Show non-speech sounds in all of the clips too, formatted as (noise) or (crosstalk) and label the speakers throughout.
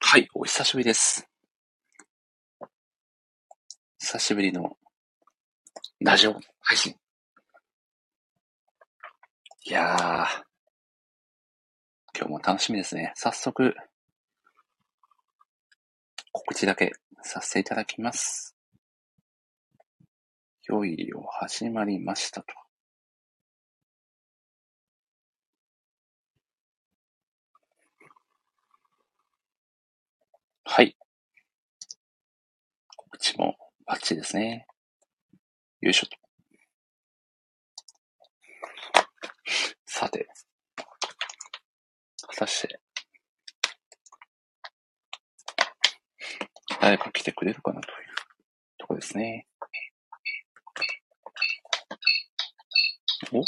Speaker 1: はい、お久しぶりです。久しぶりのラジオ配信。いやー、今日も楽しみですね。早速、告知だけさせていただきます。いよいよ始まりましたと。はい。告知もバッチリですね。よいしょと。さて、果たして、誰か来てくれるかなというとこですね。お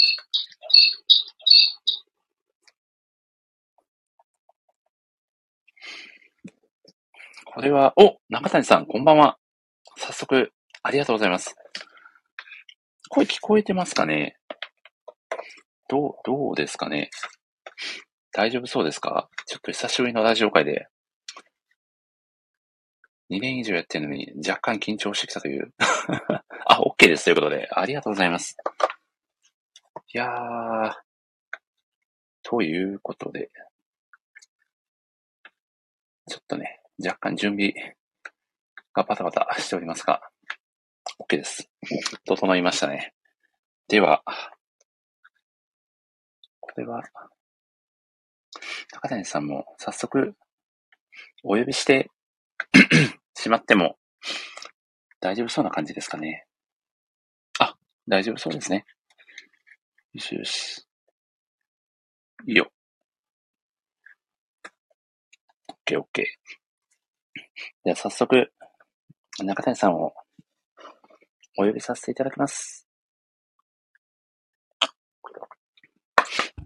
Speaker 1: これは、お中谷さん、こんばんは。早速、ありがとうございます。声聞こえてますかねどう、どうですかね大丈夫そうですかちょっと久しぶりのラジオ会で、2年以上やってるのに若干緊張してきたという。 (laughs) あ、OK です。ということで、ありがとうございます。いやー、ということで、ちょっとね、若干準備がバタバタしておりますが、OK です。整いましたね。では、これは、高谷さんも早速お呼びして (coughs) しまっても大丈夫そうな感じですかね。あ、大丈夫そうですね。よしよし。いいよ。OK, OK. じゃあ早速、中谷さんをお呼びさせていただきます。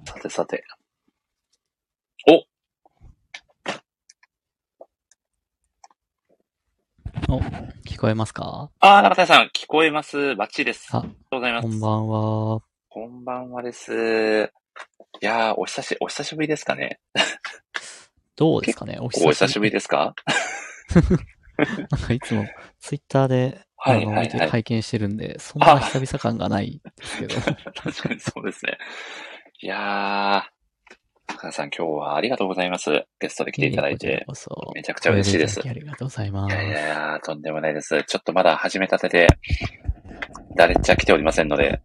Speaker 1: さてさて。お
Speaker 2: お、聞こえますか
Speaker 1: ああ、中谷さん、聞こえます。バッチリです。あ、ありがとうございます。
Speaker 2: こんばんは。
Speaker 1: こんばんはです。いやー、お久し、お久しぶりですかね。
Speaker 2: どうですかね
Speaker 1: お久しぶりですか
Speaker 2: なんかいつもツイッターで、あの、見て拝見してるんで、そんな久々感がないですけど。
Speaker 1: (laughs) 確かにそうですね。いやー、高田さん今日はありがとうございます。ゲスト (laughs) で来ていただいて。めちゃくちゃ嬉しいです。
Speaker 2: ありがとうございます。
Speaker 1: いやいやとんでもないです。ちょっとまだ始めたてで、誰っちゃ来ておりませんので、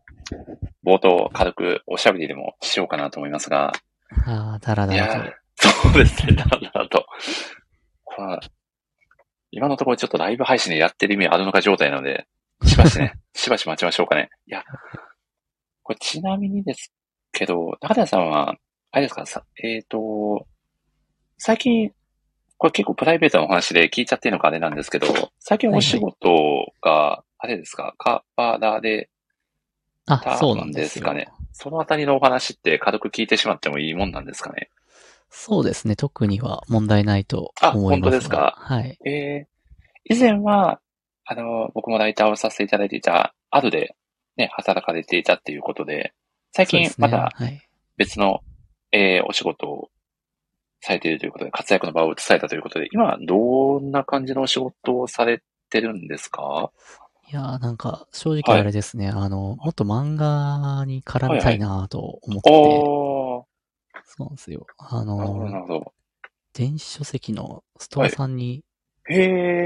Speaker 1: 冒頭軽くおしゃべりでもしようかなと思いますが。
Speaker 2: ああ、だらだらと。
Speaker 1: そうですね、だらだらと。まあ、今のところちょっとライブ配信でやってる意味あるのか状態なので、しばしね、しばし待ちましょうかね。いや、これちなみにですけど、中谷さんは、あれですか、さえっ、ー、と、最近、これ結構プライベートの話で聞いちゃってるのかあれなんですけど、最近お仕事が、あれですか、カバラで、
Speaker 2: あ、そうなんです
Speaker 1: かね。そのあたりのお話って軽く聞いてしまってもいいもんなんですかね。
Speaker 2: そうですね。特には問題ないと思います。あ、本
Speaker 1: 当ですか。
Speaker 2: はい。
Speaker 1: えー、以前は、あの、僕もライターをさせていただいていた、あるで、ね、働かれていたっていうことで、最近また別の、ねはい、えー、お仕事をされているということで、活躍の場を移されたということで、今、どんな感じのお仕事をされてるんですか
Speaker 2: いやなんか、正直あれですね、はい、あの、もっと漫画に絡みたいなと思って、はいはいそうなんですよ。あの、電子書籍のストアさんに、
Speaker 1: へ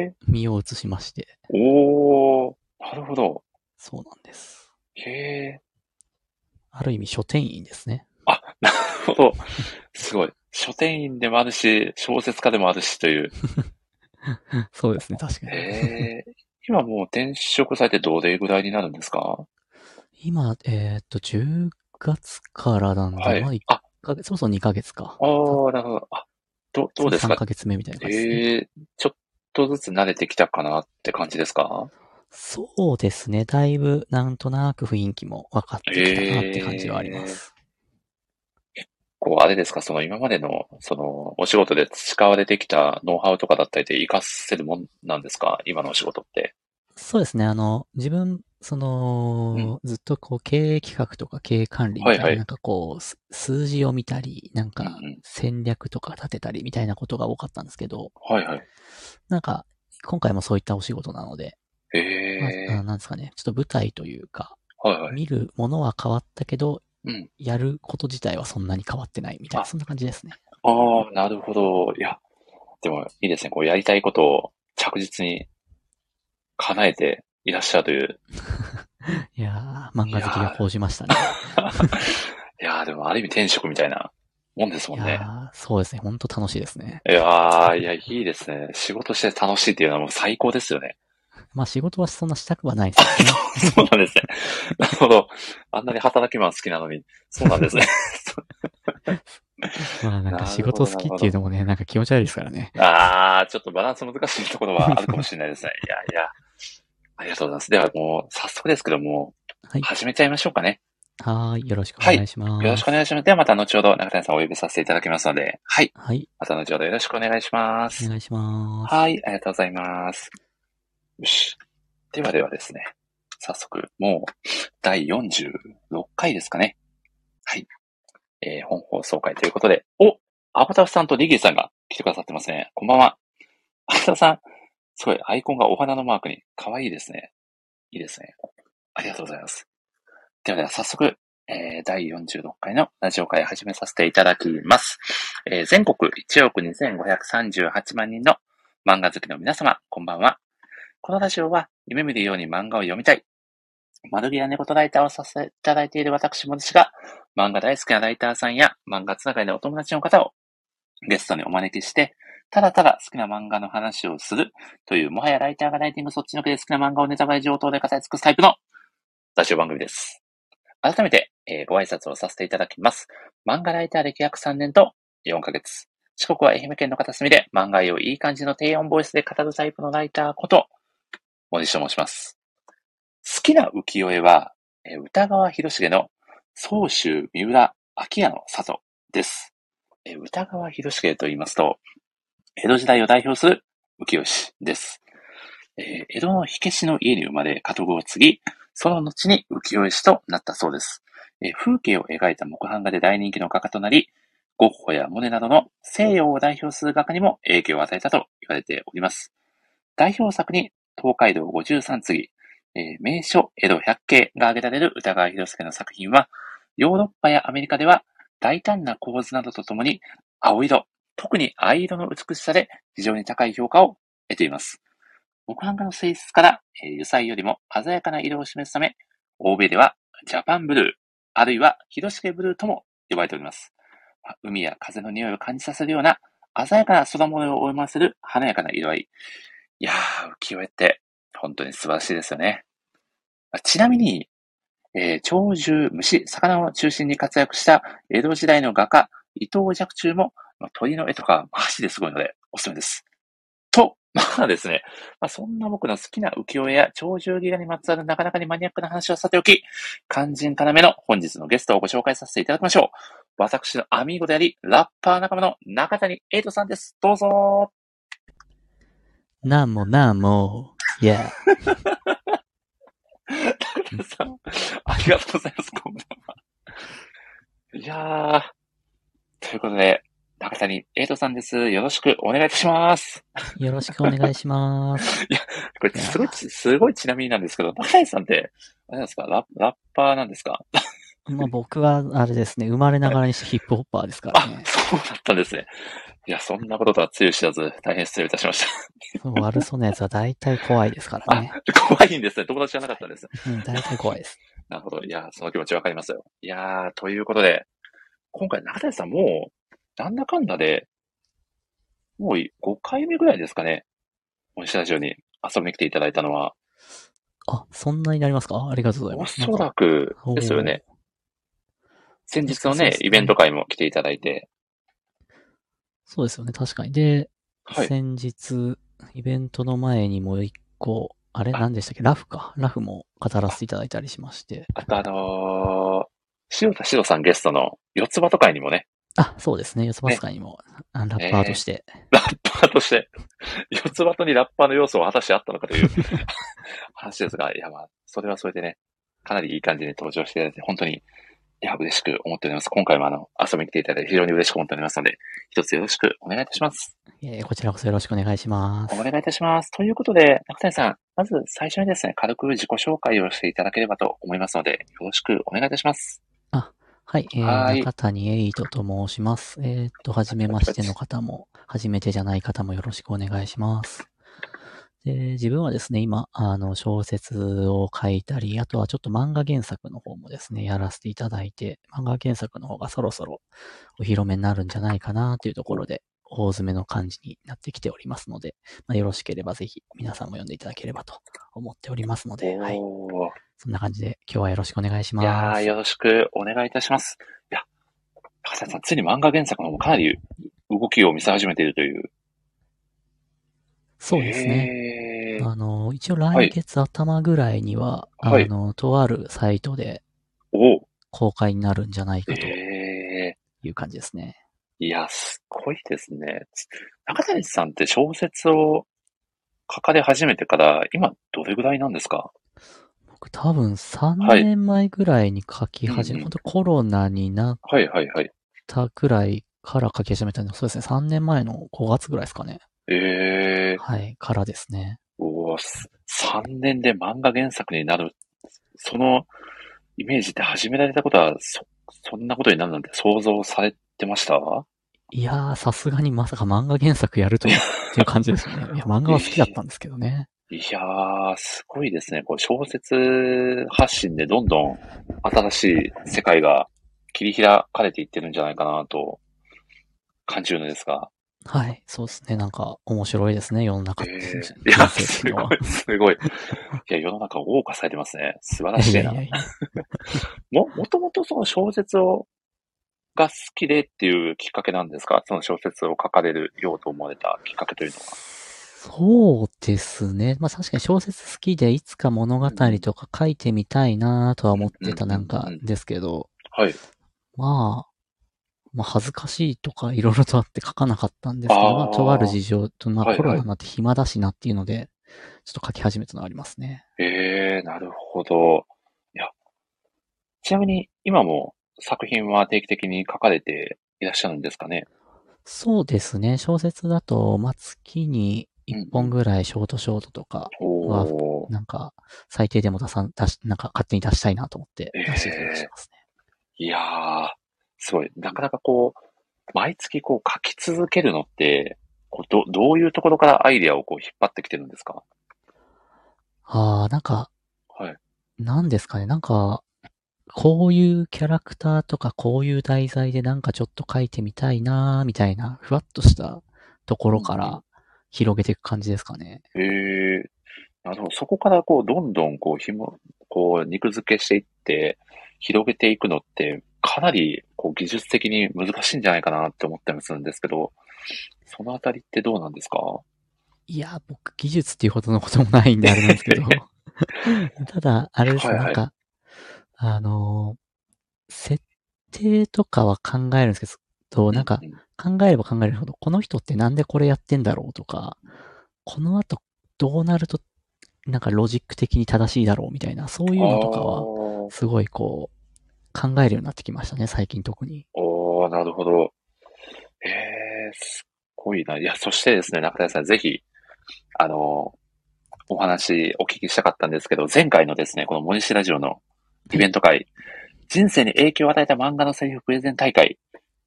Speaker 1: え。
Speaker 2: 身を移しまして。
Speaker 1: はい、おー、なるほど。
Speaker 2: そうなんです。
Speaker 1: へえ。
Speaker 2: ある意味書店員ですね。
Speaker 1: あ、なるほど。すごい。書店員でもあるし、小説家でもあるしという。
Speaker 2: そうですね、確かに。
Speaker 1: へえ。今もう転職されてどれぐらいになるんですか
Speaker 2: 今、えー、っと、10月からなんで、はい、まあか月、そもそも2ヶ月か。
Speaker 1: ああ、なるほど。あ、ど、どうですか
Speaker 2: ?3 ヶ月目みたいな感
Speaker 1: じです、ね。ええー、ちょっとずつ慣れてきたかなって感じですか
Speaker 2: そうですね。だいぶ、なんとなく雰囲気も分かってきたかなって感じはあります。
Speaker 1: えー、結構あれですか、その今までの、その、お仕事で培われてきたノウハウとかだったりで活かせるもんなんですか今のお仕事って。
Speaker 2: そうですね。あの、自分、その、ずっとこう、経営企画とか経営管理みたいな、
Speaker 1: はいはい
Speaker 2: なんかこう、す数字を見たり、なんか
Speaker 1: うんうん
Speaker 2: 戦略とか立てたりみたいなことが多かったんですけど、
Speaker 1: はいはい。
Speaker 2: なんか、今回もそういったお仕事なので、
Speaker 1: え
Speaker 2: まあ
Speaker 1: え
Speaker 2: あなんですかね、ちょっと舞台というか、
Speaker 1: はいはい。
Speaker 2: 見るものは変わったけど、
Speaker 1: うん
Speaker 2: やること自体はそんなに変わってないみたいな、
Speaker 1: あ
Speaker 2: そんな感じですね。
Speaker 1: ああ、なるほど。いや、でもいいですね。こう、やりたいことを着実に叶えていらっしゃるという。
Speaker 2: いやー、漫画好きが報じましたね。
Speaker 1: いやー、でもある意味転職みたいなもんですも
Speaker 2: い
Speaker 1: ん
Speaker 2: や
Speaker 1: ね。
Speaker 2: ーそうですね、ほんと楽しいですね。
Speaker 1: いやー、いや、いいですね。仕事して楽しいっていうのはもう最高ですよね。 (laughs)
Speaker 2: まあ仕事はそんなしたくはないですよね。
Speaker 1: そうなんですね。 (laughs) なるほど。あんなに働きマン好きなのに。そうなん
Speaker 2: (laughs)
Speaker 1: ですね。
Speaker 2: まあなんか仕事好きっていうのもね、なんか気持ち悪いですからね。
Speaker 1: ああ、ちょっとバランス難しいところはあるかもしれないです
Speaker 2: (laughs)
Speaker 1: ね。いやいや。ありがとうございます。ではもう、早速ですけども、
Speaker 2: はい。
Speaker 1: 始めちゃいましょうかね。
Speaker 2: はーい、よろしくお願いします。
Speaker 1: よろしくお願いします。ではまた後ほど中谷さんをお呼びさせていただきますので、はい。
Speaker 2: はい、
Speaker 1: また後ほどよろしくお願いしま
Speaker 2: お
Speaker 1: す。
Speaker 2: 願いします。
Speaker 1: はい、ありがとうございます。よし。ではではですね、早速、もう、第46回ですかね。はい。えー本放送回ということで、おアボタフさんとリギーさんが来てくださってますね。こんばんは。アボタフさん、すごい、アイコンがお花のマークに、可愛いですね。いいですね。ありがとうございます。ではでは、早速、えー第46回のラジオ会始めさせていただきます。えー全国1億2538万人の漫画好きの皆様、こんばんは。このラジオは、夢見るように漫画を読みたい。窓際猫とライターをさせていただいている私もですが、漫画大好きなライターさんや漫画つながりのお友達の方をゲストにお招きして、ただただ好きな漫画の話をするという、もはやライターがライティングそっちのけで好きな漫画をネタバレ上等で語り尽くすタイプのラジオ番組です。改めて、えーご挨拶をさせていただきます。漫画ライター歴約3年と4ヶ月。四国は愛媛県の片隅で漫画愛をいい感じの低音ボイスで語るタイプのライターこと、森氏と申します。好きな浮世絵は、えー歌川広重の総州三浦明屋の里です。えー歌川広重と言いますと、江戸時代を代表する浮世絵師です。えー江戸の火消しの家に生まれ、家督を継ぎ、その後に浮世絵師となったそうです。えー風景を描いた木版画で大人気の画家となり、ゴッホやモネなどの西洋を代表する画家にも影響を与えたと言われております。代表作に東海道五十三次、えー名所江戸百景が挙げられる歌川広介の作品は、ヨーロッパやアメリカでは大胆な構図などとともに、青色、特に藍色の美しさで非常に高い評価を得ています。木版画の性質から、えー油彩よりも鮮やかな色を示すため、欧米ではジャパンブルー、あるいは広重ブルーとも呼ばれております。まあ海や風の匂いを感じさせるような鮮やかな空模様を追い回せる華やかな色合い。いやー、浮世絵って本当に素晴らしいですよね。まあちなみに、えー鳥獣、虫、魚を中心に活躍した江戸時代の画家、伊藤若冲も、まあ鳥の絵とかマジですごいのでおすすめです。と、まあですね、まあ、そんな僕の好きな浮世絵や鳥獣ギガにまつわるなかなかにマニアックな話はさておき、肝心要の本日のゲストをご紹介させていただきましょう。私のアミーゴであり、ラッパー仲間の中谷エイトさんです。どうぞ
Speaker 2: なんもなんも、いや、
Speaker 1: 中谷さん、ありがとうございます、こんばんは。いやー、ということで、中谷エイトさんです。よろしくお願いいたします。
Speaker 2: よろしくお願いし (laughs) ます。
Speaker 1: これ、すごいち、すごいちなみになんですけど、中谷さんって、あれなんですかララッパーなんですか
Speaker 2: まあ僕は、あれですね、生まれながらにしてヒップホッパーですから
Speaker 1: あ
Speaker 2: ね、。
Speaker 1: そうだったんですね。いや、そんなこととはつゆ知らず、大変失礼いたしました。
Speaker 2: そう悪そうなやつは大体怖いですからね。
Speaker 1: (laughs) 怖いんですね。友達じゃなかったんです。
Speaker 2: うん、大体怖いです。
Speaker 1: なるほど。いやー、その気持ちわかりますよ。いやー、ということで、今回中谷さんもう、なんだかんだで、もう5回目ぐらいですかね。森下ラジオに遊びに来ていただいたのは、
Speaker 2: あ、そんなになりますかありがとうござい
Speaker 1: お
Speaker 2: ます。
Speaker 1: そらくですよね。先日の
Speaker 2: そうで
Speaker 1: ね
Speaker 2: す、ね
Speaker 1: イベント会も来ていただいて、
Speaker 2: そうですよね、確かに。で、
Speaker 1: はい。
Speaker 2: 先日、イベントの前にもう一個、あれ
Speaker 1: あ
Speaker 2: 何でしたっけラフか。ラフも語らせていただいたりしまして。
Speaker 1: あとあのー、塩田志郎さんゲストの四つ葉と会にもね、
Speaker 2: あ、そうですね。四つ葉使いにも、あラッパーとして。 (laughs)
Speaker 1: ラッパーとして、四つ葉とにラッパーの要素は果たしてあったのかという、話ですが、いや、まあ、それはそれでね、かなりいい感じで登場していただいて、本当に、いや、嬉しく思っております。今回もあの、遊びに来ていただいて非常に嬉しく思っておりますので、一つよろしくお願いいたします。
Speaker 2: えー、こちらこそよろしくお願いします。
Speaker 1: お願いいたします。ということで、中谷さん、まず最初にですね、軽く自己紹介をしていただければと思いますので、よろしくお願いいたします。。
Speaker 2: あ、はい、えー、はい中谷エイトと申します。えー、っと、はじめましての方も、はじめてじゃない方もよろしくお願いします。で、自分はですね、今、あの、小説を書いたり、あとはちょっと漫画原作の方もですね、やらせていただいて、漫画原作の方がそろそろお披露目になるんじゃないかなというところで、大詰めの感じになってきておりますので、まあ、よろしければぜひ皆さんも読んでいただければと思っておりますので、はい。そんな感じで今日はよろしくお願いします
Speaker 1: いやよろしくお願いいたします。いや、高瀬さん、ついに漫画原作の方もかなり動きを見せ始めているという。
Speaker 2: そうですね。あの、一応来月頭ぐらいには、はい、あの、とあるサイトで、公開になるんじゃないかという感じですね。
Speaker 1: いや、すごいですね。中谷さんって小説を書かれ始めてから、今どれぐらいなんですか
Speaker 2: 僕多分3年前ぐらいに書き始め、はい、本当コロナになったくらいから書き始めたんで、そうですね、3年前の5月ぐらいですかね。
Speaker 1: ええー、
Speaker 2: はい、からですね。
Speaker 1: おお、3年で漫画原作になる、そのイメージって始められたことは、そ、そんなことになるなんて想像されてました
Speaker 2: いやー、さすがにまさか漫画原作やるというっていう感じですね。いや、
Speaker 1: (laughs)
Speaker 2: 漫画は好きだったんですけどね。
Speaker 1: いやー、すごいですね。こう小説発信でどんどん新しい世界が切り開かれていってるんじゃないかなと感じるのですが。。
Speaker 2: はい、そうですね。なんか、面白いですね、世の中って
Speaker 1: えー、いや、す
Speaker 2: (laughs)
Speaker 1: ごい、すごい。いや、世の中を謳歌されてますね。素晴らしいな。いやいやいやも、もともとその小説を、が好きでっていうきっかけなんですかその小説を書かれるようと思われたきっかけというのは。
Speaker 2: そうですね。まあ確かに小説好きで、いつか物語とか書いてみたいなとは思ってたなんかですけど。
Speaker 1: はい。
Speaker 2: まあ、まあ、恥ずかしいとかいろいろとあって書かなかったんですけど、あまあ、とある事情と、まあ、コロナになって暇だしなっていうので、はいはい、ちょっと書き始めたのありますね。
Speaker 1: ええー、なるほど。いや、ちなみに今も作品は定期的に書かれていらっしゃるんですかね
Speaker 2: そうですね。小説だと、まあ、月に1本ぐらいショートショートとかは、うん、なんか、最低でも出さん、出し、なんか勝手に出したいなと思って出してる気がしますね。
Speaker 1: えー、いやー、すごい。なかなかこう、毎月こう書き続けるのって、こうどどういうところからアイデアをこう引っ張ってきてるんですか
Speaker 2: ああ、なんか、
Speaker 1: はい。
Speaker 2: なんですかね、なんか、こういうキャラクターとかこういう題材でなんかちょっと書いてみたいなみたいな、ふわっとしたところから広げていく感じですかね。
Speaker 1: へ、うん、えー。なるほど。そこからこう、どんどんこう、ひも、こう、肉付けしていって、広げていくのって、かなりこう技術的に難しいんじゃないかなって思ったりするんですけど、そのあたりってどうなんですか
Speaker 2: いや、僕、技術っていうほどのこともないんであれなんですけど、 (laughs) ただ、あれですね、はいはい、なんか、あのー、設定とかは考えるんですけど、なんか、考えれば考えるほど、この人ってなんでこれやってんだろうとか、この後どうなると、なんかロジック的に正しいだろうみたいな、そういうのとかは、すごいこう、考えるようになってきましたね、最近特に。
Speaker 1: おー、なるほど。えー、すっごいな。いや、そしてですね、中谷さん、ぜひ、あの、お話お聞きしたかったんですけど、前回のですね、この森氏ラジオのイベント会、はい、人生に影響を与えた漫画のセリフプレゼン大会、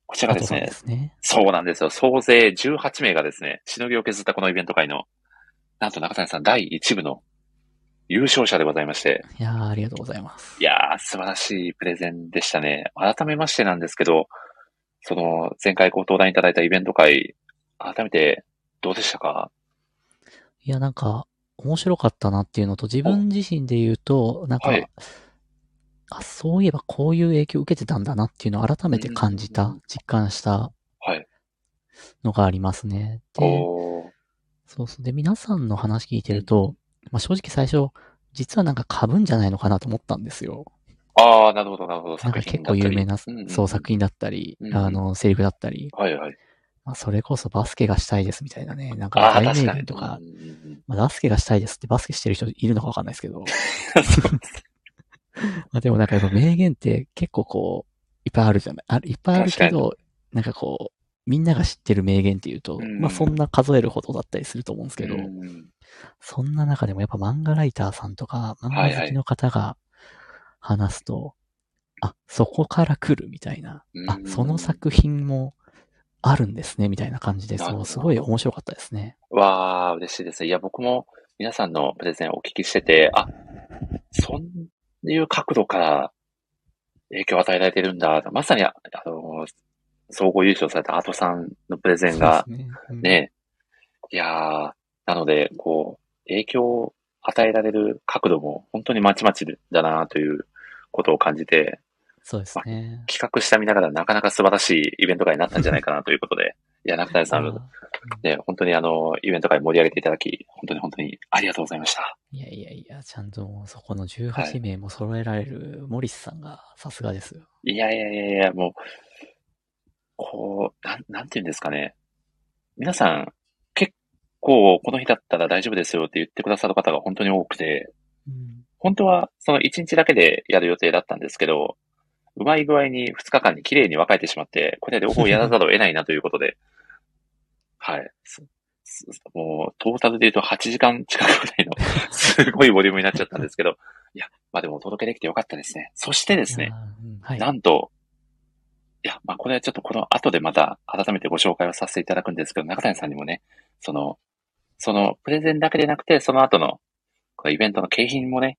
Speaker 1: こちらがですね、
Speaker 2: ですね
Speaker 1: そうなんですよ。総勢18名がですね、しのぎを削ったこのイベント会の、なんと中谷さん、第1部の優勝者でございまして。
Speaker 2: いやありがとうございます。
Speaker 1: いや素晴らしいプレゼンでしたね。改めましてなんですけど、その、前回ご登壇いただいたイベント会、改めてどうでしたか
Speaker 2: いや、なんか、面白かったなっていうのと、自分自身で言うと、なんか、はい、あ、そういえばこういう影響を受けてたんだなっていうのを改めて感じた、実感したのがありますね。
Speaker 1: はい、で、
Speaker 2: そうそう。で、皆さんの話聞いてると、まあ、正直最初、実はなんか株んじゃないのかなと思ったんですよ。
Speaker 1: ああ、なるほど、なるほど。
Speaker 2: なんか結構有名な、うんうん、そう、作品だったり、うんうん、あの、セリフだったり。
Speaker 1: はいはい。
Speaker 2: まあ、それこそバスケがしたいですみたいなね。なんか、大名人とか、まあ、バスケがしたいですってバスケしてる人いるのかわかんないですけど。 (laughs) まあでもなんかやっぱ名言って結構こう、いっぱいあるじゃない。あいっぱいあるけど、なんかこう、みんなが知ってる名言っていうと、
Speaker 1: うん
Speaker 2: まあそんな数えるほどだったりすると思うんですけど、
Speaker 1: うん
Speaker 2: そんな中でもやっぱ漫画ライターさんとか、漫画好きの方が話すと、あ、そこから来るみたいな、あ
Speaker 1: う、ん
Speaker 2: その作品もあるんですね、みたいな感じで、
Speaker 1: なるほ
Speaker 2: そ
Speaker 1: ど
Speaker 2: う、すごい面白かったですね。
Speaker 1: わあ、嬉しいですね。いや、僕も皆さんのプレゼンをお聞きしてて、あ、そんいう角度から影響を与えられてるんだ。まさに、ああの、総合優勝されたアートさんのプレゼンが、
Speaker 2: そうですね。うん
Speaker 1: ね、いやーなので、こう、影響を与えられる角度も本当にまちまちだなということを感じて、
Speaker 2: そうですね。
Speaker 1: 企画した見ながらなかなか素晴らしいイベント会になったんじゃないかなということで、いや、中谷さ
Speaker 2: いや
Speaker 1: ん、ね、本当にあの、イベント会盛り上げていただき、本当に本当にありがとうございました。
Speaker 2: いやいやいや、ちゃんともうそこの
Speaker 1: は
Speaker 2: 18
Speaker 1: い
Speaker 2: 名も揃えられるモリスさんがさすがですよ。
Speaker 1: いやいやいやいや、もう、こう、なん、なんて言うんですかね。皆さん、結構、この日だったら大丈夫ですよって言ってくださる方が本当に多くて、
Speaker 2: うん
Speaker 1: 本当はその1日だけでやる予定だったんですけど、うまい具合に2日間に綺麗に分かれてしまって、これ両方やらざるを得ないなということで、 (laughs) はい。すすもう、トータルで言うと8時間近くぐらいの、すごいボリュームになっちゃったんですけど、いや、まあでもお届けできてよかったですね。そしてです
Speaker 2: い
Speaker 1: ね
Speaker 2: や、ーうんはい。
Speaker 1: なんと、いや、まあこれはちょっとこの後でまた改めてご紹介をさせていただくんですけど、中谷さんにもね、その、そのプレゼンだけでなくて、その後の、このイベントの景品もね、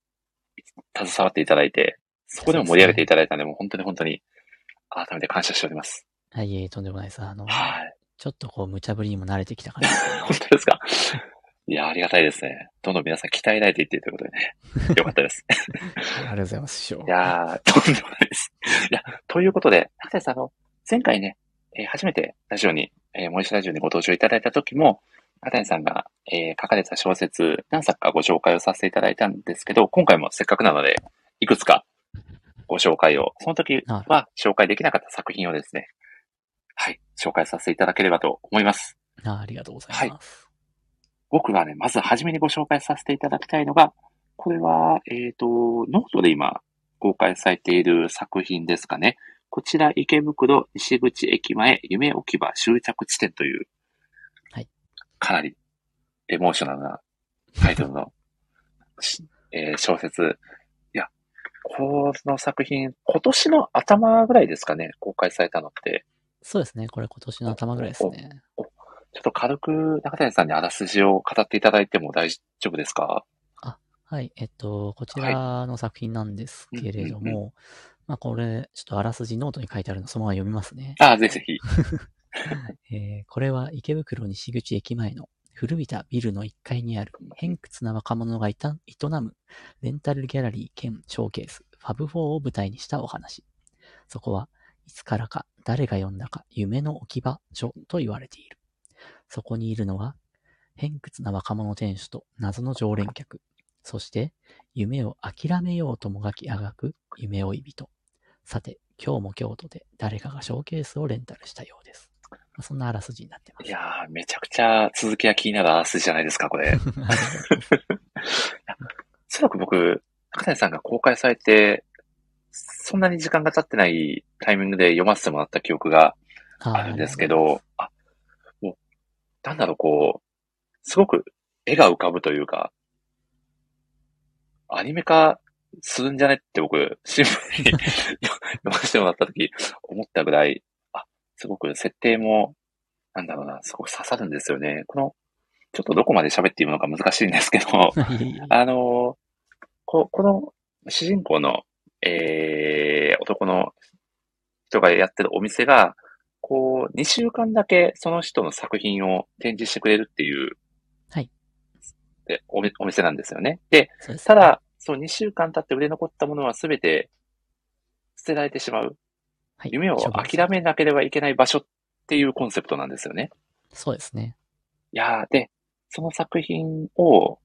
Speaker 1: 携わっていただいて、そこでも盛り上げていただいたので、もう本当に本当に、改めて感謝しております。
Speaker 2: はい、いえいえ、とんでもないです。あの、
Speaker 1: はい。
Speaker 2: ちょっとこう、無茶ぶりにも慣れてきた
Speaker 1: (laughs)
Speaker 2: 感じ。
Speaker 1: 本当ですかいや、ありがたいですね。どんどん皆さん鍛えられていってるということでね、よかったです。
Speaker 2: ありがとうございます、師匠。
Speaker 1: いやー、とんでもないです。いや、ということで、中谷さん、あの、前回ね、えー初めてラジオに、えー、森下ラジオにご登場いただいた時も、中谷さんが、えー書かれた小説、何作かご紹介をさせていただいたんですけど、今回もせっかくなので、いくつかご紹介を、その時は紹介できなかった作品をですね、はい、紹介させていただければと思います。
Speaker 2: あありがとうございます。
Speaker 1: 僕がね、まず初めにご紹介させていただきたいのが、これは、えっ、と、ノートで今、公開されている作品ですかね。こちら、池袋西口駅前夢置き場終着地点という、
Speaker 2: はい
Speaker 1: かなりエモーショナルなタイトルの、
Speaker 2: (laughs)
Speaker 1: しえー小説。いや、この作品、今年の頭ぐらいですかね、公開されたのって。
Speaker 2: そうですね。これ今年の頭ぐらいですね。
Speaker 1: ちょっと軽く中谷さんにあらすじを語っていただいても大丈夫ですか
Speaker 2: はい。えっと、こちらの作品なんですけれど
Speaker 1: うんうん
Speaker 2: も、まあ、これ、ちょっとあらすじノートに書いてあるの、そのまま読みますね。
Speaker 1: あ、ぜひぜひ。
Speaker 2: えーこれは池袋西口駅前の古びたビルの1階にある偏屈な若者がいた営むレンタルギャラリー兼ショーケースファブ4を舞台にしたお話。そこはいつからか誰が呼んだか夢の置き場所と言われている。そこにいるのは偏屈な若者店主と謎の常連客。そして夢を諦めようともがきあがく夢追い人。さて、今日も京都で誰かがショーケースをレンタルしたようです。まあそんなあらすじになってます。
Speaker 1: いやー、めちゃくちゃ続きが気になるあらすじじゃないですか、これ。おそらく僕、中谷さんが公開されて、そんなに時間が経ってないタイミングで読ませてもらった記憶が
Speaker 2: あ
Speaker 1: あるん (laughs) ですけど、あ、もう、なんだろう、こう、すごく絵が浮かぶというか、アニメ化するんじゃねって僕、新聞に読ませてもらった時、思ったぐらい、あ、すごく設定も、なんだろうな、すごく刺さるんですよね。この、ちょっとどこまで喋っているのか難しいんですけど、
Speaker 2: あ (laughs) りがとうございますいえいえ
Speaker 1: あのーこ、この主人公の、えー男の人がやってるお店が、こう、2週間だけその人の作品を展示してくれるっていう、
Speaker 2: はい
Speaker 1: でおみお店なんですよね。で、
Speaker 2: そうです
Speaker 1: ただ、そう2週間経って売れ残ったものは全て捨てられてしまう。
Speaker 2: はい
Speaker 1: 夢を諦めなければいけない場所っていうコンセプトなんですよね。
Speaker 2: そうですね。
Speaker 1: いやーで、その作品を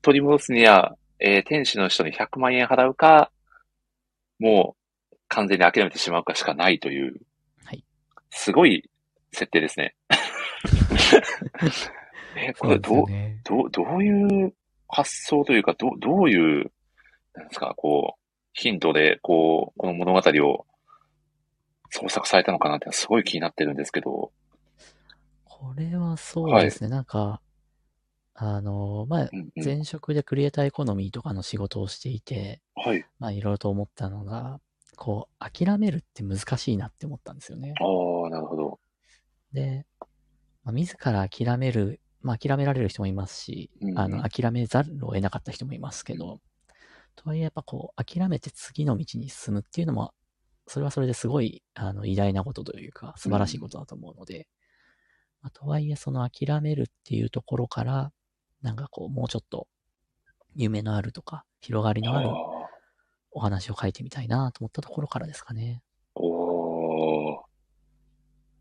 Speaker 1: 取り戻すには、えー店主の人に100万円払うか、もう完全に諦めてしまうかしかないという、
Speaker 2: はい
Speaker 1: すごい設定ですね。え、これどう、
Speaker 2: ね、
Speaker 1: どう、どういう発想というか、どう、どういう、なんですか、こう、ヒントで、こう、この物語を創作されたのかなって、すごい気になってるんですけど。
Speaker 2: これはそうですね、はい、なんか、あの、まあ、うんうん、前職でクリエイターエコノミーとかの仕事をしていて、
Speaker 1: はい。
Speaker 2: まあ、いろいろと思ったのが、こう、諦めるって難しいなって思ったんですよね。
Speaker 1: ああ、なるほど。
Speaker 2: で、まあ、自ら諦める、まあ、諦められる人もいますし、
Speaker 1: うんうん、
Speaker 2: あの、諦めざるを得なかった人もいますけど、うん、とはいえ、やっぱこう、諦めて次の道に進むっていうのも、それはそれですごい、あの、偉大なことというか、素晴らしいことだと思うので、うん、まあ、とはいえ、その諦めるっていうところから、なんかこう、もうちょっと夢のあるとか、広がりのあるお話を書いてみたいなと思ったところからですかね。
Speaker 1: おー。い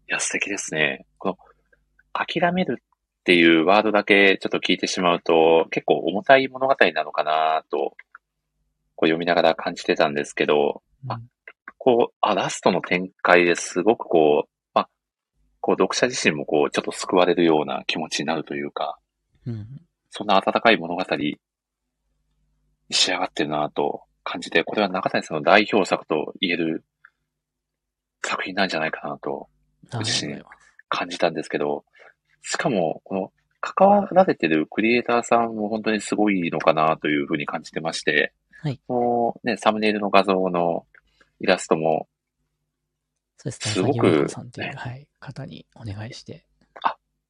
Speaker 1: や、素敵ですね。この、諦めるっていうワードだけちょっと聞いてしまうと、結構重たい物語なのかなと、こう読みながら感じてたんですけど、うん、あこう、あ、ラストの展開ですごくこう、まあ、こう読者自身もこう、ちょっと救われるような気持ちになるというか、
Speaker 2: うん、
Speaker 1: そんな温かい物語に仕上がってるなと感じて、これは中谷さんの代表作と言える作品なんじゃないかなと、ご自身感じたんですけど、しかも、この関わられてるクリエイターさんも本当にすごいのかなというふうに感じてまして、
Speaker 2: はい。
Speaker 1: もうね、サムネイルの画像のイラストも、
Speaker 2: そうですね。すごく、さんという、ね、はい、方にお願いして。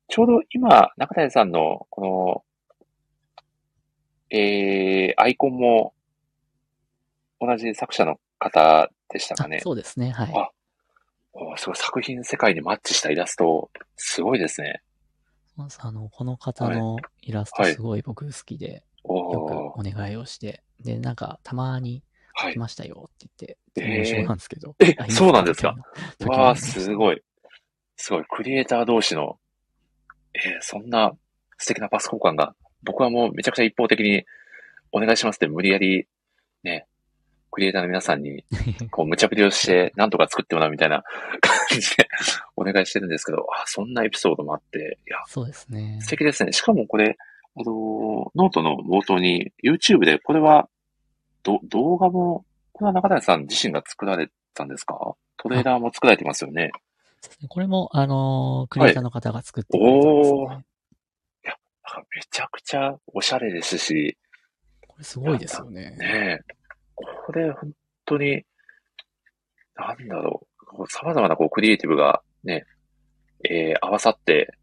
Speaker 1: ちょうど今、中谷さんの、この、えー、アイコンも、同じ作者の方でしたかね。
Speaker 2: そうですね、はい。
Speaker 1: あ、すごい作品世界にマッチしたイラスト、すごいですね。
Speaker 2: まず、あの、この方のイラストすごい僕好きで、はいはい、よくお願いをして、で、なんか、たまに、来ましたよって言って、はい、面白なんですけど。
Speaker 1: えー、えそうなんですかわあ、すごい。すごい。クリエイター同士のえー、そんな素敵なパス交換が、僕はもうめちゃくちゃ一方的にお願いしますって無理やり、ね、クリエイターの皆さんに、こう、無茶ぶりをして、なんとか作ってもらうみたいな (laughs) 感じでお願いしてるんですけど、あ、そんなエピソードもあって、いや、
Speaker 2: (laughs) そうですね。
Speaker 1: 素敵ですね。しかもこれ、あのー、ノートの冒頭に、YouTube で、これは、ど、動画も、これは中谷さん自身が作られたんですかトレーダーも作られてますよね。
Speaker 2: これも、あのー、クリエイターの方が作ってくれたんですね、ね、
Speaker 1: や、な
Speaker 2: はい、おい
Speaker 1: んかめちゃくちゃおしゃれですし。
Speaker 2: これすごいですよね。
Speaker 1: ねこれ本当に、なんだろう。様々なこうクリエイティブがね、えー、合わさって、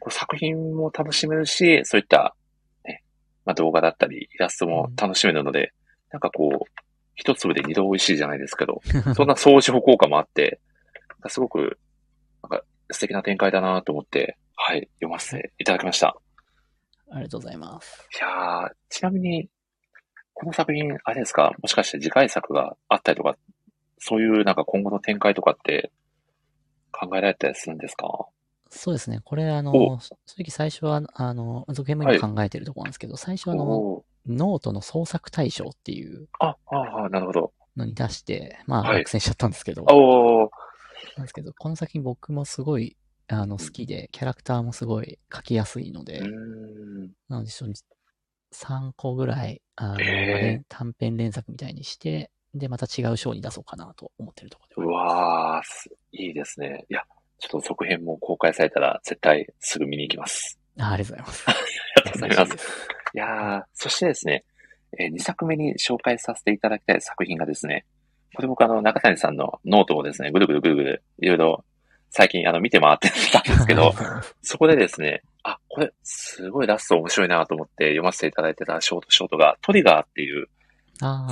Speaker 1: こう作品も楽しめるし、そういった、ね、まあ、動画だったり、イラストも楽しめるので、うん、なんかこう、一粒で二度美味しいじゃないですけ (laughs) ど、そんな相乗効果もあって、すごく、なんか素敵な展開だなと思って、はい、読ませていただきました。
Speaker 2: ありがとうございます。
Speaker 1: いやちなみに、この作品、あれですか、もしかして次回作があったりとか、そういうなんか今後の展開とかって考えられたりするんですか
Speaker 2: そうですね。これ、あの、正直最初は、あの、続編も今考えてるところなんですけど、はい、最初はあの、ノートの創作大賞っていう。
Speaker 1: あ、ああ、なるほど。
Speaker 2: のに出して、まあ、落選しちゃったんですけど。
Speaker 1: はい、おお。
Speaker 2: なんですけど、この作品僕もすごい、あの、好きで、キャラクターもすごい描きやすいので、なので、3個ぐらい、あの、
Speaker 1: えー、
Speaker 2: 短編連作みたいにして、で、また違う章に出そうかなと思ってるところ
Speaker 1: でうわー、いいですね。いや、ちょっと続編も公開されたら、絶対すぐ見に行きます。
Speaker 2: あありがとうございます。
Speaker 1: ありがとうございます。い,すいやー、そしてですね、えー、2作目に紹介させていただきたい作品がですね、これ僕あの、中谷さんのノートをですね、ぐるぐるぐるぐる、いろいろ最近あの、見て回ってたんですけ
Speaker 2: (laughs)
Speaker 1: ど、そこでですね、あ、これ、すごいラスト面白いなと思って読ませていただいてたショートショートが、トリガーっていう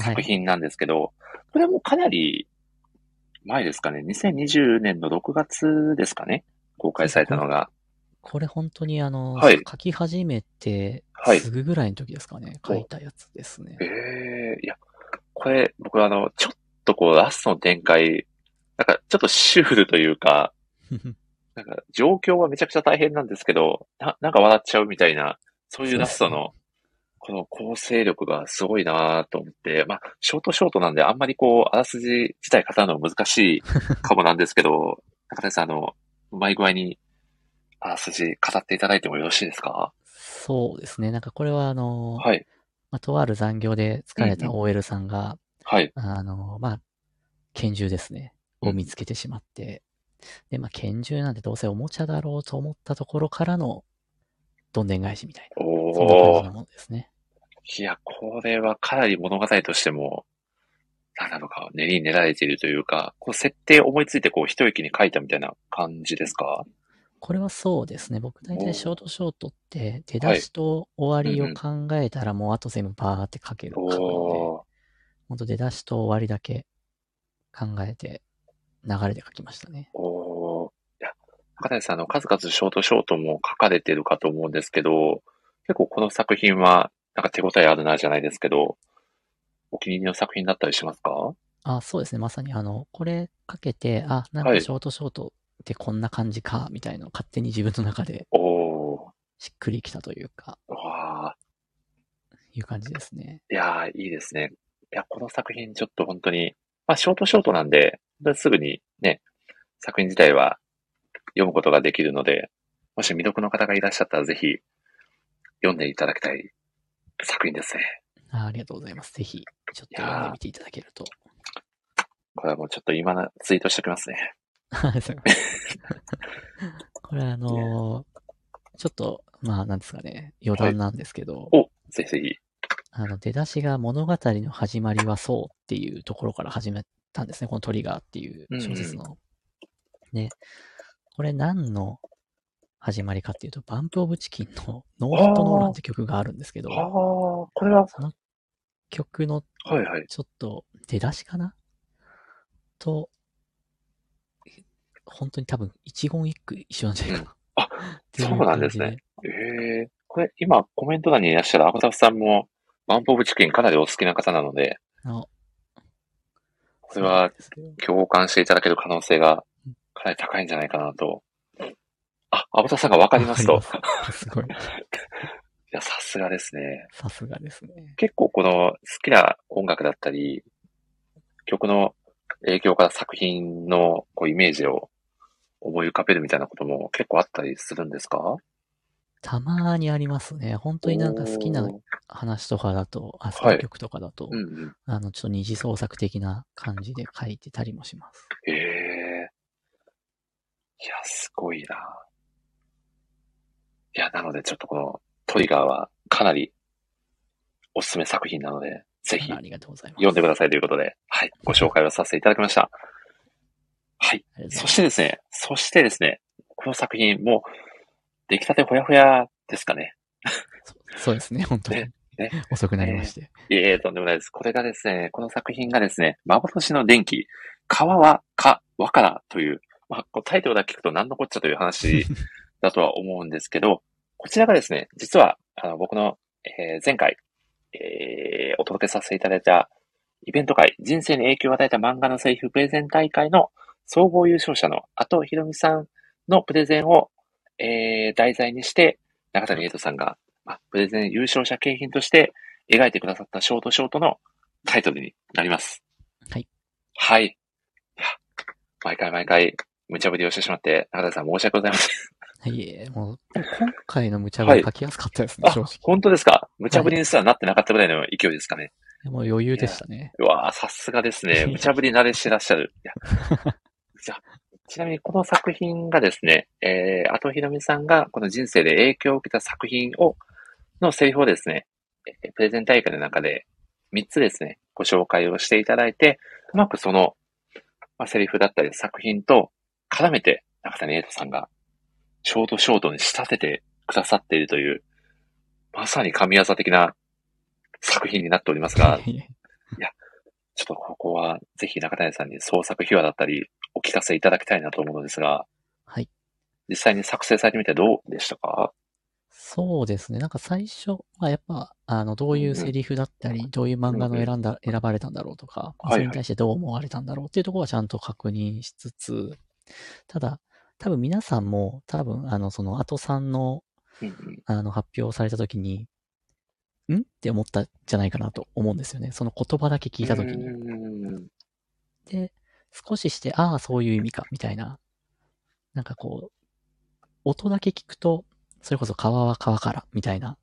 Speaker 1: 作品なんですけど、はい、これもかなり前ですかね、2020年の6月ですかね、公開されたのが。
Speaker 2: これ本当にあの、
Speaker 1: はい、
Speaker 2: 書き始めて、すぐぐらいの時ですかね、はい、書いたやつですね。 (laughs)
Speaker 1: ええー、いや、これ、僕あの、ちょっとちょっとこう、ラストの展開、なんかちょっとシュールというか、なんか状況はめちゃくちゃ大変なんですけど、ななんか笑っちゃうみたいな、そういうラストの、この構成力がすごいなと思って、まあ、ショートショートなんであんまりこう、あらすじ自体
Speaker 2: (laughs)
Speaker 1: 語るの難しいかもなんですけど、中谷さん、あの、うまい具合に、あらすじ語っていただいてもよろしいですか
Speaker 2: そうですね。なんかこれはあの、
Speaker 1: はい。
Speaker 2: まあ、とある残業で疲れた OL さんが、
Speaker 1: はい。
Speaker 2: あの、まあ、拳銃ですね。
Speaker 1: うん
Speaker 2: を見つけてしまって、で、まあ、拳銃なんてどうせおもちゃだろうと思ったところからの、どんでん返しみたいな、そんな感
Speaker 1: お
Speaker 2: じ
Speaker 1: ー
Speaker 2: の。ものですね。
Speaker 1: いや、これはかなり物語としても、何なのか、練りに練られているというか、こう設定を思いついてこう一息に書いたみたいな感じですか
Speaker 2: これはそうですね。僕大
Speaker 1: おー
Speaker 2: 体ショートショートって、出だしと終わりを考えたらもうあと全部バーって書ける、書くので、
Speaker 1: おー
Speaker 2: ほんと出だしと終わりだけ考えて、流れで書きましたね。
Speaker 1: おーいや、中谷さん、あの、数々ショートショートも書かれてるかと思うんですけど、結構この作品は、なんか手応えあるなじゃないですけど、お気に入りの作品だったりしますか
Speaker 2: あ、そうですね。まさにあの、これかけて、あ、なん
Speaker 1: は
Speaker 2: か
Speaker 1: い
Speaker 2: ショートショートってこんな感じか、みたいなのを勝手に自分の中で
Speaker 1: おー
Speaker 2: しっくりきたというか、
Speaker 1: わあ、
Speaker 2: いう感じですね。
Speaker 1: いやーいいですね。いや、この作品ちょっと本当に、まあ、ショートショートなんで、すぐにね、作品自体は読むことができるので、もし未読の方がいらっしゃったらぜひ読んでいただきたい作品ですね。
Speaker 2: あありがとうございます。ぜひ、ちょっと読んでみていただけると。
Speaker 1: これはもうちょっと今なツイートしておきますね。
Speaker 2: (laughs) はい、そうこれあのーちょっと、まあ、なんですかね、余談なんですけど、
Speaker 1: お、ぜひぜひ。
Speaker 2: あの、出だしが物語の始まりはそうっていうところから始めたんですね。このトリガーっていう小説の。で、これ何の始まりかっていうと、バンプオブチキンのノーヒットノーランって曲があるんですけど、
Speaker 1: ああ、これは、
Speaker 2: その曲の
Speaker 1: はいはい。
Speaker 2: ちょっと出だしかなと、本当に多分一言一句一緒なんじゃないかな。ってい
Speaker 1: そうなんです
Speaker 2: 感じ
Speaker 1: ね。ええこれ今コメント欄にいらっしゃるアコタフさんも、バンプオブチキンかなりお好きな方なので、
Speaker 2: で。の
Speaker 1: これは、
Speaker 2: そうなんですよ
Speaker 1: 共感していただける可能性が
Speaker 2: うん
Speaker 1: かなり高いんじゃないかなと。あ、アボタさんがわかりますと。い
Speaker 2: わかります。すごい。
Speaker 1: や、さすがですね。
Speaker 2: さすがですね。
Speaker 1: 結構この好きな音楽だったり、曲の影響から作品のこうイメージを思い浮かべるみたいなことも結構あったりするんですか本
Speaker 2: たまにありますね。本当になんか好きな話とかだと、あ、好きな曲とかだと、
Speaker 1: うんうん。
Speaker 2: あの、ちょっと二次創作的な感じで書いてたりもします。
Speaker 1: ええいや、すごいな。いや、なのでちょっとこのトリガーはかなりおすすめ作品なので、ぜひ
Speaker 2: ありがとうございます。
Speaker 1: 読んでくださいということで、はい、ご紹介をさせていただきました。はい。
Speaker 2: ありがとうござい
Speaker 1: そ
Speaker 2: ます
Speaker 1: してですね、そしてですね、この作品、もう、出来たてほやほやですかね。
Speaker 2: そそうですね、本当に
Speaker 1: ねね。
Speaker 2: 遅くなりまして。
Speaker 1: いえいえ、とんでもないです。これがですね、この作品がですね、幻の電気、川はか、わからという、まあ、こうタイトルだけ聞くと何のこっちゃという話だとは思うんですけど、こちらがですね、実は、あの、僕の、えー前回、えーお届けさせていただいたイベント会、人生に影響を与えた漫画のセリフプレゼン大会の総合優勝者の後ひろみさんのプレゼンを、えー題材にして、中谷エイトさんが、まあ、プレゼン優勝者景品として描いてくださったショートショートのタイトルになります。
Speaker 2: はい。
Speaker 1: はい。いや毎回毎回、無茶ぶりをしてしまって、中谷さん申し訳ございません。
Speaker 2: はい、いえ、もう、今回の無茶ぶり書きやすかったですね、
Speaker 1: あ
Speaker 2: 正直。
Speaker 1: 本当ですか無茶ぶりにすらなってなかったぐらいの勢いですかね。
Speaker 2: もう余裕でしたね。
Speaker 1: うわあ、さすがですね。無茶ぶり慣れしてらっしゃる。いやじゃあちなみにこの作品がですね、えー、あとひろみさんがこの人生で影響を受けた作品を、のセリフをですね、えープレゼン大会の中で3つですね、ご紹介をしていただいて、うまくその、まあ、セリフだったり作品と絡めて中谷エイトさんがショートショートに仕立ててくださっているという、まさに神業的な作品になっておりますが、
Speaker 2: いえいえ
Speaker 1: ちょっとここは、ぜひ中谷さんに創作秘話だったり、お聞かせいただきたいなと思うのですが、
Speaker 2: はい。
Speaker 1: 実際に作成されてみてどうでしたか
Speaker 2: そうですね。なんか最初はやっぱ、あの、どういうセリフだったり、どういう漫画の選んだ、選ばれたんだろうとか、
Speaker 1: はいは
Speaker 2: まあ
Speaker 1: い
Speaker 2: それに対してどう思われたんだろうっていうところはちゃんと確認しつつ、ただ、多分皆さんも、多分、あの、その、後さんの、
Speaker 1: うんうん
Speaker 2: あの、発表された時に、んって思ったんじゃないかなと思うんですよね。その言葉だけ聞いた時に。
Speaker 1: うん
Speaker 2: で、少しして、ああ、そういう意味か、みたいな。なんかこう、音だけ聞くと、それこそ川は川からみたいな、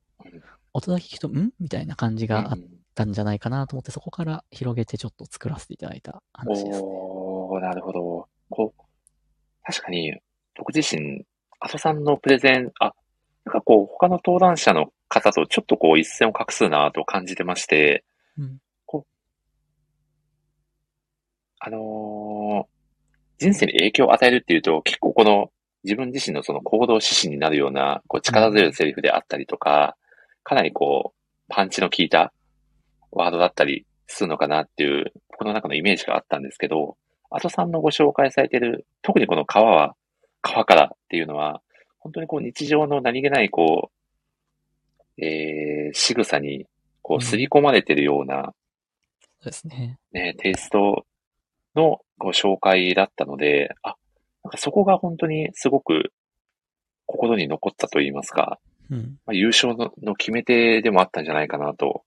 Speaker 2: 音だけ聞くと、んみたいな感じがあったんじゃないかなと思って、そこから広げてちょっと作らせていただいた話です、ね。
Speaker 1: おー、なるほど。こう、確かに、僕自身、阿蘇さんのプレゼン、あ、なんかこう、他の登壇者の方とちょっとこう、一線を画すなと感じてまして、
Speaker 2: うん、
Speaker 1: こう、あのー、人生に影響を与えるっていうと、結構この、自分自身のその行動指針になるような、こう、力強いセリフであったりとか、かなりこう、パンチの効いたワードだったりするのかなっていう、僕の中のイメージがあったんですけど、アトさんのご紹介されてる、特にこの川は、川からっていうのは、本当にこう日常の何気ないこう、えー、仕草にこう刷り込まれてるような、うん、
Speaker 2: そうですね。
Speaker 1: ね、テイストのご紹介だったので、あ、なんかそこが本当にすごく心に残ったと言いますか、
Speaker 2: うん、
Speaker 1: まあ、優勝のの決め手でもあったんじゃないかなと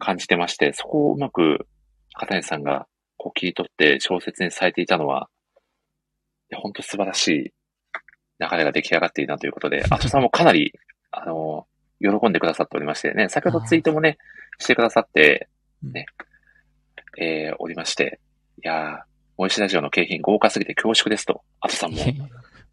Speaker 1: 感じてまして、そこをうまく片谷さんがこう切り取って小説にされていたのは、いや本当素晴らしい流れが出来上がっていたということで、阿蘇さんもかなり、あの、喜んでくださっておりましてね、先ほどツイートもね、してくださって、ね、うん、えー、おりまして、いやー、石ラジオの景品豪華すぎて恐縮ですと、阿蘇さ
Speaker 2: (laughs)
Speaker 1: んも、い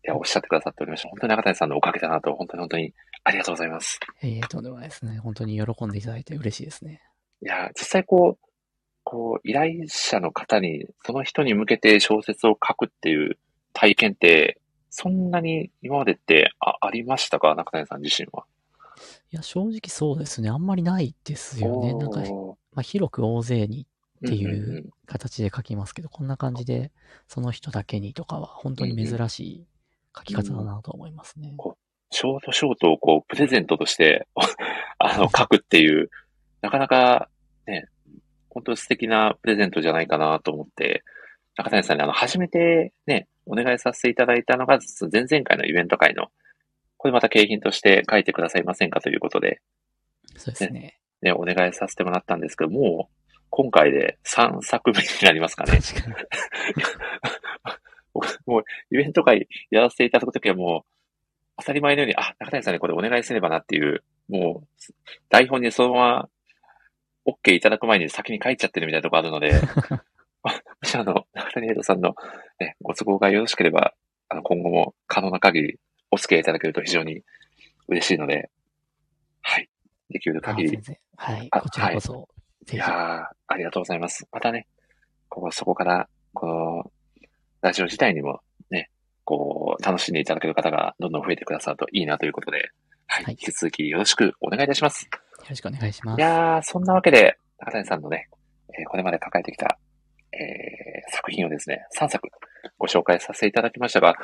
Speaker 1: や、おっしゃってくださっておりました。本当に中谷さんのおかげだなと、本当に本当にありがとうございます。
Speaker 2: ええー、とんでもないですね。本当に喜んでいただいて嬉しいですね。
Speaker 1: いや、実際こう、こう、依頼者の方に、その人に向けて小説を書くっていう体験って、そんなに今までってあありましたか中谷さん自身は。
Speaker 2: いや、正直そうですね。あんまりないですよね。なんか、まあ、広く大勢にっていう形で書きますけど、うんうんうん、こんな感じで、その人だけにとかは、本当に珍しい書き方だなと思いますね。
Speaker 1: うんうん、ショートショートをこう、プレゼントとして (laughs) あの、書くっていう、なかなか、ね、本当に素敵なプレゼントじゃないかなと思って、中谷さんに、あの、初めてね、お願いさせていただいたのが、前々回のイベント会の、これまた景品として書いてくださいませんかということで、
Speaker 2: そうですね。
Speaker 1: ね、お願いさせてもらったんですけど、もう、今回で3作目になりますかね。
Speaker 2: 確か
Speaker 1: に。 (laughs) もう、イベント会やらせていただくときはもう、当たり前のように、あ、中谷さんにこれお願いすればなっていう、もう、台本にそのまま OK いただく前に先に書いちゃってるみたいなとこあるので、もしあの、中谷エイトさんの、ね、ご都合がよろしければ、あの、今後も可能な限りお付き合いいただけると非常に嬉しいので、はい。できる限り。、
Speaker 2: はい。こちらこそ、はい
Speaker 1: いやありがとうございます。またね、ここ、そこから、この、ラジオ自体にもね、こう、楽しんでいただける方がどんどん増えてくださるといいなということで、はい。はい、引き続きよろしくお願いいたします。
Speaker 2: よろしくお願いします。
Speaker 1: いやそんなわけで、中谷さんのね、えー、これまで抱えてきた、えー、作品をですね、3作ご紹介させていただきましたが、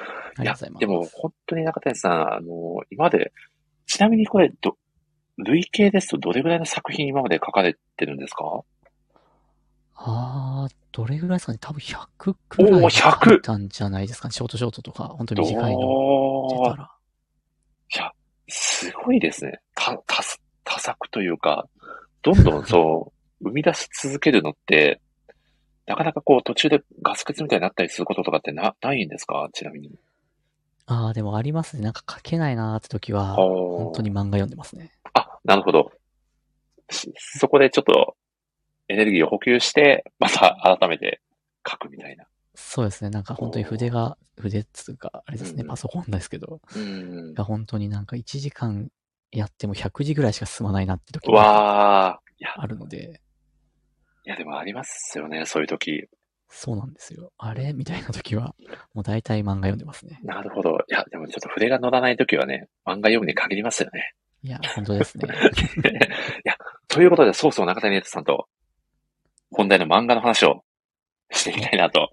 Speaker 2: いや、
Speaker 1: でも本当に中谷さん、あのー、今まで、ちなみにこれ、ど、累計ですとどれぐらいの作品今まで書かれてるんですか
Speaker 2: ああ、どれぐらいですかね多分100くらい書いたんじゃないですかねショートショートとか、本当に短いの出たら。
Speaker 1: いや、すごいですね。た、たす、多作というか、どんど
Speaker 2: (laughs)
Speaker 1: んそう、生み出し続けるのって、なかなかこう途中でガス欠みたいになったりすることとかってな、ないんですかちなみに。
Speaker 2: ああ、でもありますね。なんか書けないなーって時は、本当に漫画読んでますね。
Speaker 1: あ、なるほど。そこでちょっとエネルギーを補給して、また改めて書くみたいな。
Speaker 2: そうですね。なんか本当に筆が、筆っつうか、あれですね、うん、パソコンですけど、
Speaker 1: うん、
Speaker 2: が本当になんか1時間やっても100字ぐらいしか進まないなって時
Speaker 1: は
Speaker 2: あるので。
Speaker 1: いや、でもありますよね、そういう時。
Speaker 2: そうなんですよ。あれみたいな時は、もう大体漫画読んでますね。
Speaker 1: なるほど。いや、でもちょっと筆が乗らない時はね、漫画読むに限りますよね。
Speaker 2: いや、本当
Speaker 1: (laughs)
Speaker 2: ですね。
Speaker 1: いや、ということで、そうそう中谷エイさんと、本題の漫画の話をしていきたいなと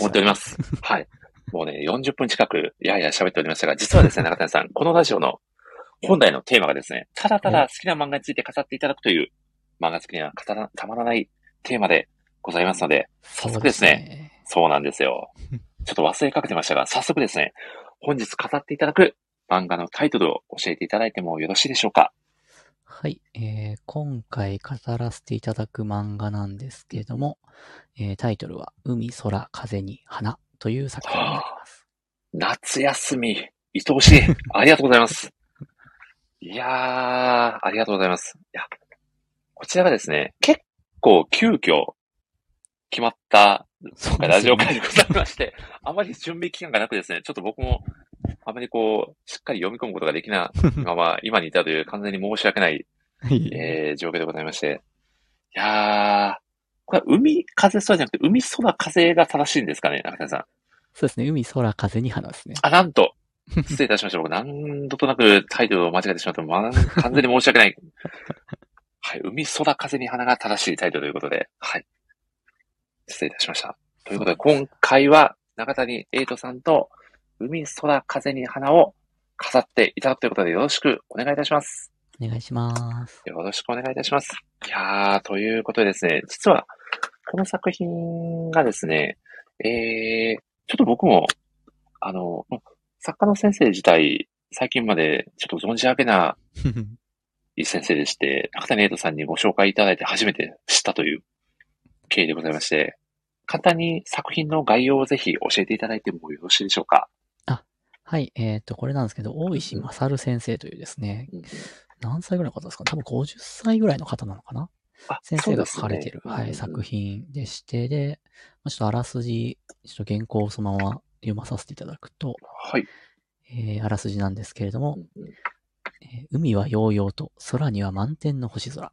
Speaker 1: 思っております。ね、はい。もうね、40分近く、やや喋っておりましたが、実はです (laughs) ね、中谷さん、このラジオの本来のテーマがですね、ただただ好きな漫画について語っていただくという、漫画好きには語らたまらないテーマでございますので、早速ですね、そう、ね、なんです (laughs) よ。ちょっと忘れかけてましたが、早速ですね、本日語っていただく漫画のタイトルを教えていただいてもよろしいでしょうか。
Speaker 2: はい、えー、今回語らせていただく漫画なんですけれども、えー、タイトルは、海、空、風に、花という作品になります。
Speaker 1: 夏休み。愛おしい。ありがとうございます。いやー、ありがとうございます。いや、こちらがですね、結構急遽決まった今 (laughs) 回ラジオ会でございまして、ね、あまり準備期間がなくですね、ちょっと僕も、あまりこう、しっかり読み込むことができない、まま、今にいたという完全に申し訳ない、えー、状況でございまして。いやー、これは海風空じゃなくて、海空風が正しいんですかね、中谷さん。
Speaker 2: そうですね、海空風に花ですね。
Speaker 1: あ、なんと失礼いたしました。僕、何度となくタイトルを間違えてしまって、まあ、完全に申し訳ない。 (laughs) はい、海空風に花が正しいタイトルということで、はい。失礼いたしました。ということで、今回は中谷エイトさんと海、空、風に花を飾っていただくということで、よろしくお願いいたします。
Speaker 2: お願いします。 (laughs)
Speaker 1: よろしくお願いいたします。いやー、ということでですね、実は、この作品がですね、えー、ちょっと僕も、あの、作家の先生自体、最近までちょっと存じ上げないい先生でして、中谷エイトさんにご紹介いただいて初めて知ったという経緯でございまして、簡単に作品の概要をぜひ教えていただいてもよろしいでしょうか。
Speaker 2: あ、はい。えっ、ー、と、これなんですけど、大石勝先生というですね、うん、何歳ぐらいの方ですか多分50歳ぐらいの方なのかな先生が書かれてる、ね、はい、作品でして、で、ちょっとあらすじ、ちょっと原稿をそのまま読まさせていただくと、
Speaker 1: はい。
Speaker 2: えー、あらすじなんですけれども、えー、海は洋々と、空には満天の星空。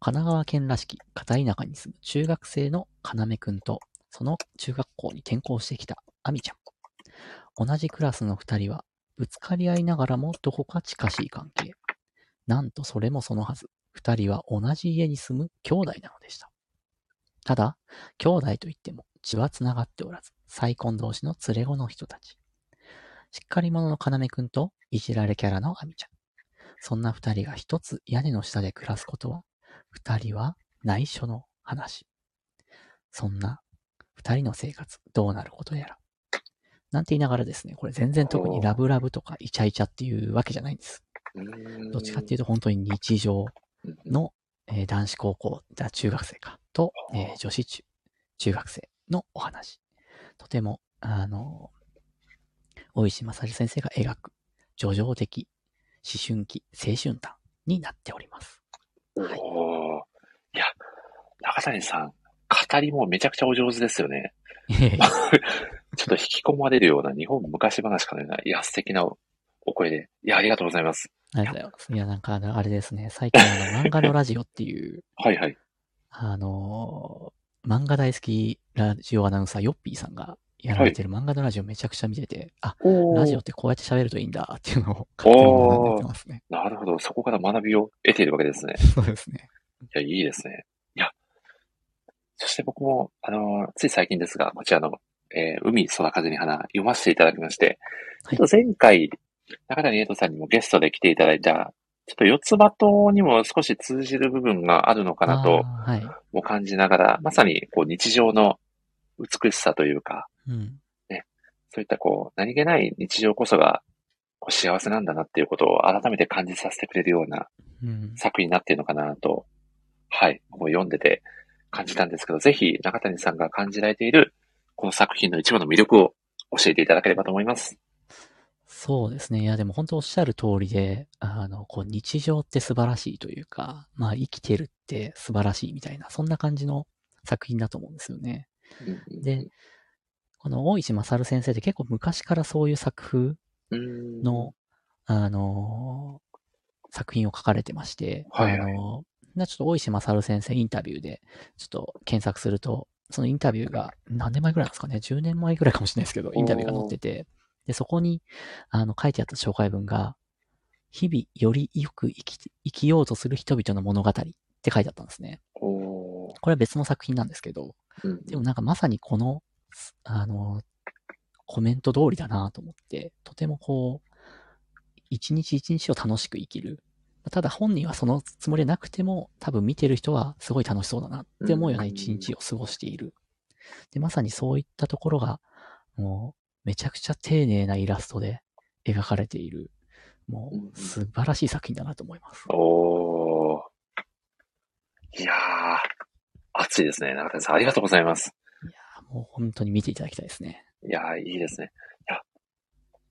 Speaker 2: 神奈川県らしき片田舎に住む中学生の要くんと、その中学校に転校してきた亜美ちゃん。同じクラスの二人は、ぶつかり合いながらもどこか近しい関係。なんとそれもそのはず、二人は同じ家に住む兄弟なのでした。ただ、兄弟といっても血は繋がっておらず、再婚同士の連れ子の人たち。しっかり者の要くんと、いじられキャラの亜美ちゃん。そんな二人が一つ屋根の下で暮らすことは二人は内緒の話。そんな二人の生活、どうなることやら。なんて言いながらですね、これ全然特にラブラブとかイチャイチャっていうわけじゃないんです。どっちかっていうと本当に日常の、えー、男子高校、中学生か、と、えー、女子中、中学生のお話。とても、あの、大石正治先生が描く、叙情的、思春期、青春譚になっております。
Speaker 1: はい、おいや、中谷さん、語りもめちゃくちゃお上手ですよね。 (laughs) ちょっと引き込まれるような日本昔話かのような、いや、素敵なお声で。いや、ありがとうございます。
Speaker 2: ありがとうございます。いや、なんか、あれですね、最近、あの、漫画のラジオっていう、
Speaker 1: はいはい。
Speaker 2: あの、漫画大好きラジオアナウンサー、ヨッピーさんがやられてる漫画のラジオめちゃくちゃ見てて、はい、あ、ラジオってこうやって喋るといいんだっていうのを勝手に学んでますね。
Speaker 1: なるほど。そこから学びを得ているわけですね。
Speaker 2: そうですね。
Speaker 1: いや、いいですね。いや、そして僕も、あの、つい最近ですが、こちらの、えー、海、空、風に花、読ませていただきまして、はい、前回、中谷瑛斗さんにもゲストで来ていただいた、ちょっと四つ葉とにも少し通じる部分があるのかなと、も感じながら、はい、まさにこう日常の美しさというか、
Speaker 2: うん
Speaker 1: ね、そういったこう、何気ない日常こそがこう幸せなんだなっていうことを改めて感じさせてくれるような作品になっているのかなと、うん、はい、もう読んでて感じたんですけど、ぜひ中谷さんが感じられているこの作品の一番の魅力を教えていただければと思います。
Speaker 2: そうですね。いや、でも本当おっしゃる通りで、あの、こう、日常って素晴らしいというか、まあ、生きてるって素晴らしいみたいな、そんな感じの作品だと思うんですよね。で、この大石勝先生って結構昔からそういう作風の、あのー、作品を書かれてまして、
Speaker 1: はいはい、
Speaker 2: あのー、ちょっと大石勝先生インタビューで、ちょっと検索すると、そのインタビューが何年前ぐらいですかね、10年前ぐらいかもしれないですけど、インタビューが載ってて、で、そこに、あの、書いてあった紹介文が、日々よりよく生き、生きようとする人々の物語って書いてあったんですね。
Speaker 1: こ
Speaker 2: れは別の作品なんですけど、
Speaker 1: うん、
Speaker 2: でもなんかまさにこの、あの、コメント通りだなと思って、とてもこう、一日一日を楽しく生きる。ただ本人はそのつもりなくても、多分見てる人はすごい楽しそうだなって思うような一日を過ごしている。で、まさにそういったところが、もう、めちゃくちゃ丁寧なイラストで描かれている、もう、素晴らしい作品だなと思います。
Speaker 1: おー。いやー、熱いですね。中谷さん、ありがとうございます。
Speaker 2: いやもう本当に見ていただきたいですね。
Speaker 1: いやいいですね。いや、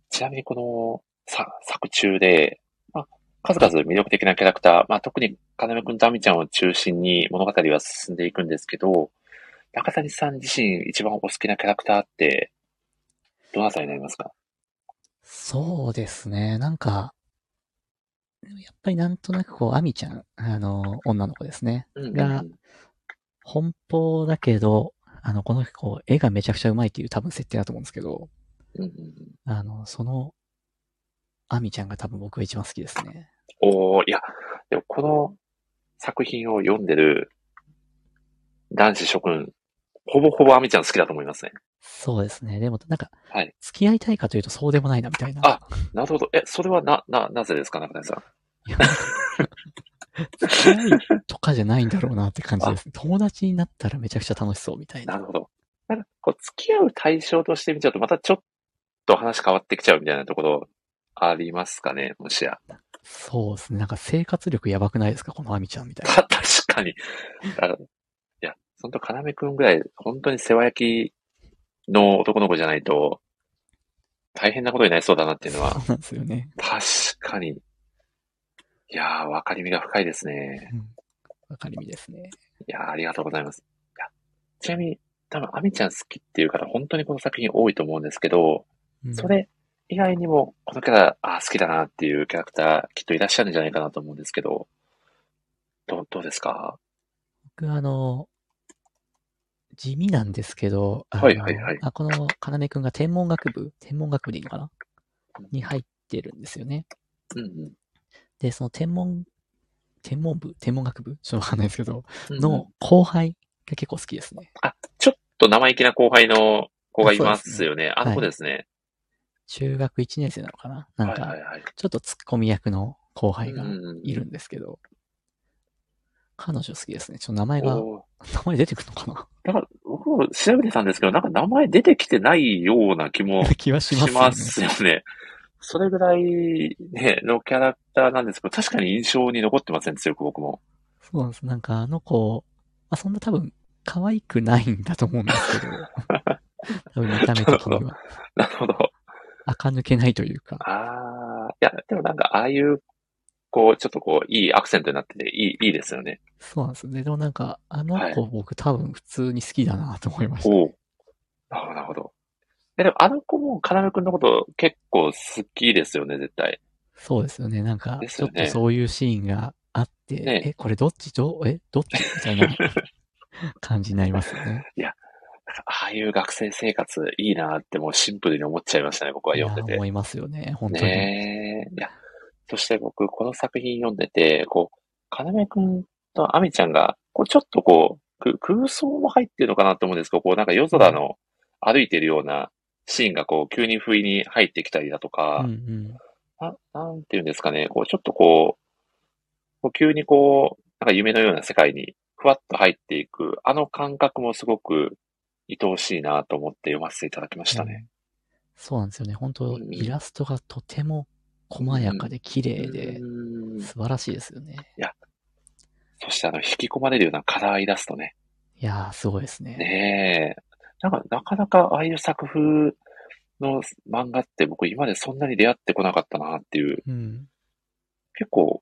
Speaker 1: ちなみにこのさ作中で、まあ、数々魅力的なキャラクター、まあ、特に金山くんとアミちゃんを中心に物語は進んでいくんですけど、中谷さん自身一番お好きなキャラクターって、どなたになりますか
Speaker 2: そうですね。なんか、やっぱりなんとなくこう、アミちゃん、あの、女の子ですね。うんうん、が、奔放だけど、あの、この子、絵がめちゃくちゃうまいっていう多分設定だと思うんですけど、
Speaker 1: うんうん、
Speaker 2: あの、その、アミちゃんが多分僕が一番好きですね。
Speaker 1: おいや、でもこの作品を読んでる男子諸君、ほぼほぼアミちゃん好きだと思いますね。
Speaker 2: そうですね。でも、なんか、
Speaker 1: はい、
Speaker 2: 付き合いたいかというとそうでもないな、みたいな。
Speaker 1: あ、なるほど。え、それはな、な、なぜですか、中谷さん。いや、
Speaker 2: (laughs) 付き合いとかじゃないんだろうなって感じです。友達になったらめちゃくちゃ楽しそうみたいな。
Speaker 1: なるほど。なんか、こう、付き合う対象としてみちゃうと、またちょっと話変わってきちゃうみたいなところありますかね、もしや。
Speaker 2: そうですね。なんか生活力やばくないですか、このアミちゃんみたいな。
Speaker 1: 確かに。あの、いや、ほんと、かなめくんぐらい、本当に世話焼きの男の子じゃないと、大変なことになりそうだなっていうのは。 (laughs)
Speaker 2: そうなんですよね。
Speaker 1: 確かに。いやー、わかりみが深いですね。
Speaker 2: わ、うん、かりみですね。
Speaker 1: いやー、ありがとうございます。ちなみに、多分、アミちゃん好きっていう方、本当にこの作品多いと思うんですけど、うん、それ以外にも、このキャラ、あ、好きだなっていうキャラクター、きっといらっしゃるんじゃないかなと思うんですけど、どどうですか
Speaker 2: 僕、あの、地味なんですけど、
Speaker 1: はいはいはい。
Speaker 2: あこの、かなめくんが天文学部、天文学部でいいのかなに入ってるんですよね。
Speaker 1: うん、うん、
Speaker 2: で、その天文、天文部、天文学部ちょっとわかんないですけど、の後輩が結構好きですね。
Speaker 1: あ、ちょっと生意気な後輩の子がいますよね。あ,ねあの子ですね、はい、
Speaker 2: 中学1年生なのかななんか、ちょっとツッコミ役の後輩がいるんですけど、彼女好きですね。ちょっと名前が、名前出てくるのかな
Speaker 1: だから、僕も調べてたんですけど、なんか名前出てきてないような気も
Speaker 2: 気 (laughs) はします
Speaker 1: よね。よねそれぐらい、ね、のキャラクターなんですけど、確かに印象に残ってません、強く僕も。
Speaker 2: そうなんです。なんかあの子、まあ、そんな多分、可愛くないんだと思うんですけ (laughs) ど。多分見た目的に (laughs) は。
Speaker 1: なるほど。
Speaker 2: 垢抜けないというか。
Speaker 1: ああ、いや、でもなんかああいうこう、ちょっとこう、いいアクセントになってて、いい、いいですよね。
Speaker 2: そうなんですね。でもなんか、あの子、はい、僕多分普通に好きだなと思いました、ね。
Speaker 1: おなるほど。え、でもあの子も、かなめくんのこと結構好きですよね、絶対。
Speaker 2: そうですよね。なんか、ちょっとそういうシーンがあって、ね、え、これどっちど、え、どっちみたい (laughs) な感じになりますよね。
Speaker 1: いや、ああいう学生生活いいなってもうシンプルに思っちゃいましたね、僕は読んでて。
Speaker 2: 思いますよね、本当に。
Speaker 1: ねいやそして僕、この作品読んでて、こう、かなめくんとあみちゃんが、こう、ちょっとこう、空想も入ってるのかなと思うんですけど、こう、なんか夜空の歩いてるようなシーンが、こう、急に不意に入ってきたりだとか、
Speaker 2: うんうん、
Speaker 1: ななんていうんですかね、こう、ちょっとこう、急にこう、なんか夢のような世界に、ふわっと入っていく、あの感覚もすごく愛おしいなと思って読ませていただきましたね。
Speaker 2: うん、そうなんですよね。本当、うん、イラストがとても細やかで綺麗で、素晴らしいですよね。
Speaker 1: いや、そしてあの、引き込まれるようなカラーイラストね。
Speaker 2: いやー、すごいですね。
Speaker 1: ねえ。なんか、なかなかああいう作風の漫画って僕今までそんなに出会ってこなかったなっていう。
Speaker 2: うん、、
Speaker 1: 結構、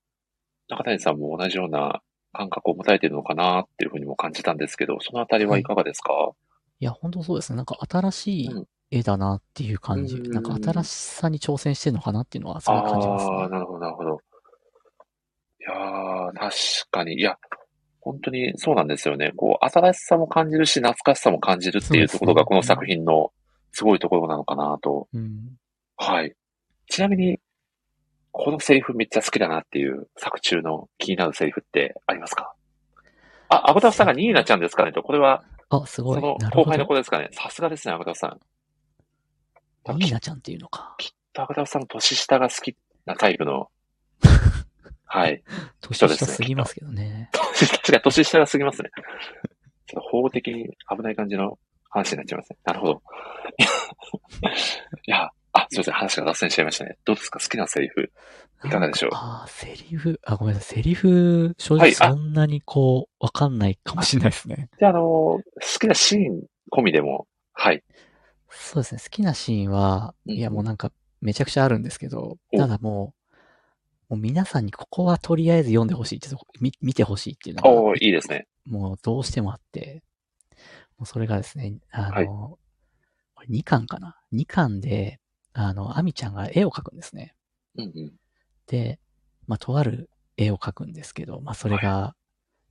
Speaker 1: 中谷さんも同じような感覚を持たれてるのかなっていうふうにも感じたんですけど、そのあたりはいかがですか、はい
Speaker 2: いや、本当そうですね。なんか新しい、うん絵だなっていう感じ。なんか新しさに挑戦してるのかなっていうのはすごい感じます、ね、
Speaker 1: ああ、なるほど、なるほど。いやー、確かに。いや、本当にそうなんですよね。こう、新しさも感じるし、懐かしさも感じるっていうところが、この作品のすごいところなのかなと。
Speaker 2: うん、
Speaker 1: はい。ちなみに、このセリフめっちゃ好きだなっていう作中の気になるセリフってありますかあ、アゴタフさんがニーナちゃんですかねと、これは、
Speaker 2: あ、すご
Speaker 1: そ
Speaker 2: い。
Speaker 1: の後輩の子ですかね。さすがですね、アゴタフさん。
Speaker 2: ミーナちゃんっていうのか。
Speaker 1: きっと赤田さんの年下が好きなタイプ (laughs) の、はい。
Speaker 2: 年下すぎますけどね。
Speaker 1: 確かに年下がすぎますね。ちょっと法的に危ない感じの話になっちゃいますね。なるほ (laughs) ど。いや、あ、すいません。話が脱線しちゃいましたね。どうですか好きなセリフいかがでしょう
Speaker 2: ああ、セリフ、あ、ごめんなさい。セリフ、正直そんなにこう、わ、はい、かんないかもしれないですね。
Speaker 1: じゃあ、あのー、好きなシーン込みでも、はい。
Speaker 2: そうですね。好きなシーンは、いやもうなんか、めちゃくちゃあるんですけど、ただもう、もう皆さんにここはとりあえず読んでほしいってとこ、み見てほしいっていうのが、
Speaker 1: おーいいですね。
Speaker 2: もうどうしてもあって、もうそれがですね、あの、これ2巻かな ?2 巻で、あの、アミちゃんが絵を描くんですね。
Speaker 1: うんうん。
Speaker 2: で、まあ、とある絵を描くんですけど、まあ、それが、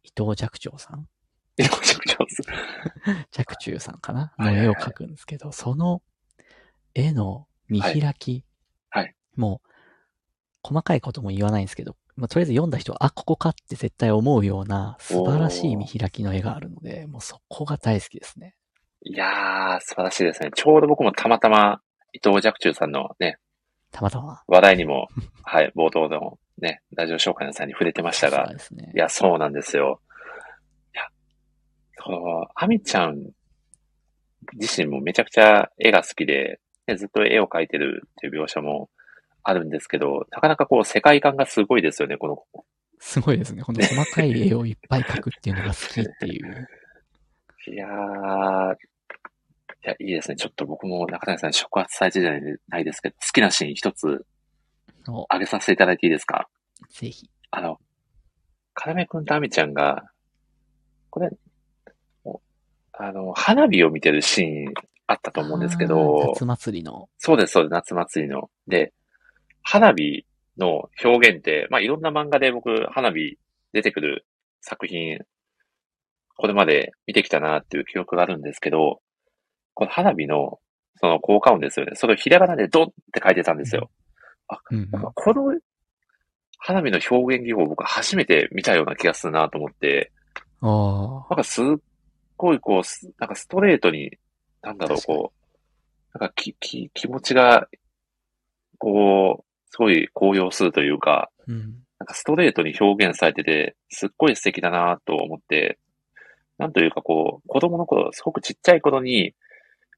Speaker 2: 伊藤寂聴さん
Speaker 1: めちゃくちゃです。
Speaker 2: 若冲さんかな
Speaker 1: はいは
Speaker 2: の
Speaker 1: い
Speaker 2: 絵
Speaker 1: は
Speaker 2: を
Speaker 1: い
Speaker 2: 描くんですけど、その絵の見開き、
Speaker 1: はいはい
Speaker 2: もう、細かいことも言わないんですけど、まあ、とりあえず読んだ人は、あ、ここかって絶対思うような素晴らしい見開きの絵があるので、もうそこが大好きですね。
Speaker 1: (laughs) いやー、素晴らしいですね。ちょうど僕もたまたま、伊藤若冲さんのね、
Speaker 2: たまたま。
Speaker 1: 話題に (laughs) も、はい、冒頭のね、ラジオ紹介の際に触れてました
Speaker 2: さ
Speaker 1: が
Speaker 2: すが、ですね
Speaker 1: い。や、そうなんですよ。いや、その、アミちゃん自身もめちゃくちゃ絵が好きで、ね、ずっと絵を描いてるっていう描写もあるんですけど、なかなかこう世界観がすごいですよね、この子。
Speaker 2: すごいですね。この細かい絵をいっぱい描くっていうのが好きっていう。
Speaker 1: いやー、いや、いいですね。ちょっと僕も中谷さんに触発されてじゃないですけど、好きなシーン一つ
Speaker 2: の
Speaker 1: 挙げさせていただいていいですか
Speaker 2: ぜひ。
Speaker 1: あの、カラメくんとアミちゃんが、これ、おあの、花火を見てるシーンあったと思うんですけ
Speaker 2: あー
Speaker 1: ど、
Speaker 2: 夏祭りの。
Speaker 1: そうです、そうです、夏祭りの。で、花火の表現って、まあ、いろんな漫画で僕、花火出てくる作品、これまで見てきたなっていう記憶があるんですけど、この花火の、その効果音ですよね。それをひらがなでドンって書いてたんですよ。
Speaker 2: うんうん、
Speaker 1: この花火の表現技法、僕初めて見たような気がするなと思って、
Speaker 2: あ
Speaker 1: なんかすっごいこうす、なんかストレートに、なんだろう、
Speaker 2: 確かに
Speaker 1: こう、なんかき、き、気持ちが、こう、すごい高揚するというか、
Speaker 2: ーうん。
Speaker 1: なんかストレートに表現されてて、すっごい素敵だなと思って、なんというかこう、子供の頃、すごくちっちゃい頃に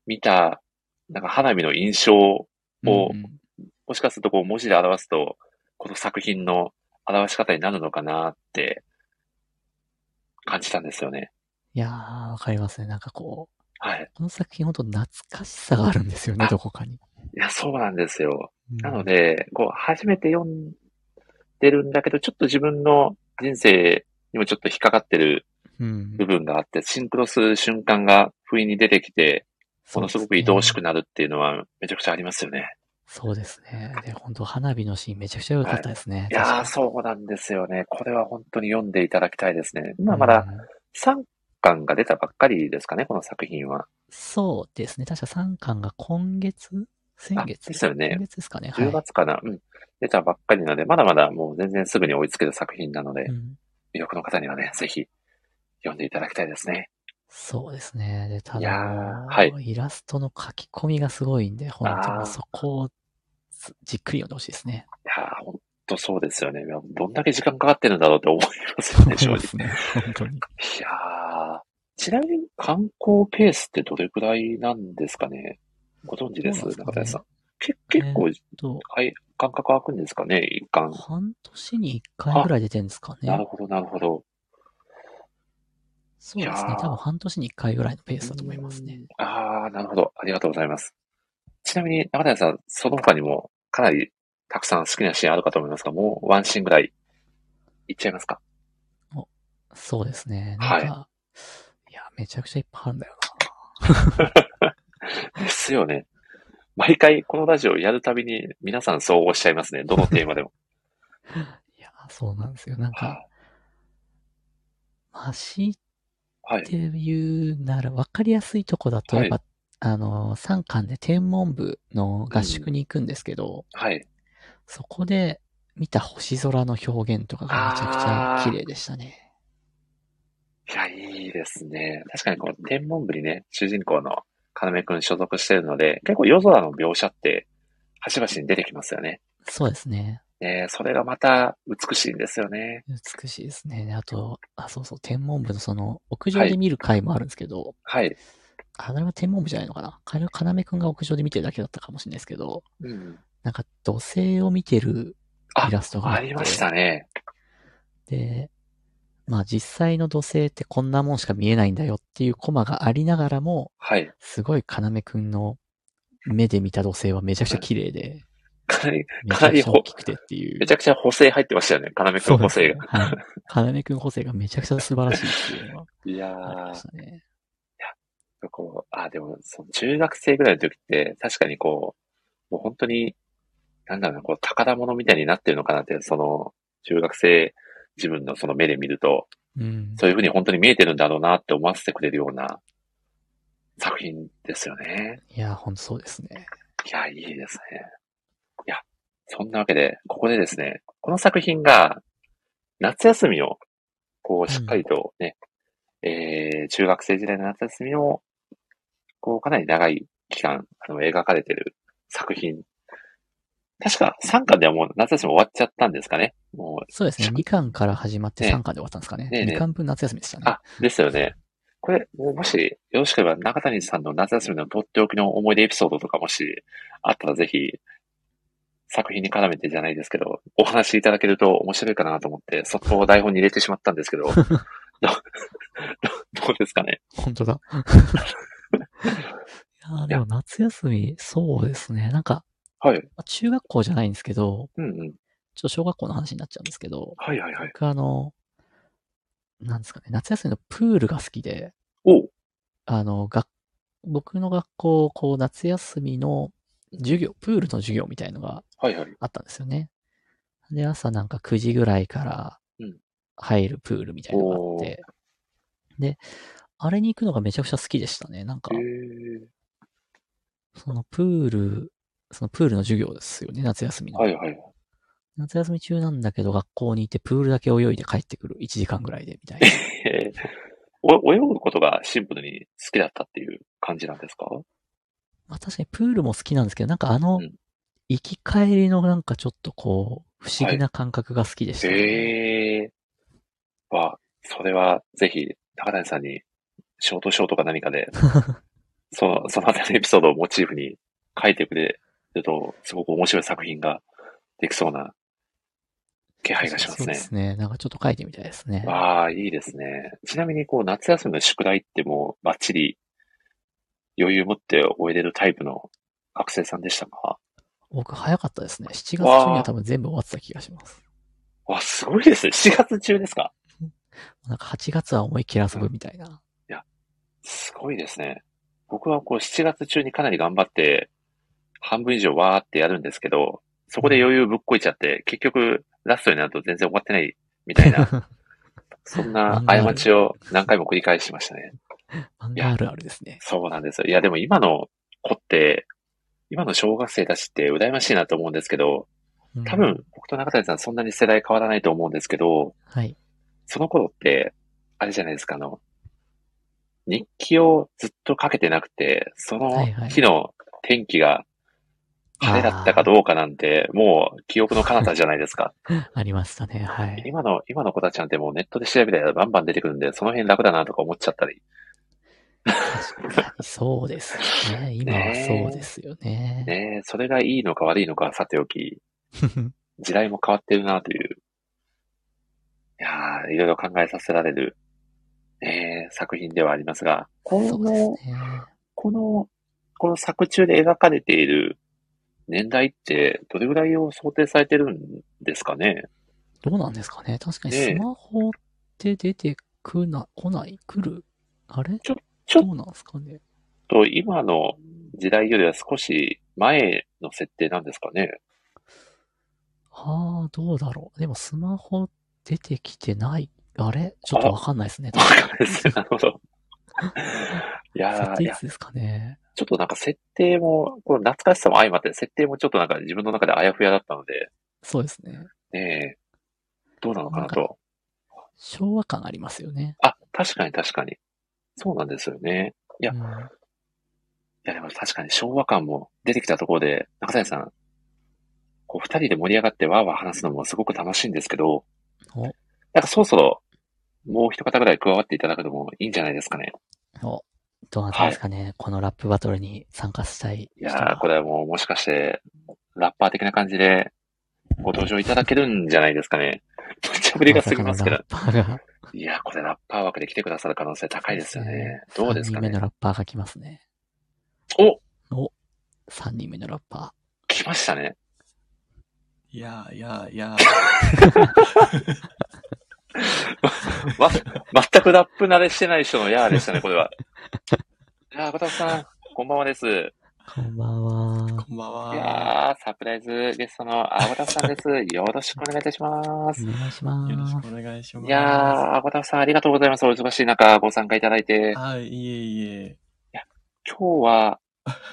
Speaker 1: 見た、なんか花火の印象を、
Speaker 2: うん
Speaker 1: もしかするとこう文字で表すと、この作品の表し方になるのかなって感じたんですよね。
Speaker 2: いやー、わかりますね。なんかこう、
Speaker 1: はい。
Speaker 2: この作品ほんと懐かしさがあるんですよね
Speaker 1: あ、
Speaker 2: どこかに。
Speaker 1: いや、そうなんですよ。
Speaker 2: うん
Speaker 1: なので、こう、初めて読んでるんだけど、ちょっと自分の人生にもちょっと引っかかってる
Speaker 2: うん
Speaker 1: 部分があって、シンクロする瞬間が不意に出てきて、
Speaker 2: そ
Speaker 1: もの
Speaker 2: うですね
Speaker 1: ごく愛おしくなるっていうのはめちゃくちゃありますよね。
Speaker 2: そうですね。で、本当花火のシーンめちゃくちゃ良かったですね。
Speaker 1: いやー、
Speaker 2: 確か
Speaker 1: そうなんですよね。これは本当に読んでいただきたいですね。
Speaker 2: に
Speaker 1: 今まだ3巻が出たばっかりですかね、この作品は。
Speaker 2: そうですね。確か3巻が今月先月
Speaker 1: ですよね
Speaker 2: 今月ですかね。はい
Speaker 1: 10月かな、うん。出たばっかりなので、まだまだもう全然すぐに追いつける作品なので
Speaker 2: う、ん
Speaker 1: 魅力の方にはね、ぜひ読んでいただきたいですね。
Speaker 2: そうですね。で、た
Speaker 1: いや
Speaker 2: だ
Speaker 1: ーは、
Speaker 2: イラストの書き込みがすごいんで、本当
Speaker 1: あー
Speaker 2: にそこをじじっくり読んでほしいですね。
Speaker 1: いやー、ほんとそうですよね。いやどんだけ時間かかってるんだろうって思いますよね、正
Speaker 2: そ (laughs)
Speaker 1: 直。
Speaker 2: うですね。本当に。
Speaker 1: いやー、ちなみに観光ペースってどれくらいなんですかねご存知です
Speaker 2: どうなんです
Speaker 1: 中谷さ
Speaker 2: かね
Speaker 1: ん。け結構、
Speaker 2: と、
Speaker 1: はい、間隔空くんですかね一巻。
Speaker 2: 半年に1回ぐらい出てるんですか
Speaker 1: なる
Speaker 2: ね。
Speaker 1: ほど、なるほど。
Speaker 2: そうです
Speaker 1: いや
Speaker 2: ね
Speaker 1: ー。
Speaker 2: 多分半年に1回ぐらいのペースだと思いますね。
Speaker 1: うん。あー、なるほど。ありがとうございます。ちなみに中谷さん、その他にもかなりたくさん好きなシーンあるかと思いますが、もうワンシーンぐらいいっちゃいますか
Speaker 2: そうですね。
Speaker 1: は
Speaker 2: ないんか、いや、めちゃくちゃいっぱいあるんだよな。
Speaker 1: ですよね。毎回このラジオやるたびに皆さん総合しちゃいますね。どのテーマで
Speaker 2: (laughs)
Speaker 1: も。
Speaker 2: いや、そうなんですよ。なんか、
Speaker 1: は
Speaker 2: まし
Speaker 1: い。
Speaker 2: っていうなら、わかりやすいとこだと、
Speaker 1: は
Speaker 2: や
Speaker 1: い
Speaker 2: っぱ、あの、3巻で天文部の合宿に行くんですけど、
Speaker 1: はい。
Speaker 2: そこで見た星空の表現とかがめちゃくちゃ綺麗でしたね。
Speaker 1: いや、いいですね。確かにこの天文部にね、主人公の要くん所属してるので、結構夜空の描写って端々に出てきますよね。
Speaker 2: そうですね。
Speaker 1: ねそれがまた美しいんですよね。
Speaker 2: 美しいですね。であと、あ、そうそう、天文部のその、屋
Speaker 1: は
Speaker 2: 上
Speaker 1: い
Speaker 2: で見る回もあるんですけど、
Speaker 1: はい。
Speaker 2: あれは天文部じゃないのかなかなめくんが屋上で見てるだけだったかもしれないですけど、
Speaker 1: うん。
Speaker 2: なんか土星を見てる
Speaker 1: あ
Speaker 2: イラストがあっ
Speaker 1: あ
Speaker 2: て
Speaker 1: りましたね。
Speaker 2: で、まあ実際の土星ってこんなもんしか見えないんだよっていうコマがありながらも、
Speaker 1: はい。
Speaker 2: すごい要くんの目で見た土星はめちゃくちゃ綺麗で、
Speaker 1: かなり、
Speaker 2: めち
Speaker 1: かな
Speaker 2: ゃく
Speaker 1: り
Speaker 2: ちゃ
Speaker 1: ほ
Speaker 2: 大きくてっていう。
Speaker 1: めちゃくちゃ補正入ってましたよね。要くん
Speaker 2: そうで
Speaker 1: 補
Speaker 2: す
Speaker 1: 正
Speaker 2: ね
Speaker 1: が。
Speaker 2: はい。かなめくん補正がめちゃくちゃ素晴らしいっていうのが
Speaker 1: いや
Speaker 2: ありま
Speaker 1: ー
Speaker 2: し、たね。
Speaker 1: こう、あ、でも、その中学生ぐらいの時って、確かにこう、もう本当に、なんだろうな、こう、宝物みたいになってるのかなって、その、中学生自分のその目で見ると、
Speaker 2: うん。
Speaker 1: そういうふうに本当に見えてるんだろうなって思わせてくれるような作品ですよね。
Speaker 2: いや、ほんとそうですね。
Speaker 1: いや、いいですね。いや、そんなわけで、ここでですね、この作品が、夏休みを、こう、しっかりとね、えー、中学生時代の夏休みを、こう、かなり長い期間、あの、描かれてる作品。確か、3巻ではもう夏休み終わっちゃったんですかね。もう、
Speaker 2: そうですね。2巻から始まって
Speaker 1: ね
Speaker 2: 3巻で終わったんですかね。
Speaker 1: ねえねえ
Speaker 2: 2巻分夏休みでしたね。
Speaker 1: あ、ですよね。これ、もし、よろしければ、中谷さんの夏休みのとっておきの思い出エピソードとか、もし、あったらぜひ、作品に絡めてじゃないですけど、お話しいただけると面白いかなと思って、そこを台本に入れてしまったんです
Speaker 2: (laughs)
Speaker 1: けど、ど (laughs) どどうですかね。
Speaker 2: 本当だ。いやーでも夏休み、そうですね。なんか、
Speaker 1: はい。
Speaker 2: まあ中学校じゃないんですけど、
Speaker 1: うんうん。
Speaker 2: ちょっと小学校の話になっちゃうんですけど、
Speaker 1: はいはいはい。
Speaker 2: 僕あの、なんですかね、夏休みのプールが好きで、
Speaker 1: おう
Speaker 2: あの、学、僕の学校、こう、夏休みの授業、プールの授業みたいのが
Speaker 1: はいはい。
Speaker 2: あったんですよね。で、朝なんか9時ぐらいから
Speaker 1: うん
Speaker 2: 入るプールみたいのがあって、で、あれに行くのがめちゃくちゃ好きでしたね。なんか
Speaker 1: へ、ー
Speaker 2: そのプール、そのプールの授業ですよね、夏休みの。
Speaker 1: はいはい。
Speaker 2: 夏休み中なんだけど、学校に行ってプールだけ泳いで帰ってくる。1時間ぐらいで、みたいな。
Speaker 1: へーお泳ぐことがシンプルに好きだったっていう感じなんですか
Speaker 2: まあ確かにプールも好きなんですけど、なんかあの
Speaker 1: うん、
Speaker 2: 行き帰りのなんかちょっとこう、不思議な感覚が好きでしたね、
Speaker 1: ええわ、それはぜひ、高谷さんに、ショートショートか何か
Speaker 2: (laughs)
Speaker 1: で、その、そのあたりのエピソードをモチーフに書いてくれると、すごく面白い作品ができそうな気配がします
Speaker 2: そうで
Speaker 1: ね。
Speaker 2: すね。なんかちょっと書いてみたいですね。
Speaker 1: ああ、いいですね。ちなみに、こう、夏休みの宿題ってもう、バッチリ、余裕持って終えれるタイプの学生さんでしたか
Speaker 2: 僕早かったですね。7月中には多分全部終わってた気がします。
Speaker 1: わ、すごいですね。4月中ですか
Speaker 2: なんか8月は思いっきり遊ぶみたいな。
Speaker 1: すごいですね。僕はこう7月中にかなり頑張って、半分以上わーってやるんですけど、そこで余裕ぶっこいちゃって、結局ラストになると全然終わってないみたい
Speaker 2: (laughs)
Speaker 1: な、そんな過ちを何回も繰り返してましたね。
Speaker 2: 漫画あるあるですね。
Speaker 1: そうなんですよ。いや、でも今の子って、今の小学生たちって羨ましいなと思うんですけど、
Speaker 2: うん
Speaker 1: 多分僕と中谷さんそんなに世代変わらないと思うんですけど、
Speaker 2: はい。
Speaker 1: その頃って、あれじゃないですか、あの、日記をずっとかけてなくて、その
Speaker 2: はいはい
Speaker 1: 日の天気が晴れだったかどうかなんて、もう記憶の彼方じゃないですか。
Speaker 2: ありましたね。 (laughs) はい。
Speaker 1: 今の、今の子たちなんてもうネットで調べたらバンバン出てくるんで、その辺楽だなとか思っちゃったり。
Speaker 2: 確かにそうですよね。今はそうですよね。
Speaker 1: ねえ、それがいいのか悪いのかはさておき、時代も変わってるなという。いやーいろいろ考えさせられる、ねえ、作品ではありますが、こ
Speaker 2: そうで
Speaker 1: の
Speaker 2: すね。
Speaker 1: この、この作中で描かれている年代ってどれぐらいを想定されてるんですかね
Speaker 2: どうなんですかね。確かに
Speaker 1: ねえ
Speaker 2: スマホって出てくな、来ない来るあれ
Speaker 1: ちょちょ
Speaker 2: どうなんですかね。
Speaker 1: と、今の時代よりは少し前の設定なんですか
Speaker 2: (laughs)
Speaker 1: ね
Speaker 2: ああ、どうだろう。でもスマホ出てきてない。あれちょっとわかんないですね。
Speaker 1: わかんないですね。なるほど。いや
Speaker 2: 設
Speaker 1: ー
Speaker 2: 定
Speaker 1: い
Speaker 2: い
Speaker 1: や
Speaker 2: つですかね。
Speaker 1: ちょっとなんか設定も、この懐かしさも相まって、設定もちょっとなんか自分の中であやふやだったので、
Speaker 2: そうですね。
Speaker 1: ねえ、どうなのかなと。
Speaker 2: 昭和感ありますよね。
Speaker 1: あ、確かに確かに。そうなんですよね。いや
Speaker 2: うん
Speaker 1: いや、でも確かに昭和感も出てきたところで、中谷さん、こう二人で盛り上がってわーわー話すのもすごく楽しいんですけど
Speaker 2: お、
Speaker 1: なんかそろそろもう一方ぐらい加わっていただくのもいいんじゃないですかね。
Speaker 2: おどうなんですかね、このラップバトルに参加したい
Speaker 1: い
Speaker 2: 人
Speaker 1: や
Speaker 2: が。
Speaker 1: ー、これはもうもしかして、ラッパー的な感じでご登場いただけるんじゃないですかね。 (laughs) めっちゃぶりが過ぎますけど。
Speaker 2: まさかのラッパーが。
Speaker 1: いやー、これラッパー枠で来てくださる可能性高いですよね。どうですか
Speaker 2: 3人目の
Speaker 1: ね。
Speaker 2: ラッパーが来ますね。
Speaker 1: お
Speaker 2: お !3 人目のラッパ
Speaker 1: 来ましたね。
Speaker 2: ー。
Speaker 3: いやいやいや
Speaker 1: わ、全くラップ慣れしてない人のやーでしたね、これは。やー、バタコさん、こんばんはです。
Speaker 2: こんばんは。
Speaker 3: こんばん
Speaker 1: い
Speaker 3: は。
Speaker 1: やー、サプライズゲストのアボタフさんです。よろしくお願いいたします。
Speaker 2: お願いし
Speaker 3: よろ
Speaker 2: ま
Speaker 3: し
Speaker 2: す。
Speaker 3: くお願いします。
Speaker 1: いやー、アボタフさんありがとうございます。お忙しい中、ご参加いただいて。
Speaker 3: はい、いえいえ。
Speaker 1: 今日は、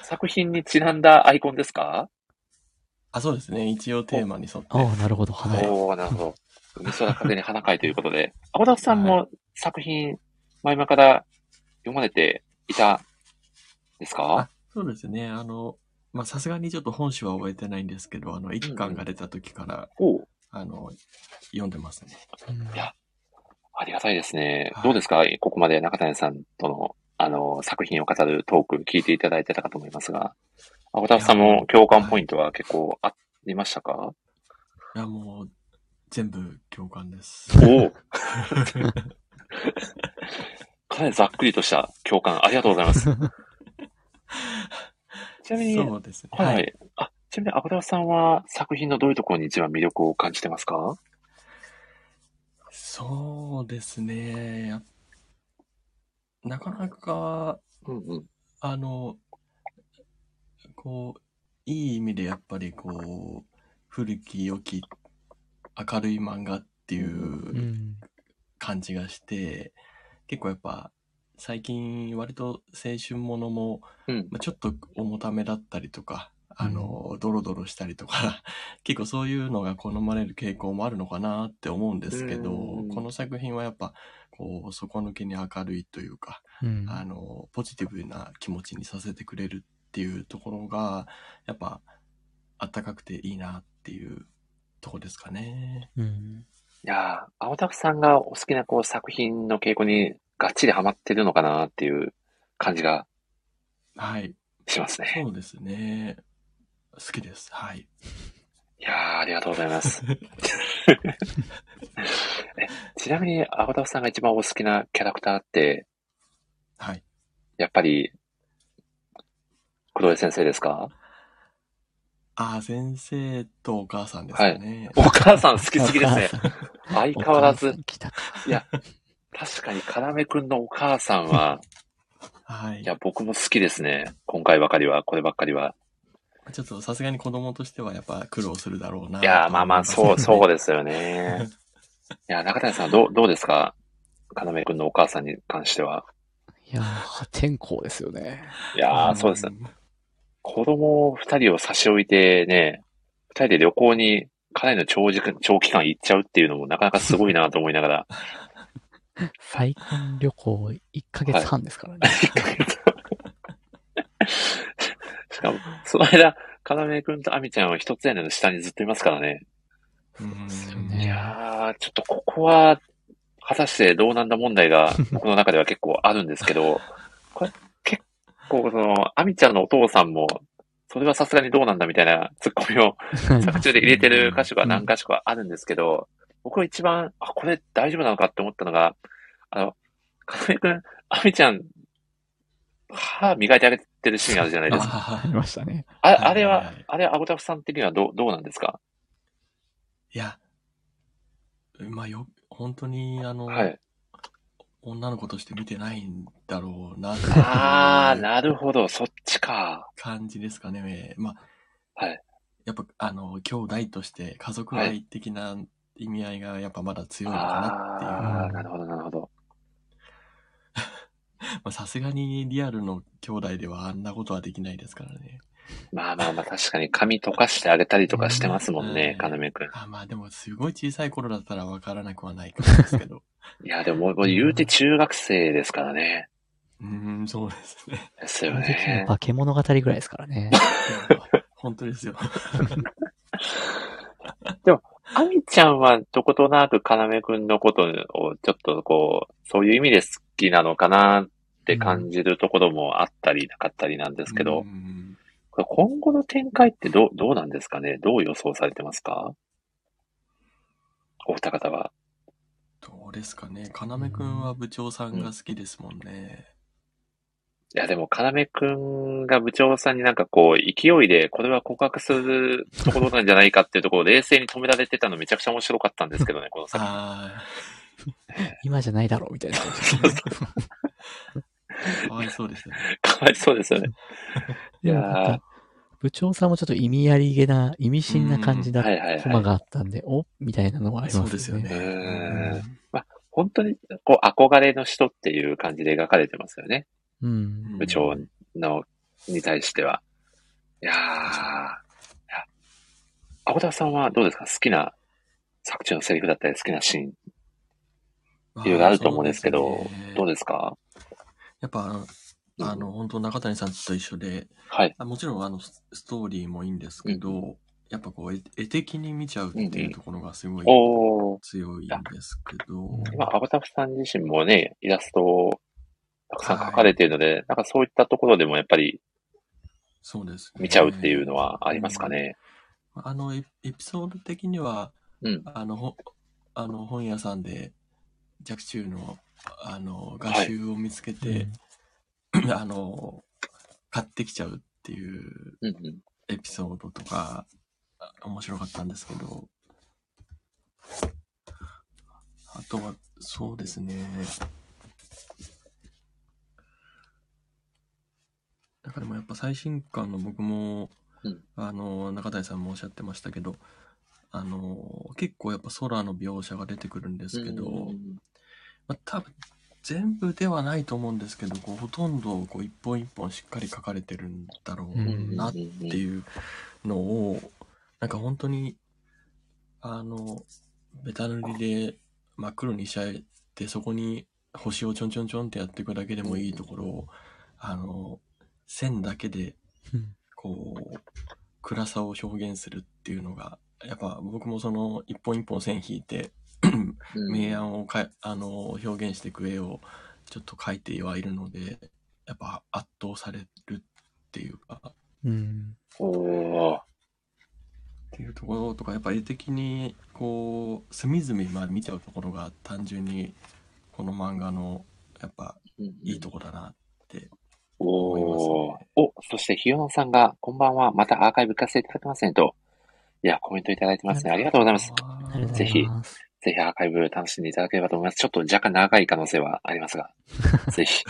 Speaker 1: 作品にちなんだアイコンですか
Speaker 3: あ、そうですね。一応テーマに沿って。
Speaker 2: ああ、なるほど。花
Speaker 3: はい
Speaker 2: を。
Speaker 1: おー、なるほど。海空風に花会ということで、アボタフさんも作品、前々から読まれていたんですか
Speaker 3: あそうですね。あの、まあ、さすがにちょっと本誌は覚えてないんですけど、あの、一巻が出た時から、
Speaker 1: おー
Speaker 3: あの、読んでますね。
Speaker 2: うん。
Speaker 1: いやありがたいですね。
Speaker 3: はい
Speaker 1: どうですかここまで中谷さんとの、あの、作品を語るトーク、聞いていただいてたかと思いますが、アボタフさんも共感ポイントは結構ありましたか
Speaker 3: いや、もう、全部共感です。 (laughs)
Speaker 1: おおかなりざっくりとした共感、ありがとうございます。ちなみに、
Speaker 3: そうですね。
Speaker 1: はい、。あ、ちなみに、アボタフさんは作品のどういうところに一番魅力を感じてますか
Speaker 3: そうですね。やっなかなか、
Speaker 1: うんうん。
Speaker 3: あの、こう、いい意味でやっぱりこう、古き良き明るい漫画っていううん感じがして、結構やっぱ最近割と青春ものも、
Speaker 1: うん
Speaker 3: まあ、ちょっと重ためだったりとか、あの、ドロドロしたりとか、 (laughs) 結構そういうのが好まれる傾向もあるのかなって思うんですけど、
Speaker 1: うん
Speaker 3: この作品はやっぱ、こう、底抜けに明るいというか、
Speaker 2: うん。
Speaker 3: あの、ポジティブな気持ちにさせてくれるっていうところが、やっぱ、あったかくていいなっていうとこですかね。
Speaker 2: うん。
Speaker 1: いやー、アボタフさんがお好きなこう作品の傾向にがっちりハマってるのかなっていう感じが
Speaker 3: はい。
Speaker 1: しますね。
Speaker 3: そうですね。好きです。はい。
Speaker 1: いやー、ありがとうございます。えちなみに、アゴタフさんが一番お好きなキャラクターって、
Speaker 3: はい。
Speaker 1: やっぱり、黒江先生ですか
Speaker 3: ああ、先生とお母さんですかね。
Speaker 1: お母さん好きすぎですね。相
Speaker 2: お
Speaker 1: 変わ
Speaker 2: 母
Speaker 1: ら
Speaker 2: さん。
Speaker 1: ず、
Speaker 2: 来たか。
Speaker 1: 確かに、カラメくんのお母さんは、
Speaker 3: はい。
Speaker 1: いや、僕も好きですね。今回ばかりは、こればっかりは。
Speaker 3: ちょっとさすがに子供としてはやっぱ苦労するだろうな。
Speaker 1: いやー、まあまあ、そう、そう
Speaker 3: で
Speaker 1: ですよね。いや、中谷さん、どう、どうですかカラメくんのお母さんに関しては。
Speaker 2: いやー、破天荒ですよね。
Speaker 1: いやー、そうですね。子供二人を差し置いてね、二人で旅行にかなりの長時間長期間行っちゃうっていうのもなかなかすごいなと思いながら。
Speaker 2: 最近旅行1ヶ月半ですからね。
Speaker 1: しかも、その間、かなめくんとあみちゃんは一つ屋根の下にずっといますからね。
Speaker 3: うん
Speaker 2: ですよ
Speaker 1: い
Speaker 2: ね
Speaker 1: やー、ちょっとここは、果たしてどうなんだ問題 (laughs) が僕の中では結構あるんですけど、これ結構その、あみちゃんのお父さんも、それはさすがにどうなんだみたいなツッコミを
Speaker 2: (laughs)
Speaker 1: 作中で入れてる箇所が何箇所かあるんですけど、僕は一番、あ、これ大丈夫なのかって思ったのが、あの、かなめくん、あみちゃん、歯磨いてあげてるシーンあるじゃないですか。
Speaker 3: あ
Speaker 2: ありましたね。
Speaker 1: あ
Speaker 3: はい
Speaker 1: あれ
Speaker 3: はいは、
Speaker 1: はいあれはアゴタフさん的にはどう、どうなんですか
Speaker 3: (laughs) ーいや、まあよ、本当に、あの、
Speaker 1: (laughs) はい。
Speaker 3: 女の子として見てないんだろうな、って
Speaker 1: あー、
Speaker 3: いう
Speaker 1: なるほど、そっちか。
Speaker 3: 感じですかね。まあ、
Speaker 1: はい。
Speaker 3: やっぱ、あの、兄弟として家族愛的な意味合いがやっぱまだ強いのかなっていう。
Speaker 1: ああー、なるほど、なるほど。
Speaker 3: まあさすがにリアルの兄弟ではあんなことはできないですからね。
Speaker 1: まあまあまあ、確かに髪溶かしてあげたりとかしてますもんね、
Speaker 3: うん
Speaker 1: かなめくん。
Speaker 3: あまあでも、すごい小さい頃だったらわからなくはないかもで
Speaker 1: (laughs)
Speaker 3: すけど。
Speaker 1: いや、でももう、もう言うて中学生ですからね。
Speaker 3: うーん、そうです
Speaker 1: (laughs)
Speaker 3: ね。
Speaker 1: です
Speaker 2: そ
Speaker 1: よ
Speaker 2: の時の
Speaker 1: ね。
Speaker 2: 化け物語ぐらいですからね。
Speaker 3: いや本当ですよ。
Speaker 1: あみちゃんは、どことなくかなめくんのことを、ちょっとこう、そういう意味で好きなのかなって感じるところもあったりなかったりなんですけど、
Speaker 3: うん
Speaker 1: これ今後の展開ってどう、どうなんですかねどう予想されてますかお二方は。
Speaker 3: どうですかね。要くんは部長さんが好きですもんね。
Speaker 1: いや、でも、要くんが部長さんになんかこう、勢いで、これは告白するところなんじゃないかっていうところを冷静に止められてたのめちゃくちゃ面白かったんですけ
Speaker 2: (laughs)
Speaker 1: どね、この作品。
Speaker 3: あ
Speaker 2: 今じゃないだろう
Speaker 1: (laughs)
Speaker 2: みたいな。
Speaker 3: あ、かわいそうですね。
Speaker 1: かわいそうですよね。
Speaker 2: でもな
Speaker 1: い
Speaker 2: ん
Speaker 1: や
Speaker 2: か、部長さんもちょっと意味ありげな、意味深な感じだっ
Speaker 1: はいはい
Speaker 2: たコ
Speaker 1: は
Speaker 2: マ
Speaker 1: い。
Speaker 2: があったんで、おみたいなのはあります
Speaker 3: (laughs) そ
Speaker 2: ね。
Speaker 3: うですよね。
Speaker 1: う
Speaker 3: うんん
Speaker 1: 本当に、こう、憧れの人っていう感じで描かれてますよね。
Speaker 2: うん。
Speaker 1: 部長の、に対しては。いやー。いや青田さんはどうですか好きな作中のセリフだったり、好きなシーン、いろいろあると思うんですけど、どう
Speaker 3: ね
Speaker 1: ですか
Speaker 3: やっぱ、あの
Speaker 1: うん
Speaker 3: あの、本当中谷さんと一緒で、
Speaker 1: はい。
Speaker 3: あもちろんあの、スストーリーもいいんですけど、やっぱこう、絵絵的に見ちゃうっていうところがすごい
Speaker 1: おー。
Speaker 3: 強いんですけど、
Speaker 1: 今、アバタフさん自身もね、イラストをたくさん描かれているので、なんかそういったところでもやっぱり
Speaker 3: そうです、ね。
Speaker 1: 見ちゃうっていうのはありますかね。
Speaker 3: あの、エエピソード的には、
Speaker 1: うん
Speaker 3: あの、ほあの本屋さんで、若冲の、あの、画集を見つけて、あの、買ってきちゃうっていう
Speaker 1: うんうん。
Speaker 3: エピソードとか、あ面白かったんですけど、あとは、そうですね。だからもうやっぱ最新刊の僕も、
Speaker 1: うん
Speaker 3: あの、中谷さんもおっしゃってましたけど、あの、結構やっぱ空の描写が出てくるんですけど、
Speaker 1: うん
Speaker 3: まあ、多分全部ではないと思うんですけどこうほとんどこう一本一本しっかり書かれてるんだろうなっていうのを、なんか本当にあのベタ塗りで真っ黒にしちゃえてそこに星をちょんちょんちょんってやっていくだけでもいいところをあの線だけで
Speaker 2: うん
Speaker 3: こう暗さを表現するっていうのがやっぱ僕もその一本一本線引いて
Speaker 1: うん
Speaker 3: 明暗をかいあの表現していく絵をちょっと描いてはいるのでやっぱ圧倒されるっていうかっ
Speaker 2: うん。
Speaker 1: おー
Speaker 3: ていうところとかやっぱ絵的にこう隅々まで見ちゃうところが単純にこの漫画のやっぱいいとこだなって思います
Speaker 1: おー
Speaker 3: ね。
Speaker 1: お、そしてひよのさんが、こんばんは、またアーカイブ行かせていただけませんと。いや、コメントいただいてますね。ありがとうございます。
Speaker 2: ありがとうござ
Speaker 1: ぜ
Speaker 2: い
Speaker 1: ひ
Speaker 2: ます。
Speaker 1: ぜひアーカイブ楽しんでいただければと思います。ちょっと若干長い可能性はありますが、ぜひ、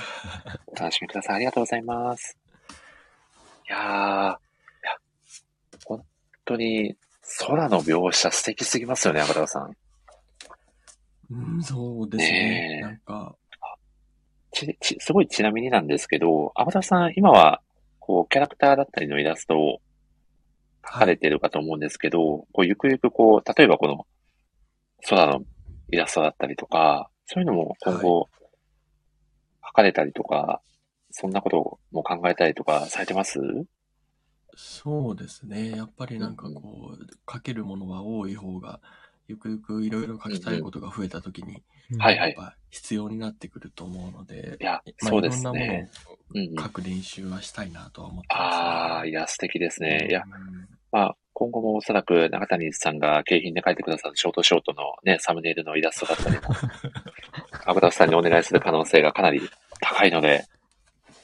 Speaker 1: お楽しみください。ありがとうございます。いやー、いや本当に、空の描写素敵すぎますよね、赤田さん。
Speaker 3: うん、そうです
Speaker 1: ね
Speaker 3: ね
Speaker 1: え。
Speaker 3: なんか、
Speaker 1: ち、ち、すごいちなみになんですけど、赤田さん、今は、こう、キャラクターだったりのイラストを描かれているかと思うんですけど、こう、ゆくゆくこう、例えばこの、空のイラストだったりとか、そういうのも今後、描かれたりとか、そんなことも考えたりとかされてます
Speaker 3: そうですね。やっぱりなんかこう、書けるものは多い方が、ゆくゆくいろいろ書きたいことが増えたときに、
Speaker 1: はいはい
Speaker 3: やっぱ必要になってくると思うので、
Speaker 1: いや、
Speaker 3: まあ
Speaker 1: そうです
Speaker 3: いろんな
Speaker 1: ね。
Speaker 3: も
Speaker 1: うんう
Speaker 3: の
Speaker 1: ん
Speaker 3: を書。く練習はしたいなとは思ってます、
Speaker 1: ああ、いや、素敵ですね。いや、
Speaker 3: うん
Speaker 1: まあ、今後もおそらく中谷さんが景品で書いてくださるショートショートのね、サムネイルのイラストだ
Speaker 3: (laughs)
Speaker 1: ったりも、アブダさんにお願いする可能性がかなり高いので、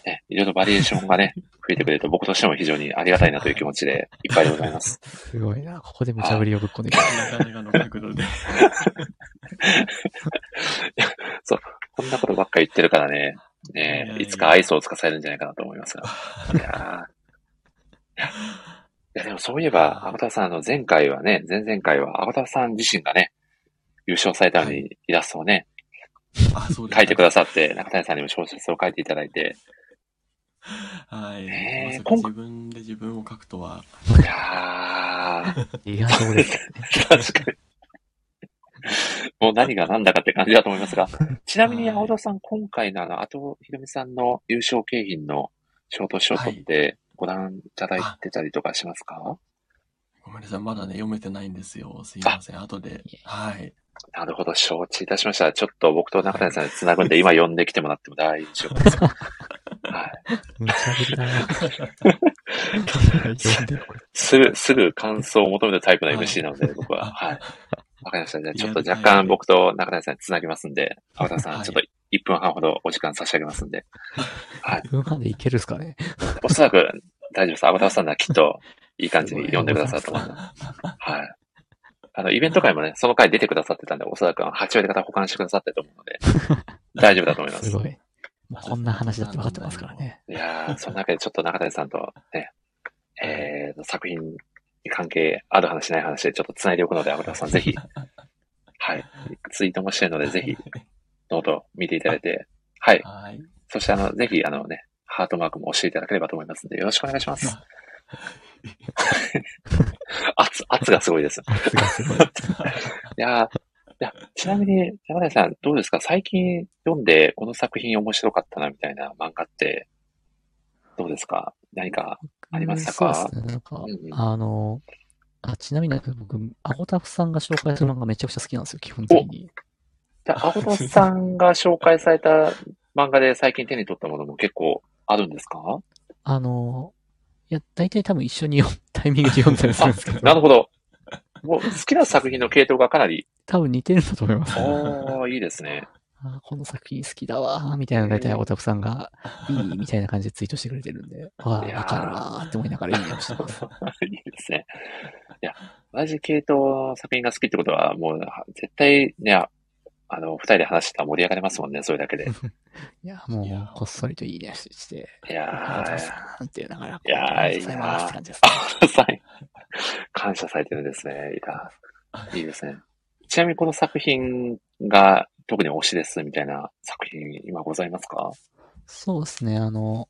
Speaker 1: ね、いろいろバリエーションがね、増えてくれると僕としても非常にありがたいなという気持ちでいっぱいでございます。
Speaker 2: すごいな。ここで無茶ぶりをぶっこんでくる。
Speaker 3: なかなかの角度で。
Speaker 1: こんなことばっかり言ってるからね、
Speaker 3: い
Speaker 1: ね
Speaker 3: やいや
Speaker 1: いつかアイスをつかされるんじゃないかなと思いますが。いやーいや、でもそういえば、アバターさん、あの、前回はね、前々回は、アバターさん自身がね、優勝されたの
Speaker 3: は
Speaker 1: に、イラストをね、
Speaker 3: あ、そうです
Speaker 1: 書いてくださって、中谷さんにも小説を書いていただいて、
Speaker 3: はい。
Speaker 1: ねえ
Speaker 3: まさ
Speaker 1: 今
Speaker 3: か自分で自分を書くとは、
Speaker 1: いやー、
Speaker 2: リハートですね。
Speaker 1: 確かに。もう何が何だかって感じだと思いますが、ちなみに
Speaker 3: はい
Speaker 1: 青田さん、今回のあの、あとひろみさんの優勝景品のショートショートってご覧いただいてたりとかしますか、
Speaker 3: ごめんなさい、まだね、読めてないんですよ。すいません、後で。
Speaker 1: (laughs)
Speaker 3: はい。
Speaker 1: なるほど、承知いたしました。ちょっと僕と中谷さんで繋ぐんで、今呼んできてもらっても大丈夫ですかはい。
Speaker 2: 無茶ぶり
Speaker 1: (laughs)
Speaker 2: だな。
Speaker 3: 読んでこれ
Speaker 1: すぐ、すぐ感想を求めるタイプの
Speaker 3: はい
Speaker 1: MC なので、
Speaker 3: (laughs)
Speaker 1: 僕は。
Speaker 3: あ
Speaker 1: はい。わかりました。じゃあ、
Speaker 3: リ
Speaker 1: ち
Speaker 3: ア
Speaker 1: ょっ
Speaker 3: ル
Speaker 1: と
Speaker 3: タイム
Speaker 1: 若干僕と中谷さんにつなぎますんで、青田さん、
Speaker 3: はい
Speaker 1: ちょっと1分半ほどお時間差し上げますんで。
Speaker 2: はい。1分半でいけるっすかね。
Speaker 1: おそらく大丈夫です。アバターさんならきっといい感じに読んでくださると思います。はい。あの、イベント会もね、その回出てくださってたんで、おそらく8割方保管してくださってると思うの
Speaker 3: (laughs)
Speaker 1: で、大丈夫だと思います。
Speaker 2: すごい。こんな話だって分かってますからね。
Speaker 1: いやー、その中でちょっと中谷さんとね、えー、作品に関係ある話ない話でちょっと繋いでおくので、アブラさんぜひ、はい、ツイートもしてるので、ぜひ、ノート見ていただいて、はい。はいそしてあの、ぜひあのね、ハートマークも押していただければと思いますので、よろしくお願いします。
Speaker 2: (laughs)
Speaker 1: 圧、圧がす (laughs) ごいです。
Speaker 2: 圧がすごい。
Speaker 1: いやいや、ちなみに、山谷さん、どうですか最近読んで、この作品面白かったな、みたいな漫画って、どうですか何かありましたか
Speaker 2: そうですね。なんか、うんうん、あの、あちなみに、僕、アゴタフさんが紹介する漫画めちゃくちゃ好きなんですよ、基本的に。
Speaker 1: じゃあ、アゴタフさんが紹介された漫画で最近手に取ったものも結構あるん
Speaker 2: (laughs)
Speaker 1: ですか
Speaker 2: あの、いや、大体多分一緒にタイミングで読んだりす
Speaker 1: (laughs)
Speaker 2: るんですけど。
Speaker 1: なるほど。もう好きな作品の系統がかなり。
Speaker 2: 多分似てるんだと思います、
Speaker 1: ね。ああ、いいですね。
Speaker 2: あこの作品好きだわ、みたいな、大体オタフさんが、いい、みた (laughs) いな感じでツイートしてくれてるんで、わあ、わかるわーって思いながらいいねをしてます。 (laughs)
Speaker 1: いいですね。いや、同じ系統の作品が好きってことは、もう絶対ね、あの、二人で話したら盛り上がりますもんね、それだ
Speaker 2: (laughs)
Speaker 1: けで。
Speaker 2: いや、もう、こっそりといいねして。
Speaker 1: いやー。
Speaker 2: ーさんっていうながら、
Speaker 1: いやー、
Speaker 2: いやー。感じです、
Speaker 1: ね。感謝されてるんですね。いやいいですね。ちなみにこの作品が特に推しですみたいな作品、今ございますか
Speaker 2: そうですね。あの、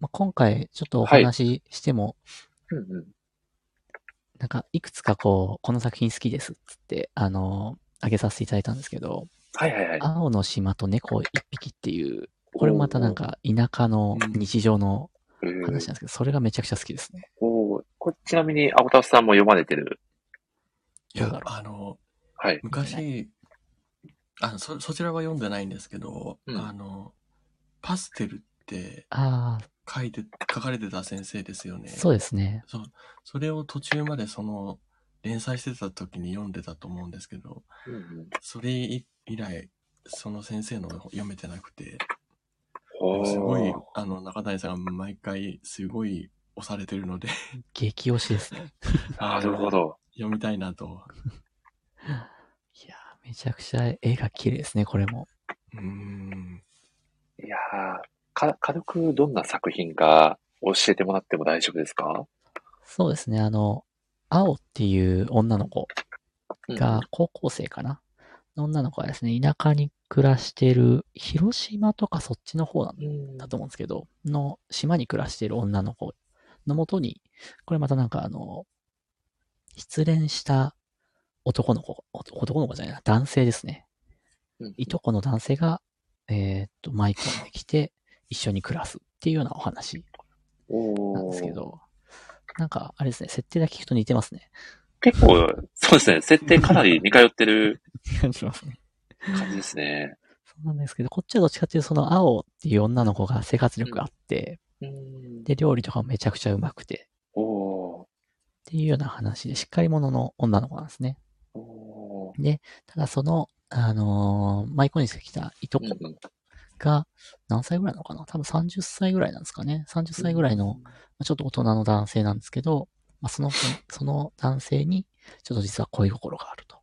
Speaker 2: まあ、今回ちょっとお話ししても、
Speaker 1: はい、うんうん、
Speaker 2: なんか、いくつかこう、この作品好きですっつって、あの、あげさせていただいたんですけど、
Speaker 1: はいはいはい。
Speaker 2: 青の島と猫一匹っていう、これもまたなんか田舎の日常の話なんですけど、うん、それがめちゃくちゃ好きですね。
Speaker 1: おこれちなみに、青田さんも読まれてる
Speaker 3: いや、あの、
Speaker 1: はい、
Speaker 3: 昔、あのそ、そちらは読んでないんですけど、うん、あの、パステルって書いて、書かれてた先生ですよね。
Speaker 2: そうですね。
Speaker 3: そう。それを途中までその、連載してた時に読んでたと思うんですけど、
Speaker 1: うんうん、
Speaker 3: それ以来、その先生の読めてなくて、すごい、あの、中谷さんが毎回すごい押されてるので
Speaker 2: 激推しですね。
Speaker 1: なるほど。
Speaker 3: (laughs) 読みたいなと。
Speaker 2: いやめちゃくちゃ絵が綺麗ですね、これも。
Speaker 3: うん。
Speaker 1: いやか軽くどんな作品か教えてもらっても大丈夫ですか
Speaker 2: そうですね、あの、青っていう女の子が高校生かな、うん、女の子はですね、田舎に暮らしてる、広島とかそっちの方なんだと思うんですけど、うん、の島に暮らしてる女の子のもとに、これまたなんかあの、失恋した男の子、男の子じゃないな、男性ですね。うん、いとこの男性が、えー、っと、舞い込んできて、一緒に暮らすっていうようなお話なんですけど、なんか、あれですね、設定だけ聞くと似てますね。
Speaker 1: 結構、そうですね、設定かなり似通ってる
Speaker 2: 感じますね。
Speaker 1: 感じですね。
Speaker 2: そうなんですけど、こっちはどっちかっていうと、その青っていう女の子が生活力があって、
Speaker 1: うん、
Speaker 2: で、料理とかもめちゃくちゃうまくて、
Speaker 1: お
Speaker 2: っていうような話で、しっかり者の女の子なんですね。
Speaker 1: お
Speaker 2: で、ただその、あのー、マイコニスが来たいとこが、何歳ぐらいなのかな多分30歳ぐらいなんですかね。30歳ぐらいの、まあ、ちょっと大人の男性なんですけど、まあ、その、その男性に、ちょっと実は恋心があると。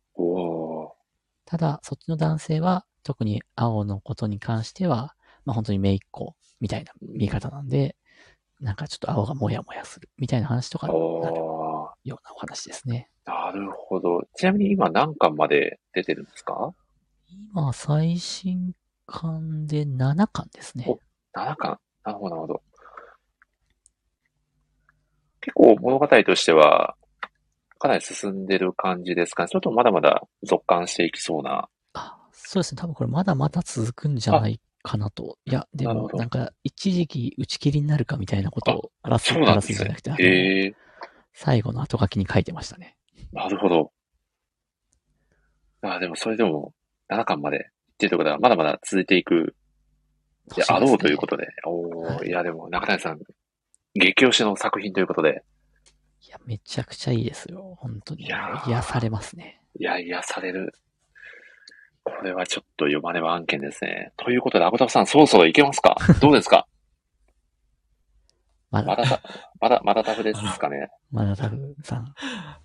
Speaker 2: ただ、そっちの男性は、特に青のことに関しては、まあ、本当に目一個みたいな見方なんで、なんかちょっと青がもやもやするみたいな話とかになるようなお話ですね。
Speaker 1: なるほど。ちなみに今何巻まで出てるんですか
Speaker 2: 今、最新巻で7巻ですね。
Speaker 1: 7巻なるほど、なるほど。結構物語としては、かなり進んでる感じですかね。それともまだまだ続巻していきそうな。
Speaker 2: あそうですね。多分これまだまだ続くんじゃないかなと。いや、でもなんか一時期打ち切りになるかみたいなことを争
Speaker 1: う、
Speaker 2: 争うんじゃなくて、
Speaker 1: ね、
Speaker 2: 最後の後書きに書いてましたね。
Speaker 1: なるほど。あでもそれでも7巻までっていうところはまだまだ続いていくであろうということで。でね、おー、はい、いやでも中谷さん、激推しの作品ということで。
Speaker 2: いや、めちゃくちゃいいですよ。本当に。いや癒されますね。
Speaker 1: いや、癒される。これはちょっと読まねば案件ですね。ということで、アブタフさん、そろそろいけますかどうですか
Speaker 2: ま
Speaker 1: ま
Speaker 2: だ、
Speaker 1: だた、 (laughs) まだ、まだタフですかね。
Speaker 2: まだ多分さん。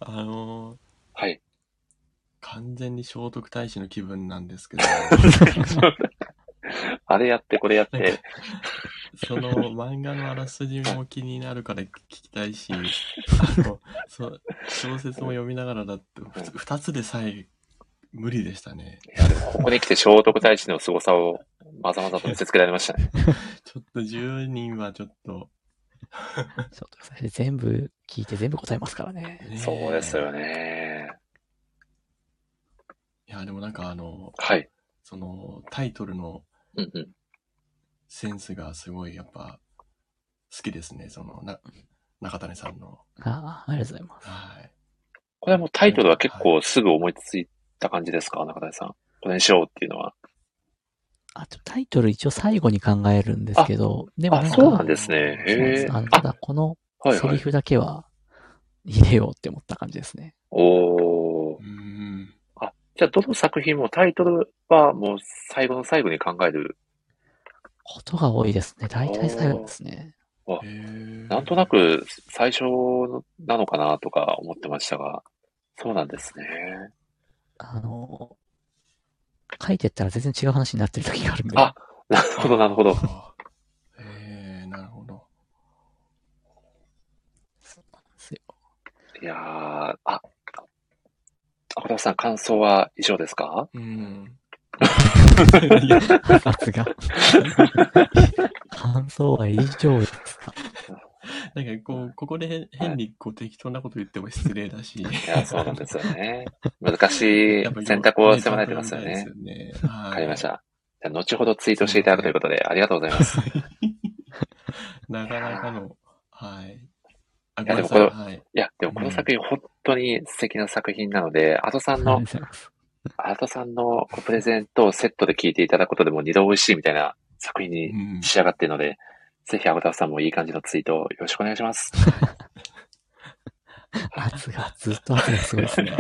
Speaker 3: あのー
Speaker 1: はい。
Speaker 3: 完全に聖徳太子の気分なんで
Speaker 1: (laughs)
Speaker 3: すけど、
Speaker 1: あれやって、これやって。
Speaker 3: その漫画のあらすじも気になるから聞きたいし、あのそう小説も読みながらだって、ふつ二つでさえ無理でしたね。
Speaker 1: ここに来て聖徳太子の凄さをまざまざと見せつけられましたね。
Speaker 3: ちょっと10人はちょっと、
Speaker 2: ちょっと最初全部聞いて全部答えますからね。
Speaker 3: ねえ
Speaker 1: そうですよね。
Speaker 3: いや、でもなんかあの、
Speaker 1: はい。
Speaker 3: そのタイトルの
Speaker 1: うんうん。
Speaker 3: センスがすごいやっぱ好きですね、そのな中谷さんの。
Speaker 2: ああ、ありがとうございます。
Speaker 3: はい。
Speaker 1: これはもうタイトルは結構すぐ思いついた感じですか中谷さん。これにしようっていうのは。
Speaker 2: あとタイトル一応最後に考えるんですけど、でも
Speaker 1: あ、
Speaker 2: なんか、
Speaker 1: そうなんですね。
Speaker 2: そうなんで
Speaker 1: へえ
Speaker 2: す。あのただこの
Speaker 1: はい
Speaker 2: セ
Speaker 1: は
Speaker 2: リ
Speaker 1: い。
Speaker 2: フだけは入れようって思った感じですね。
Speaker 1: おー
Speaker 3: う。ーん。
Speaker 1: じゃあ、どの作品もタイトルはもう最後の最後に考える。
Speaker 2: ことが多いですね。大体最後ですね。
Speaker 3: へー
Speaker 1: なんとなく最初なのかなとか思ってましたが、そうなんですね。 (laughs)
Speaker 2: あの、書いてったら全然違う話になってる時があるんで。
Speaker 1: あなるほど、なるほど。
Speaker 3: あーえー、なるほど。
Speaker 2: そうなんですよ
Speaker 1: いやー、あ、小田さん、感想は以上ですか
Speaker 3: うん。いや
Speaker 2: 罰が。 (laughs) 感想は以上ですか。
Speaker 3: なんかこう、ここで変にこう適当なこと言っても失礼だ
Speaker 1: い
Speaker 3: し。
Speaker 1: や、そうなんですよね。難しい
Speaker 3: (laughs) やっぱり
Speaker 1: 選択を迫られてますよ
Speaker 3: ね
Speaker 1: ね。
Speaker 3: ちゃんと読みたいですよね。わ
Speaker 1: わかりまし。た。じゃあ、後ほどツイートしていただくということで、ありがとうございます。
Speaker 3: なかなかの、はい。あ、
Speaker 1: いやで
Speaker 3: ごめ
Speaker 1: も
Speaker 3: んな
Speaker 1: こ
Speaker 3: さ
Speaker 1: れ
Speaker 3: い。はい。
Speaker 1: いや、でもこの作品、本当に素敵な作品なので、アトさん
Speaker 2: あ
Speaker 1: の
Speaker 2: りがとうございます
Speaker 1: アートさんのプレゼントをセットで聞いていただくことでも二度美味しいみたいな作品
Speaker 3: う
Speaker 1: に
Speaker 3: ん。
Speaker 1: 仕上がっているので、ぜひアゴタフさんもいい感じのツイートをよろしくお願いします。
Speaker 2: 圧が、ずっと圧がすごいですね。
Speaker 1: い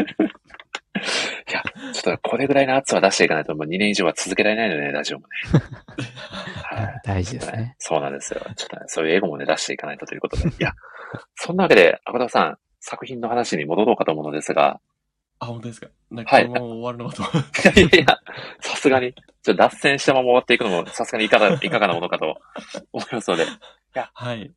Speaker 1: や、ちょっとこれぐらいの圧は出していかないともう2年以上は続けられないのでね、ラジオもね。
Speaker 2: (laughs)
Speaker 1: はい。
Speaker 2: 大事ですね。
Speaker 1: そうなんですよ。ちょっとね、そういうエゴもね、出していかないとということで。いや、そんなわけで、アゴタフさん、作品の話に戻ろうかと思うのです
Speaker 2: (laughs)
Speaker 1: が、
Speaker 3: あ、本当ですか。なん
Speaker 1: は
Speaker 3: か、
Speaker 1: い
Speaker 3: このまま終わるのかと。
Speaker 1: いやいやいや、さすがに、ちょっと脱線したまま終わっていくのも、さすがにいかが、いかがなものかと思いますので、
Speaker 3: はい。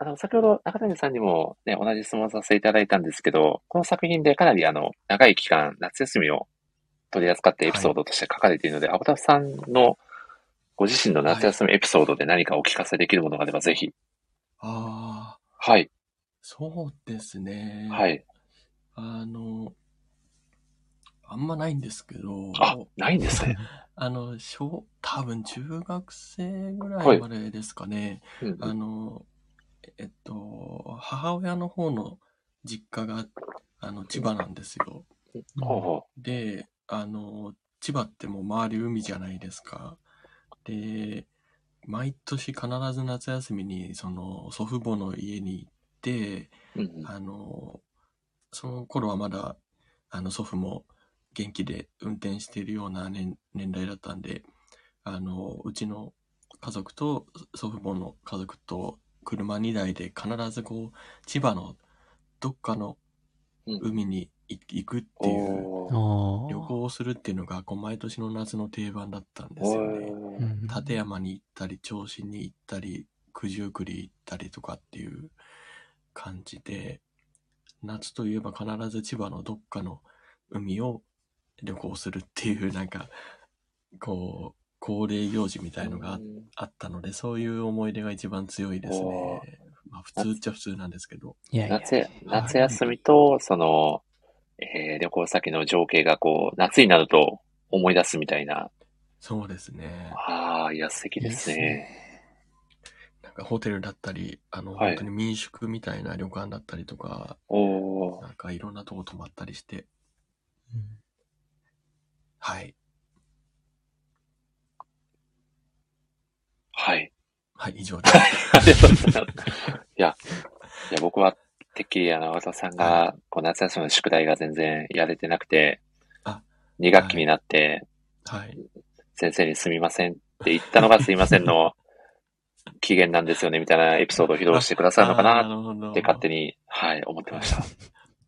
Speaker 1: あの、先ほど中谷さんにもね、同じ質問させていただいたんですけど、この作品でかなりあの、長い期間、夏休みを取り扱ってエピソードとして書かれているので、アボタフさんのご自身の夏休みエピソードで何かお聞かせできるものがあれば、ぜひ。
Speaker 3: ああ、
Speaker 1: はい、
Speaker 3: そうですね。。
Speaker 1: はいい。
Speaker 3: あの、あんまないんですけど。
Speaker 1: あ、ないん
Speaker 3: (laughs)
Speaker 1: ですね。
Speaker 3: あの、小、多分中学生ぐらいまでですかね。
Speaker 1: うんう
Speaker 3: あ
Speaker 1: ん
Speaker 3: の、えっと、母親の方の実家が、あの、千葉なんですよ。
Speaker 1: ほうほ
Speaker 3: で、あの、千葉ってもう周り海じゃないですか。で、毎年必ず夏休みに、その、祖父母の家に行って、
Speaker 1: う。うんうん
Speaker 3: あの、その頃はまだ、あの、祖父も元気で運転しているような年年代だったんで、あの、うちの家族と祖父母の家族と車2台で必ずこう、千葉のどっかの
Speaker 1: うん。
Speaker 3: 海にい行くっていう、
Speaker 1: おー
Speaker 2: お
Speaker 3: 旅
Speaker 2: ー
Speaker 3: 行をするっていうのが、こう、毎年の夏の定番だったんです
Speaker 1: お
Speaker 3: よね。
Speaker 2: う
Speaker 1: ー
Speaker 2: ん
Speaker 3: 立山に行ったり、銚子に行ったり、九十九里行ったりとかっていう感じで、夏といえば必ず千葉のどっかの海を旅行するっていう、なんか、こう、恒例行事みたいのがああったので、そういう思い出が一番強いです
Speaker 1: お
Speaker 3: ね。まあ、普通っちゃ普通なんですけど。
Speaker 2: いやいや。
Speaker 1: 夏や、夏休みと、その、えー旅行先の情景がこう、夏になると思い出すみたいな。
Speaker 3: そうですね。
Speaker 1: ああ、いや、素敵です
Speaker 2: いいっ
Speaker 1: ね。
Speaker 3: なんかホテルだったり、あの、
Speaker 1: はい
Speaker 3: 本当に民宿みたいな旅館だったりとか、
Speaker 1: おー
Speaker 3: なんかいろんなとこ泊まったりして、
Speaker 2: うん
Speaker 3: はい。
Speaker 1: はい。 (laughs)
Speaker 3: はい、以上です。
Speaker 1: ありがとうございます。いや、いや僕は、てっきり、あの、和田さんが、こう、夏休みの宿題が全然やれてなくて、
Speaker 3: あ
Speaker 1: 2学期になって、
Speaker 3: はい。
Speaker 1: 先生にすみませんって言ったの
Speaker 3: (laughs)
Speaker 1: がすいませんの期限なんですよね、みたいなエピソードを披露してくださるのか
Speaker 3: あー
Speaker 1: なっ
Speaker 3: るほど
Speaker 1: て勝手に、はい、思ってました。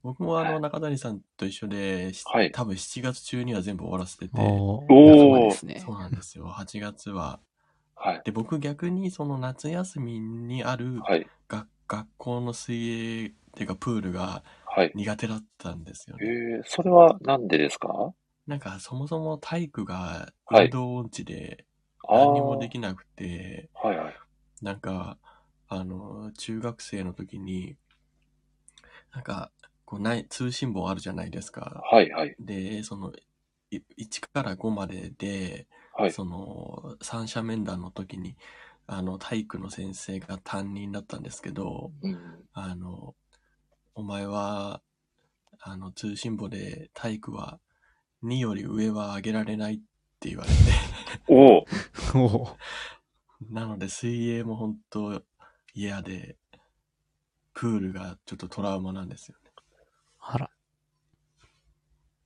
Speaker 3: 僕もあ
Speaker 1: は
Speaker 3: の
Speaker 1: い
Speaker 3: 中谷さんと一緒で、し
Speaker 1: はい
Speaker 3: 多分7月中には全部終わらせてて、
Speaker 2: おー
Speaker 1: おー
Speaker 2: 仲間ですね
Speaker 3: そうなんですよ。8月は。
Speaker 1: はい。
Speaker 3: で、僕逆にその夏休みにある
Speaker 1: はい。
Speaker 3: 学学校の水泳っていうかプールが
Speaker 1: はい。
Speaker 3: 苦手だったんですよ
Speaker 1: え
Speaker 3: ね。
Speaker 1: ー、それはなんでですか
Speaker 3: なんかそもそも体育が
Speaker 1: はい
Speaker 3: 運動音痴で
Speaker 1: ああ。
Speaker 3: 何にもできなくて、
Speaker 1: はいはい。
Speaker 3: なんか、あの、中学生の時に、なんか、こうない、通信簿あるじゃないですか。
Speaker 1: はいはい。
Speaker 3: で、その、い1から5までで、
Speaker 1: はい。
Speaker 3: その、三者面談の時に、あの、体育の先生が担任だったんですけど、
Speaker 1: うん
Speaker 3: あの、お前は、あの、通信簿で体育は2より上は上げられないって言われて、 (laughs)
Speaker 1: おー
Speaker 2: (laughs) おー
Speaker 3: なので水泳も本当嫌で、プールがちょっとトラウマなんですよね。
Speaker 2: あら。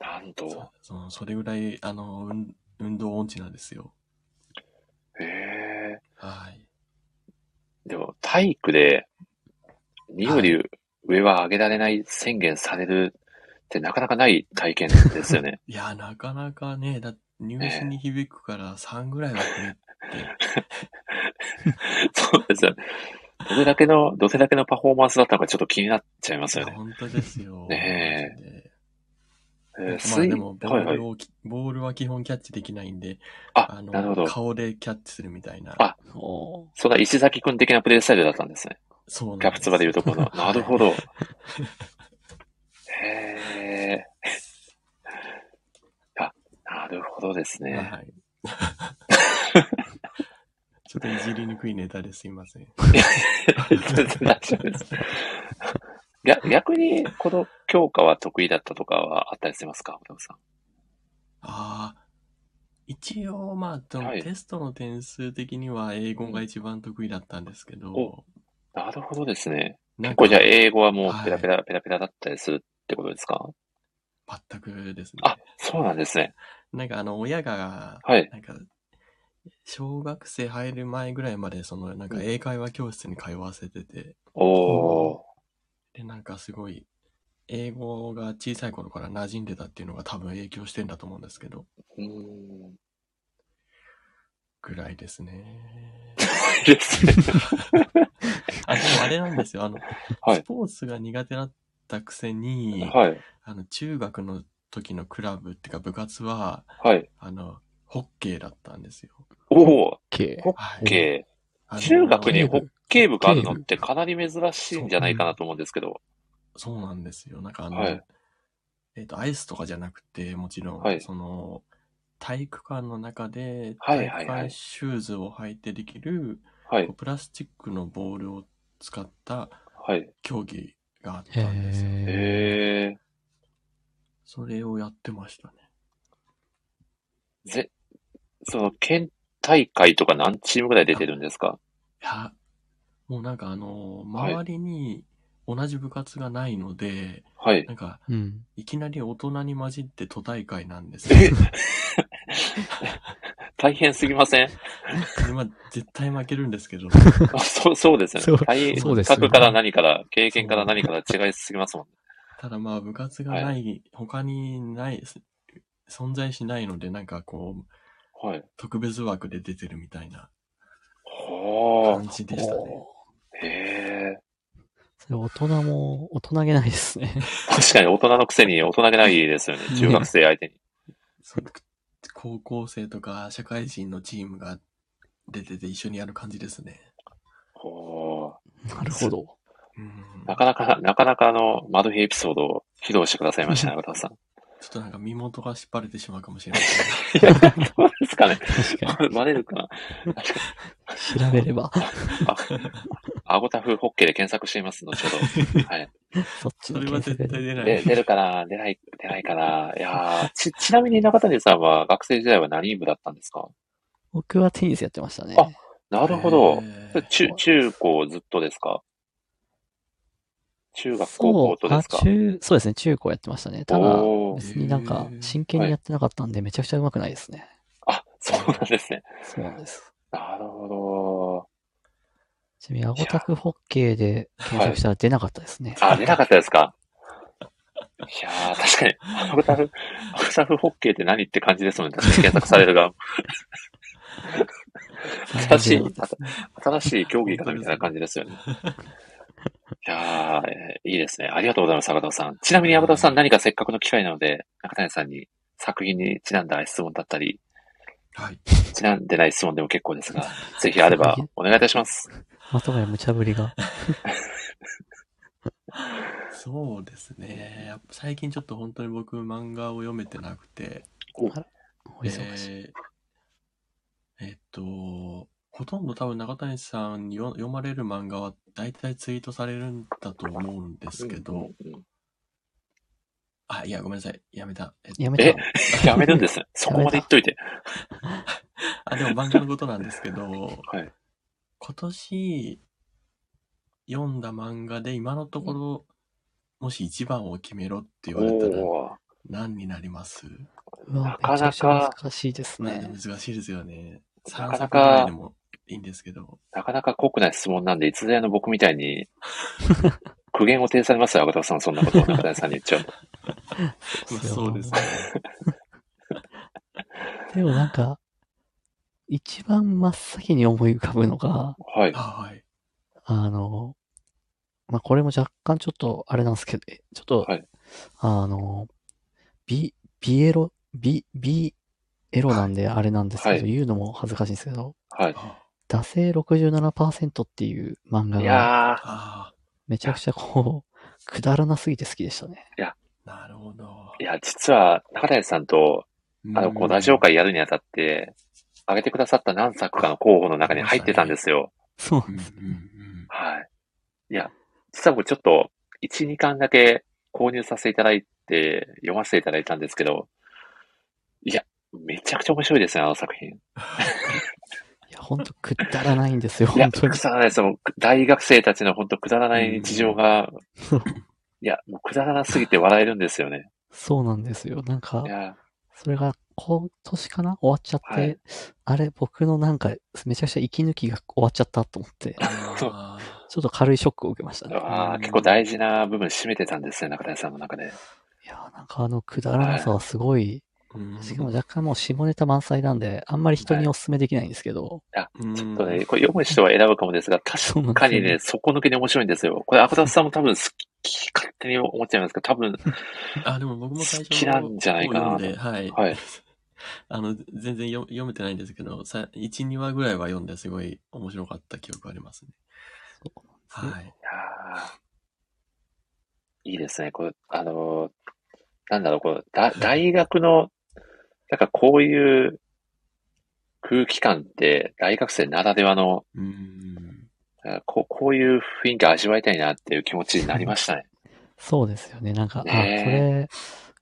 Speaker 1: なんと。
Speaker 3: そそのそれぐらい、あの、運運動音痴なんですよ。
Speaker 1: へえ
Speaker 3: はい。
Speaker 1: ー。でも、体育で、2より上は上げられない宣言されるってなかなかない体験ですよ
Speaker 3: (laughs)
Speaker 1: ね。
Speaker 3: いや、なかなかね、だって入試に響くから3ぐらいは上って、
Speaker 1: そうですよね。どれだけの、どれだけのパフォーマンスだったのかちょっと気になっちゃいます
Speaker 3: い
Speaker 1: よ
Speaker 3: や
Speaker 1: ね。
Speaker 3: 本当です
Speaker 1: (laughs)
Speaker 3: よ。
Speaker 1: ね
Speaker 3: マジ
Speaker 1: えー
Speaker 3: でまあ
Speaker 1: 水
Speaker 3: でも、ボ
Speaker 1: はい
Speaker 3: ー
Speaker 1: はい
Speaker 3: ル。をき、ボールは基本キャッチできないんで、
Speaker 1: あ、なるほ
Speaker 3: の、
Speaker 1: ど。
Speaker 3: 顔でキャッチするみたいな。
Speaker 1: あ
Speaker 2: おー
Speaker 1: そんな石崎くん的なプレイスタイルだったんですね。
Speaker 3: そうなん
Speaker 1: キャプツバで言うとこ
Speaker 3: (laughs)
Speaker 1: ろの。なるほ
Speaker 3: ど。
Speaker 1: ど。へえ。あ、なるほどです
Speaker 3: はい
Speaker 1: ね。
Speaker 3: はい。 (laughs) ちょっといじりにくいネタですいません。
Speaker 1: 全然大丈夫です。 (laughs) 逆逆に、この教科は得意だったとかはあったりしますか、小田さん。
Speaker 3: ああ。一応、まあ、でも
Speaker 1: はい
Speaker 3: テストの点数的には英語が一番得意だったんですけど
Speaker 1: お、なるほどですね。
Speaker 3: な
Speaker 1: 結
Speaker 3: ん
Speaker 1: 構
Speaker 3: か
Speaker 1: じゃあ英語はも
Speaker 3: は
Speaker 1: う
Speaker 3: い
Speaker 1: ペラペラ、ペラペラだったりするってことですか
Speaker 3: 全くですね。
Speaker 1: あ、そうなんですね。
Speaker 3: なんかあの、親が、
Speaker 1: はい。
Speaker 3: なんか、小学生入る前ぐらいまで、その、なんか英会話教室に通わせてて、
Speaker 1: おー。
Speaker 3: で、なんかすごい、英語が小さい頃から馴染んでたっていうのが多分影響してんだと思うんですけど、
Speaker 1: うーん。
Speaker 3: ぐらいで
Speaker 1: (laughs)
Speaker 3: すね。
Speaker 1: ですね。
Speaker 3: あ、でもあれなんですよ。あの、
Speaker 1: (laughs) はい
Speaker 3: スポーツが苦手だったくせに、
Speaker 1: はい。
Speaker 3: あの、中学の時のクラブっていうか部活は、
Speaker 1: はい。
Speaker 3: あの、ホッケーだったんですよ。
Speaker 1: おー。
Speaker 2: OK
Speaker 1: ホ
Speaker 3: は
Speaker 1: ッケー。
Speaker 3: あの
Speaker 1: 中学に
Speaker 2: あの
Speaker 1: ホッケー部があるのってかなり珍しいんじゃないかなと思うんですけど。
Speaker 3: そうなんですよ。なんかあの、
Speaker 1: はい
Speaker 3: えっ、と、アイスとかじゃなくて、もちろん、
Speaker 1: はい
Speaker 3: その、体育館の中で、
Speaker 1: はいは
Speaker 3: 体
Speaker 1: いはい
Speaker 3: 育館シューズを履いてできる、
Speaker 1: はい
Speaker 3: こう。プラスチックのボールを使った
Speaker 1: はい。
Speaker 3: 競技があったんですよ。
Speaker 2: へ
Speaker 1: へ
Speaker 3: それをやってましたね。
Speaker 1: ー。ぜ、その、県大会とか何チームぐらい出てるんですか
Speaker 3: いや、もうなんかあの、
Speaker 1: はい
Speaker 3: 周りに同じ部活がないので、
Speaker 1: はい。
Speaker 3: なんか、
Speaker 2: ーうん。
Speaker 3: いきなり大人に混じって都大会なんで
Speaker 1: (laughs)
Speaker 3: すよ
Speaker 1: え大変すぎませ
Speaker 2: (laughs)
Speaker 1: ん
Speaker 3: 今、絶対負けるんですけど。
Speaker 1: あそう、そうです
Speaker 2: そ
Speaker 1: よ
Speaker 2: う
Speaker 1: ね。大変、
Speaker 2: そうですよね
Speaker 1: 格から何から、経験から何から違いすぎますもんね。
Speaker 3: ただまあ部活がない、他にない、す存在しないので、なんかこう、
Speaker 1: はい。
Speaker 3: 特別枠で出てるみたいな
Speaker 1: ほー
Speaker 3: 感。じでしたね。
Speaker 1: へー。
Speaker 2: それ大人も大人げないですね。
Speaker 1: 確かに大人のくせに大人げないですよね。中学生相手に。
Speaker 3: そう高校生とか社会人のチームが出てて一緒にやる感じですね。
Speaker 1: ほー。
Speaker 2: なるほど。
Speaker 3: うん。
Speaker 1: なかなか、なかなかあの、マル秘エピソードを披露してくださいましたね、渡さん。
Speaker 3: ちょっとなんか身元が引っ張れてしまうかもしれない。
Speaker 1: (laughs) いや、どうですかね。
Speaker 2: 確か
Speaker 1: バレるかな。
Speaker 2: に。調べ
Speaker 1: (laughs)
Speaker 2: れば、
Speaker 1: あ、アゴタフホッケーで検索しています、後ほ
Speaker 2: (laughs)
Speaker 1: ど。はい。
Speaker 2: そっち
Speaker 3: そ
Speaker 2: の
Speaker 3: れは
Speaker 2: 検
Speaker 3: 絶
Speaker 2: 索
Speaker 3: 対
Speaker 2: で。
Speaker 3: 出な
Speaker 1: で、
Speaker 3: い。
Speaker 1: 出るかな出ない、出ないかないやーち、ちなみに中谷さんは学生時代は何部だったんですか
Speaker 2: 僕はテニスやってましたね。
Speaker 1: あなるほど。
Speaker 3: えー
Speaker 1: 中、中高ずっとですか中学、高校とですか
Speaker 2: そう中そうですね、中高やってましたね。ただ、別になんか、真剣にやってなかったんで、めちゃくちゃうまくないですね。
Speaker 1: あ、そうなんですね。
Speaker 2: そうなんです。
Speaker 1: なるほど。
Speaker 2: ちなみに、アゴタクホッケーで検索したら出なかったですね。
Speaker 1: あ、出なかったですか。いやー、確かに、アゴタフ、アゴタフホッケーって何って感じですもんね。確かに検索されるが。新しい、新しい競技かなみたいな感じですよね。いやー、えーいいですね。ありがとうございます、アゴタフさん。ちなみにアゴタフさん、何かせっかくの機会なので、中谷さんに作品にちなんだ質問だったり、
Speaker 3: はい。
Speaker 1: ちなんでない質問でも結構です (laughs) が、ぜひあればお願いいたします。
Speaker 2: まとめ無茶ぶりが。
Speaker 3: そうですね。やっぱ最近ちょっと本当に僕漫画を読めてなくて、
Speaker 2: お忙しい。
Speaker 3: えーえっと、ほとんど多分中谷さんによ読まれる漫画は大体ツイートされるんだと思うんですけど、あ、いや、ごめんなさい。やめた。えっと
Speaker 2: やめ
Speaker 1: え
Speaker 2: た。
Speaker 1: やめるんです
Speaker 3: (laughs)
Speaker 1: ね。そこまで言っといて。
Speaker 3: あ、でも漫画のことなんですけど、
Speaker 1: (laughs) はい。
Speaker 3: 今年読んだ漫画で今のところ、もし一番を決めろって言われたら
Speaker 1: おー
Speaker 3: 何になります、
Speaker 2: うわ
Speaker 1: なかなか
Speaker 2: めちゃくちゃ難しいです
Speaker 3: まあ
Speaker 2: ね。
Speaker 3: 難しいですよね。
Speaker 1: なかな
Speaker 3: 3
Speaker 1: か
Speaker 3: 作ぐらいでもいいんですけど。
Speaker 1: なかなか濃くない質問なんで、いつでの僕みたいに、苦言を呈されますよ、アガタさん。そんなことを中谷さんに言っちゃうと。
Speaker 3: まあそうですね。
Speaker 2: (laughs) でもなんか、一番真っ先に思い浮かぶのが、
Speaker 1: はい。
Speaker 3: あはい。
Speaker 2: あの、まあ、これも若干ちょっと、あれなんですけど、えちょっと、
Speaker 1: はい
Speaker 2: あの、ビ、ビエロ、ビ、ビエロなんであれなんですけど、
Speaker 1: はい
Speaker 2: 言うのも恥ずかしいんですけど、
Speaker 1: はい。
Speaker 3: あ
Speaker 2: 惰性67%っていう漫画
Speaker 1: い
Speaker 2: が、
Speaker 1: や
Speaker 3: あ
Speaker 2: めちゃくちゃこう、くだらなすぎて好きでしたね。
Speaker 3: ー、なるほど。
Speaker 1: ー、いや、実は、中谷さんと、あの、こう、ラジオ
Speaker 3: か
Speaker 1: 会やるにあたって、挙げてくださった何作かの候補の中に入ってたんですよ。
Speaker 2: そう
Speaker 3: う。んうん
Speaker 1: はい。いや、実は僕ちょっと、1、2巻だけ購入させていただいて、読ませていただいたんですけど、いや、めちゃくちゃ面白いですね、あの作品。
Speaker 2: いや、ほんとくだらないんですよ、
Speaker 1: いや、
Speaker 2: 本当に
Speaker 1: く。だらないです。もう大学生たちの本当くだらない日常が、
Speaker 2: うん
Speaker 1: (laughs) いや、もうくだらなすぎて笑えるんですよね。
Speaker 2: そうなんですよ。なんか
Speaker 1: い、や、
Speaker 2: それが今年かな終わっちゃって、
Speaker 1: はい
Speaker 2: あれ、僕のなんか、めちゃくちゃ息抜きが終わっちゃったと思って、
Speaker 3: うん。あー
Speaker 2: ちょっと軽いショックを受けましたね。
Speaker 1: あー結構大事な部分占めてたんですね、中谷さんの中で。
Speaker 2: いやー、なんかあの、くだらなさはすごい、
Speaker 3: うん
Speaker 2: しかも若干もう下ネタ満載なんで、あんまり人にお勧めできないんですけど、
Speaker 3: うん
Speaker 1: ちょっとね、これ読む人は選ぶかもですが、
Speaker 2: そうなん
Speaker 1: 確か
Speaker 2: ですよね
Speaker 1: にね、底抜けに面白いんですよ。これ、赤田さんも多分好き、勝手に思っちゃいますけど、多分、
Speaker 3: あ、でも僕も最初
Speaker 1: 好きなんじゃないかな
Speaker 3: 本を読んではい。
Speaker 1: はい。
Speaker 3: (laughs) あの、全然読読めてないんですけど、さ1、2話ぐらいは読んですごい面白かった記憶ありますね。
Speaker 2: そうなんです
Speaker 3: は
Speaker 2: ね
Speaker 3: い。
Speaker 1: あーいいですね。これ、あのーなんだろう、こう、だ大学の、なんかこういう空気感って、大学生ならではの、
Speaker 3: うん。
Speaker 1: なんかこうこういう雰囲気味わいたいなっていう気持ちになりましたね。
Speaker 2: そうですよね。なんか、あ、こ
Speaker 1: ね
Speaker 2: れ、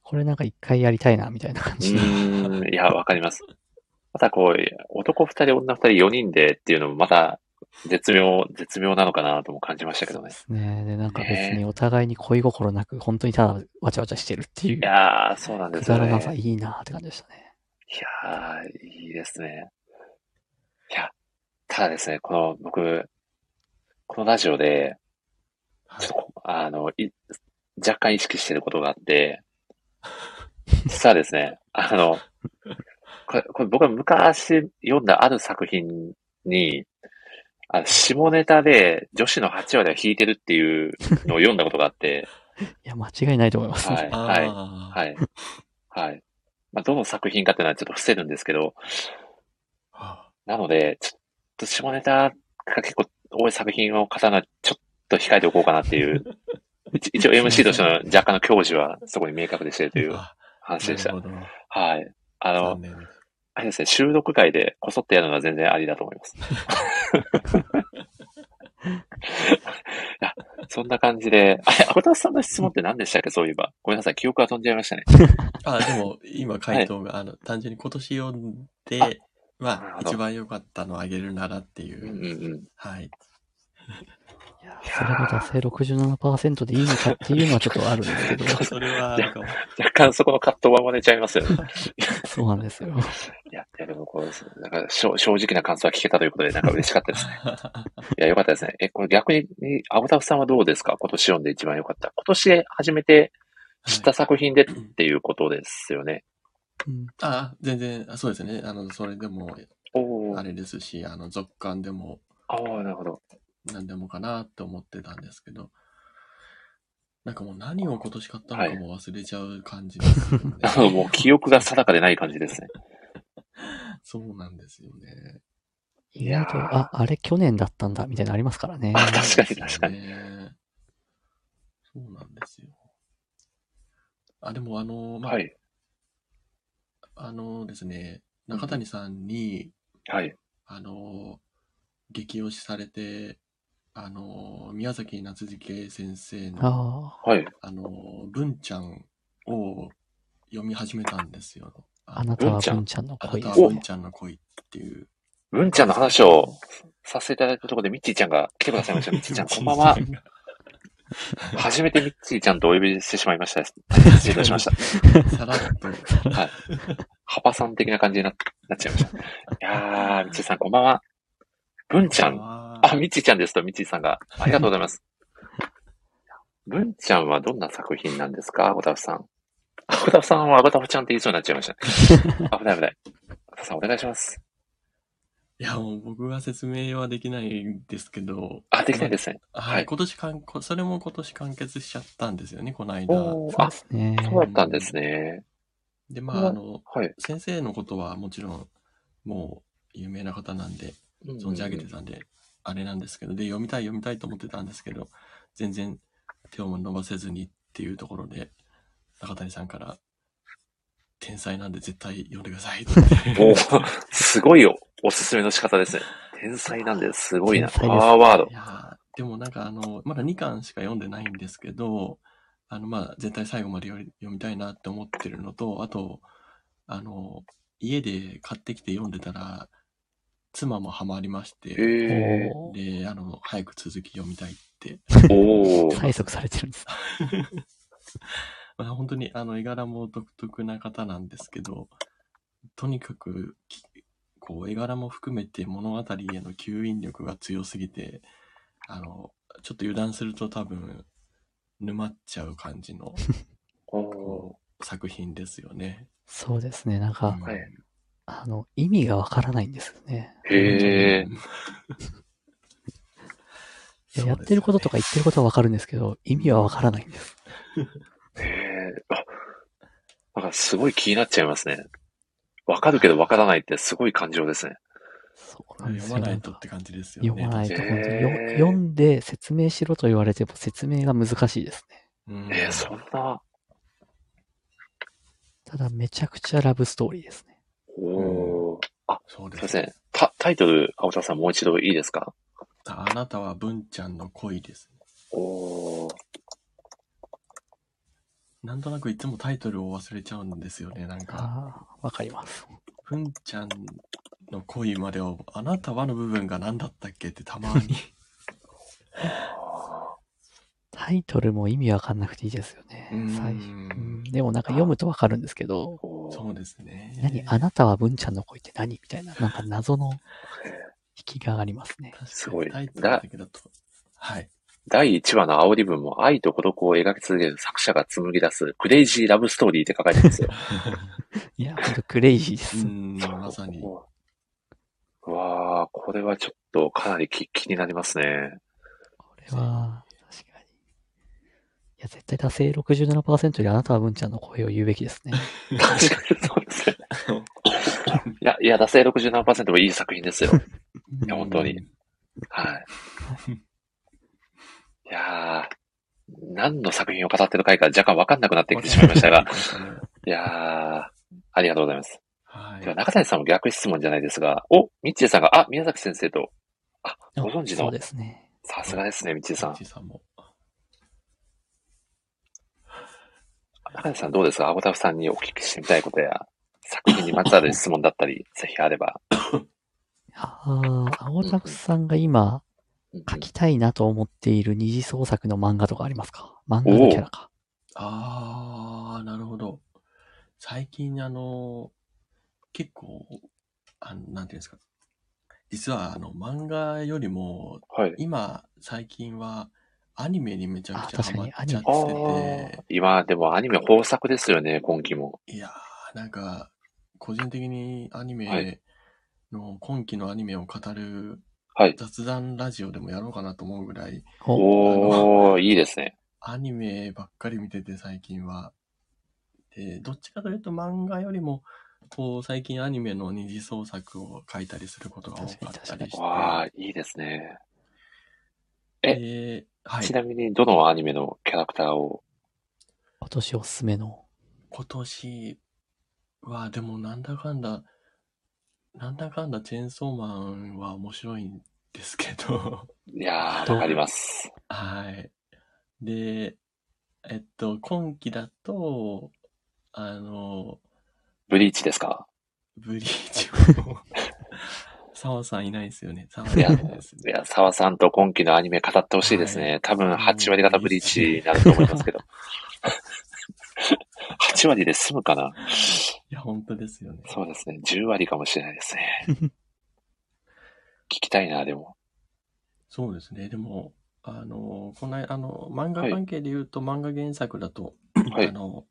Speaker 2: これなんか一回やりたいな、みたいな感
Speaker 1: う
Speaker 2: じ。
Speaker 1: ー (laughs) ん、いや、わかります。またこう、男二人、女二人、四人でっていうのもまた、絶妙、絶妙なのかなとも感じましたけどね
Speaker 2: で。すね。で、なんか別
Speaker 1: ね
Speaker 2: にお互いに恋心なく、本当にただわちゃわちゃしてるっていう
Speaker 1: い、やー、そうなん
Speaker 2: く
Speaker 1: ですよ
Speaker 2: だ
Speaker 1: ね。
Speaker 2: らなさいいなーって感じでしたね。
Speaker 1: いやー、いいですね。いや、ただですね、この、僕、このラジオで、
Speaker 3: は
Speaker 1: ちょ
Speaker 3: い
Speaker 1: っとこ、あの、い、若干意識してることがあって、実はですね、あの、これ、これ僕は昔読んだある作品に、あの下ネタで女子の8割を引いてるっていうのを読んだことがあ
Speaker 3: (laughs)
Speaker 1: って、
Speaker 2: いや、間違いないと思います。
Speaker 1: はい、はい。
Speaker 3: あ
Speaker 1: はい。はい。まあ、どの作品かっていうのはちょっと伏せるんですけど、
Speaker 3: あ。
Speaker 1: なので、ちょっと下ネタが結構多い作品を語るのはちょっと控えておこうかなっていう、一一応 MC としての若干の教授はそこに明確でしてるという
Speaker 3: あ
Speaker 1: 話でし
Speaker 3: な
Speaker 1: た
Speaker 3: る。ほど。
Speaker 1: はい。あの
Speaker 3: 残、念です
Speaker 1: あれですね、収録会でこそってやるのは全然ありだと思います。いやそんな感じで、あれ、アブタさんの質問って何でしたっけそういえば。ごめんなさい、記憶が飛んじゃいましたね。
Speaker 3: あ、でも今回答が、あの、単純に今年読ん
Speaker 1: あ
Speaker 3: で、
Speaker 1: なる
Speaker 3: まあ、
Speaker 1: ほど
Speaker 3: 一番良かったのをあげるならっていう
Speaker 1: (laughs)
Speaker 3: う、
Speaker 1: んうんうん。
Speaker 3: はい。
Speaker 2: いや、それが達成67%でいいのかっていうのはちょっとあるんですけど。
Speaker 3: それは、
Speaker 1: 若干そこの葛藤は真似ちゃいますよね。
Speaker 2: (laughs) そうなんです
Speaker 1: い
Speaker 2: よ。
Speaker 1: や、いやでもこう、なんか正直な感想は聞けたということで、なんか嬉しか
Speaker 3: (laughs)
Speaker 1: ったですね。いや、よかったですね。え、これ逆に、アボタフさんはどうですか今年読んで一番良かった。今年初めて知った作品でっていうことですよね。
Speaker 3: うん、ああ、全然、そうですね。あの、それでも、あれですし、あの、続刊でも、
Speaker 1: ああ、なるほど。
Speaker 3: 何でもかなと思ってたんですけど、なんかもう何を今年買ったのかも忘れちゃう感じですよね。
Speaker 1: (laughs) はい、もう記憶が定かでない感じですね。
Speaker 3: そうなんですよね。
Speaker 2: 意外と、あ、あれ去年だったんだ、みたいなのありますからね。
Speaker 1: 確かに確かに。
Speaker 3: そうなんですよ。あ、でもあの、まあ、はい、あのですね、中谷さんに、
Speaker 1: はい。
Speaker 3: あの、激推しされて、あの、宮崎夏月先生の、
Speaker 1: はい。
Speaker 3: あの、文ちゃんを読み始めたんですよ。
Speaker 2: あなたは文ちゃんの
Speaker 3: 恋。あなたは文ちゃんの恋っていう。。
Speaker 1: 文ちゃんの話をさせていただいたところで、ミッチーちゃんが来てくださいました。ミッチーちゃん、こんばんは。初めてミッチーちゃんとお呼びしてしまいました。失礼しました
Speaker 3: さらっと。
Speaker 1: はい。ハパさん的な感じになっちゃいま
Speaker 3: (laughs)
Speaker 1: した。いやー、ミッチーさん、こんばんは。文ちゃん。あ、みちちゃんですと、みちさんが。ありがとうございます。文ちゃんはどんな作品なんですかアゴタフさん。アゴタフさんはアゴタフちゃんって言いそうになっちゃいました、
Speaker 3: (laughs)
Speaker 1: ね。危ない危ない。アゴさんお願いします。
Speaker 3: いや、もう僕は説明はできないんですけど。
Speaker 1: あ、できないですね。
Speaker 3: はい。はい、今年かん、それも今年完結しちゃったんですよね、この間。
Speaker 1: あ、そうだったんですね。
Speaker 3: で、まあ、あの、はい、先生のことはもちろん、もう有名な方なんで、存じ上げてたんで、あれなんですけど、で、読みたい読みたいと思ってたんですけど、全然手を伸ばせずにっていうところで、中谷さんから、天才なんで絶対読んでくだ (laughs) さいって。
Speaker 1: おすごいよ。おすすめの仕方ですね。天才なんですごいな。パワーワード。
Speaker 3: いやでもなんかあの、まだ2巻しか読んでないんですけど、あの、まあ、絶対最後まで読みたいなって思ってるのと、あと、あの、家で買ってきて読んでたら、妻もハマりまして、
Speaker 1: え
Speaker 3: ー、で、あの、早く続き読みたいって。
Speaker 1: おお。
Speaker 2: 催促されてるんです。
Speaker 3: まあ、本当に、あの、絵柄も独特な方なんですけど、とにかく、こう、絵柄も含めて物語への吸引力が強すぎて、あの、ちょっと油断すると多分、沼っちゃう感じの作品ですよね。
Speaker 2: そうですね、なんか、うんはいあの、意味がわからないんですよね。
Speaker 3: (laughs)
Speaker 1: へえ
Speaker 2: ね。やってることとか言ってることはわかるんですけど、意味はわからないんです。
Speaker 1: へえ。あ、なんかすごい気になっちゃいますね。わかるけどわからないってすごい感情ですね。
Speaker 2: そうなんですよ。
Speaker 3: 読まないとって感じですよ
Speaker 2: ね。読まないと本当に。読んで説明しろと言われても説明が難しいです
Speaker 1: ね。えー、そんな。
Speaker 2: ただめちゃくちゃラブストーリーですね。
Speaker 1: おお、あ、そうですすいません。タタイトル、青田さんもう一度いいですか
Speaker 3: あなたは文ちゃんの恋です、ね。
Speaker 1: おお。
Speaker 3: なんとなくいつもタイトルを忘れちゃうんですよね、なんか。
Speaker 2: わかります。
Speaker 3: 文ちゃんの恋までを、あなたはの部分が何だったっけってたま
Speaker 2: (laughs)
Speaker 3: に
Speaker 2: タイトルも意味わかんなくていいですよね。最初、うん、でもなんか読むとわかるんですけど。
Speaker 3: そうですね。
Speaker 2: 何あなたは文ちゃんの声って何みたいな、なんか謎の引きがありますね。
Speaker 1: すごい。
Speaker 3: タイトルだけだと。はい。
Speaker 1: 第1話の煽り文も愛と孤独を描き続ける作者が紡ぎ出すクレイジーラブストーリーって書かれてるんですよ。
Speaker 2: いや、ほんとクレイジーです。
Speaker 3: うん、まさに。
Speaker 1: うわあ、これはちょっとかなり気気になりますね。
Speaker 2: これは、いや、絶対達成67%よりあなたは文ちゃんの声を言うべきですね。
Speaker 1: 確かにそうですね。いや、いや、達成67%もいい作品ですよ。いや、本当に。はい。いやー、何の作品を語ってる回か若干わかんなくなってきてしまいま
Speaker 3: (laughs)
Speaker 1: したが、いやー、ありがとうございます。
Speaker 3: はい、
Speaker 1: では中谷さんも逆質問じゃないですが、お、ミッチーさんが、あ、宮崎先生と、あ、ご存知の。
Speaker 2: そうですね。
Speaker 1: さすがですね、ミッチーさん。ミ
Speaker 3: ッチーさんも。
Speaker 1: 中谷さんどうですかアゴタフさんにお聞きしてみたいことや、作品にまつわる質問だったり、ぜひあれば。
Speaker 2: ああ、アゴタフさんが今、書きたいなと思っている二次創作の漫画とかありますか漫画のキャラか。
Speaker 3: ああ、なるほど。最近、あの、結構、あのなんていうんですか。実は、あの、漫画よりも、
Speaker 1: はい。
Speaker 3: 今、最近は、アニメにめちゃくちゃ
Speaker 2: あ
Speaker 3: ハ
Speaker 2: 確か
Speaker 3: マっ
Speaker 2: に
Speaker 3: ちゃって
Speaker 2: あア
Speaker 3: て、
Speaker 1: 今、でもアニメ豊作ですよね、今期も。
Speaker 3: いやー、なんか、個人的にアニ
Speaker 1: は
Speaker 3: メ
Speaker 1: い
Speaker 3: の、今期のアニメを語る
Speaker 1: はい
Speaker 3: 雑談ラジオでもやろうかなと思うぐらい、
Speaker 2: お
Speaker 1: おー、いいですね。
Speaker 3: アニメばっかり見てて最近は。で、どっちかというと漫画よりも、こう、最近アニメの二次創作を書いたりすることが多かったり
Speaker 1: わ
Speaker 3: し
Speaker 1: あ、いいですね。
Speaker 3: て、
Speaker 1: え
Speaker 3: で、はい
Speaker 1: ち。なみに、どのアニメのキャラクターを、
Speaker 2: 今年おすすめの。
Speaker 3: 今年は、でもなんだかんだ、なんだかんだチェーンソーマンは面白いんですけ (laughs) ど、
Speaker 1: いやー、
Speaker 2: どう
Speaker 1: わかります。
Speaker 3: はい。で、えっと、今期だと、あの、
Speaker 1: ブリーチですか
Speaker 3: ブリーチ (laughs) も、澤さんいないですよね。澤 (laughs) さんいないです
Speaker 1: い
Speaker 3: ね。
Speaker 1: や、沢さんと今期のアニメ語ってほしいですね。多分8割方ブリーチになると思いますけど。8割で済むかない
Speaker 3: や、本当ですよね。
Speaker 1: そうですね。10割かもしれないですね。聞きたいな、でも。
Speaker 3: そうですね。でも、あの、この間、あの、漫画関係で言うと、漫画原作だと、
Speaker 1: はい
Speaker 3: あの、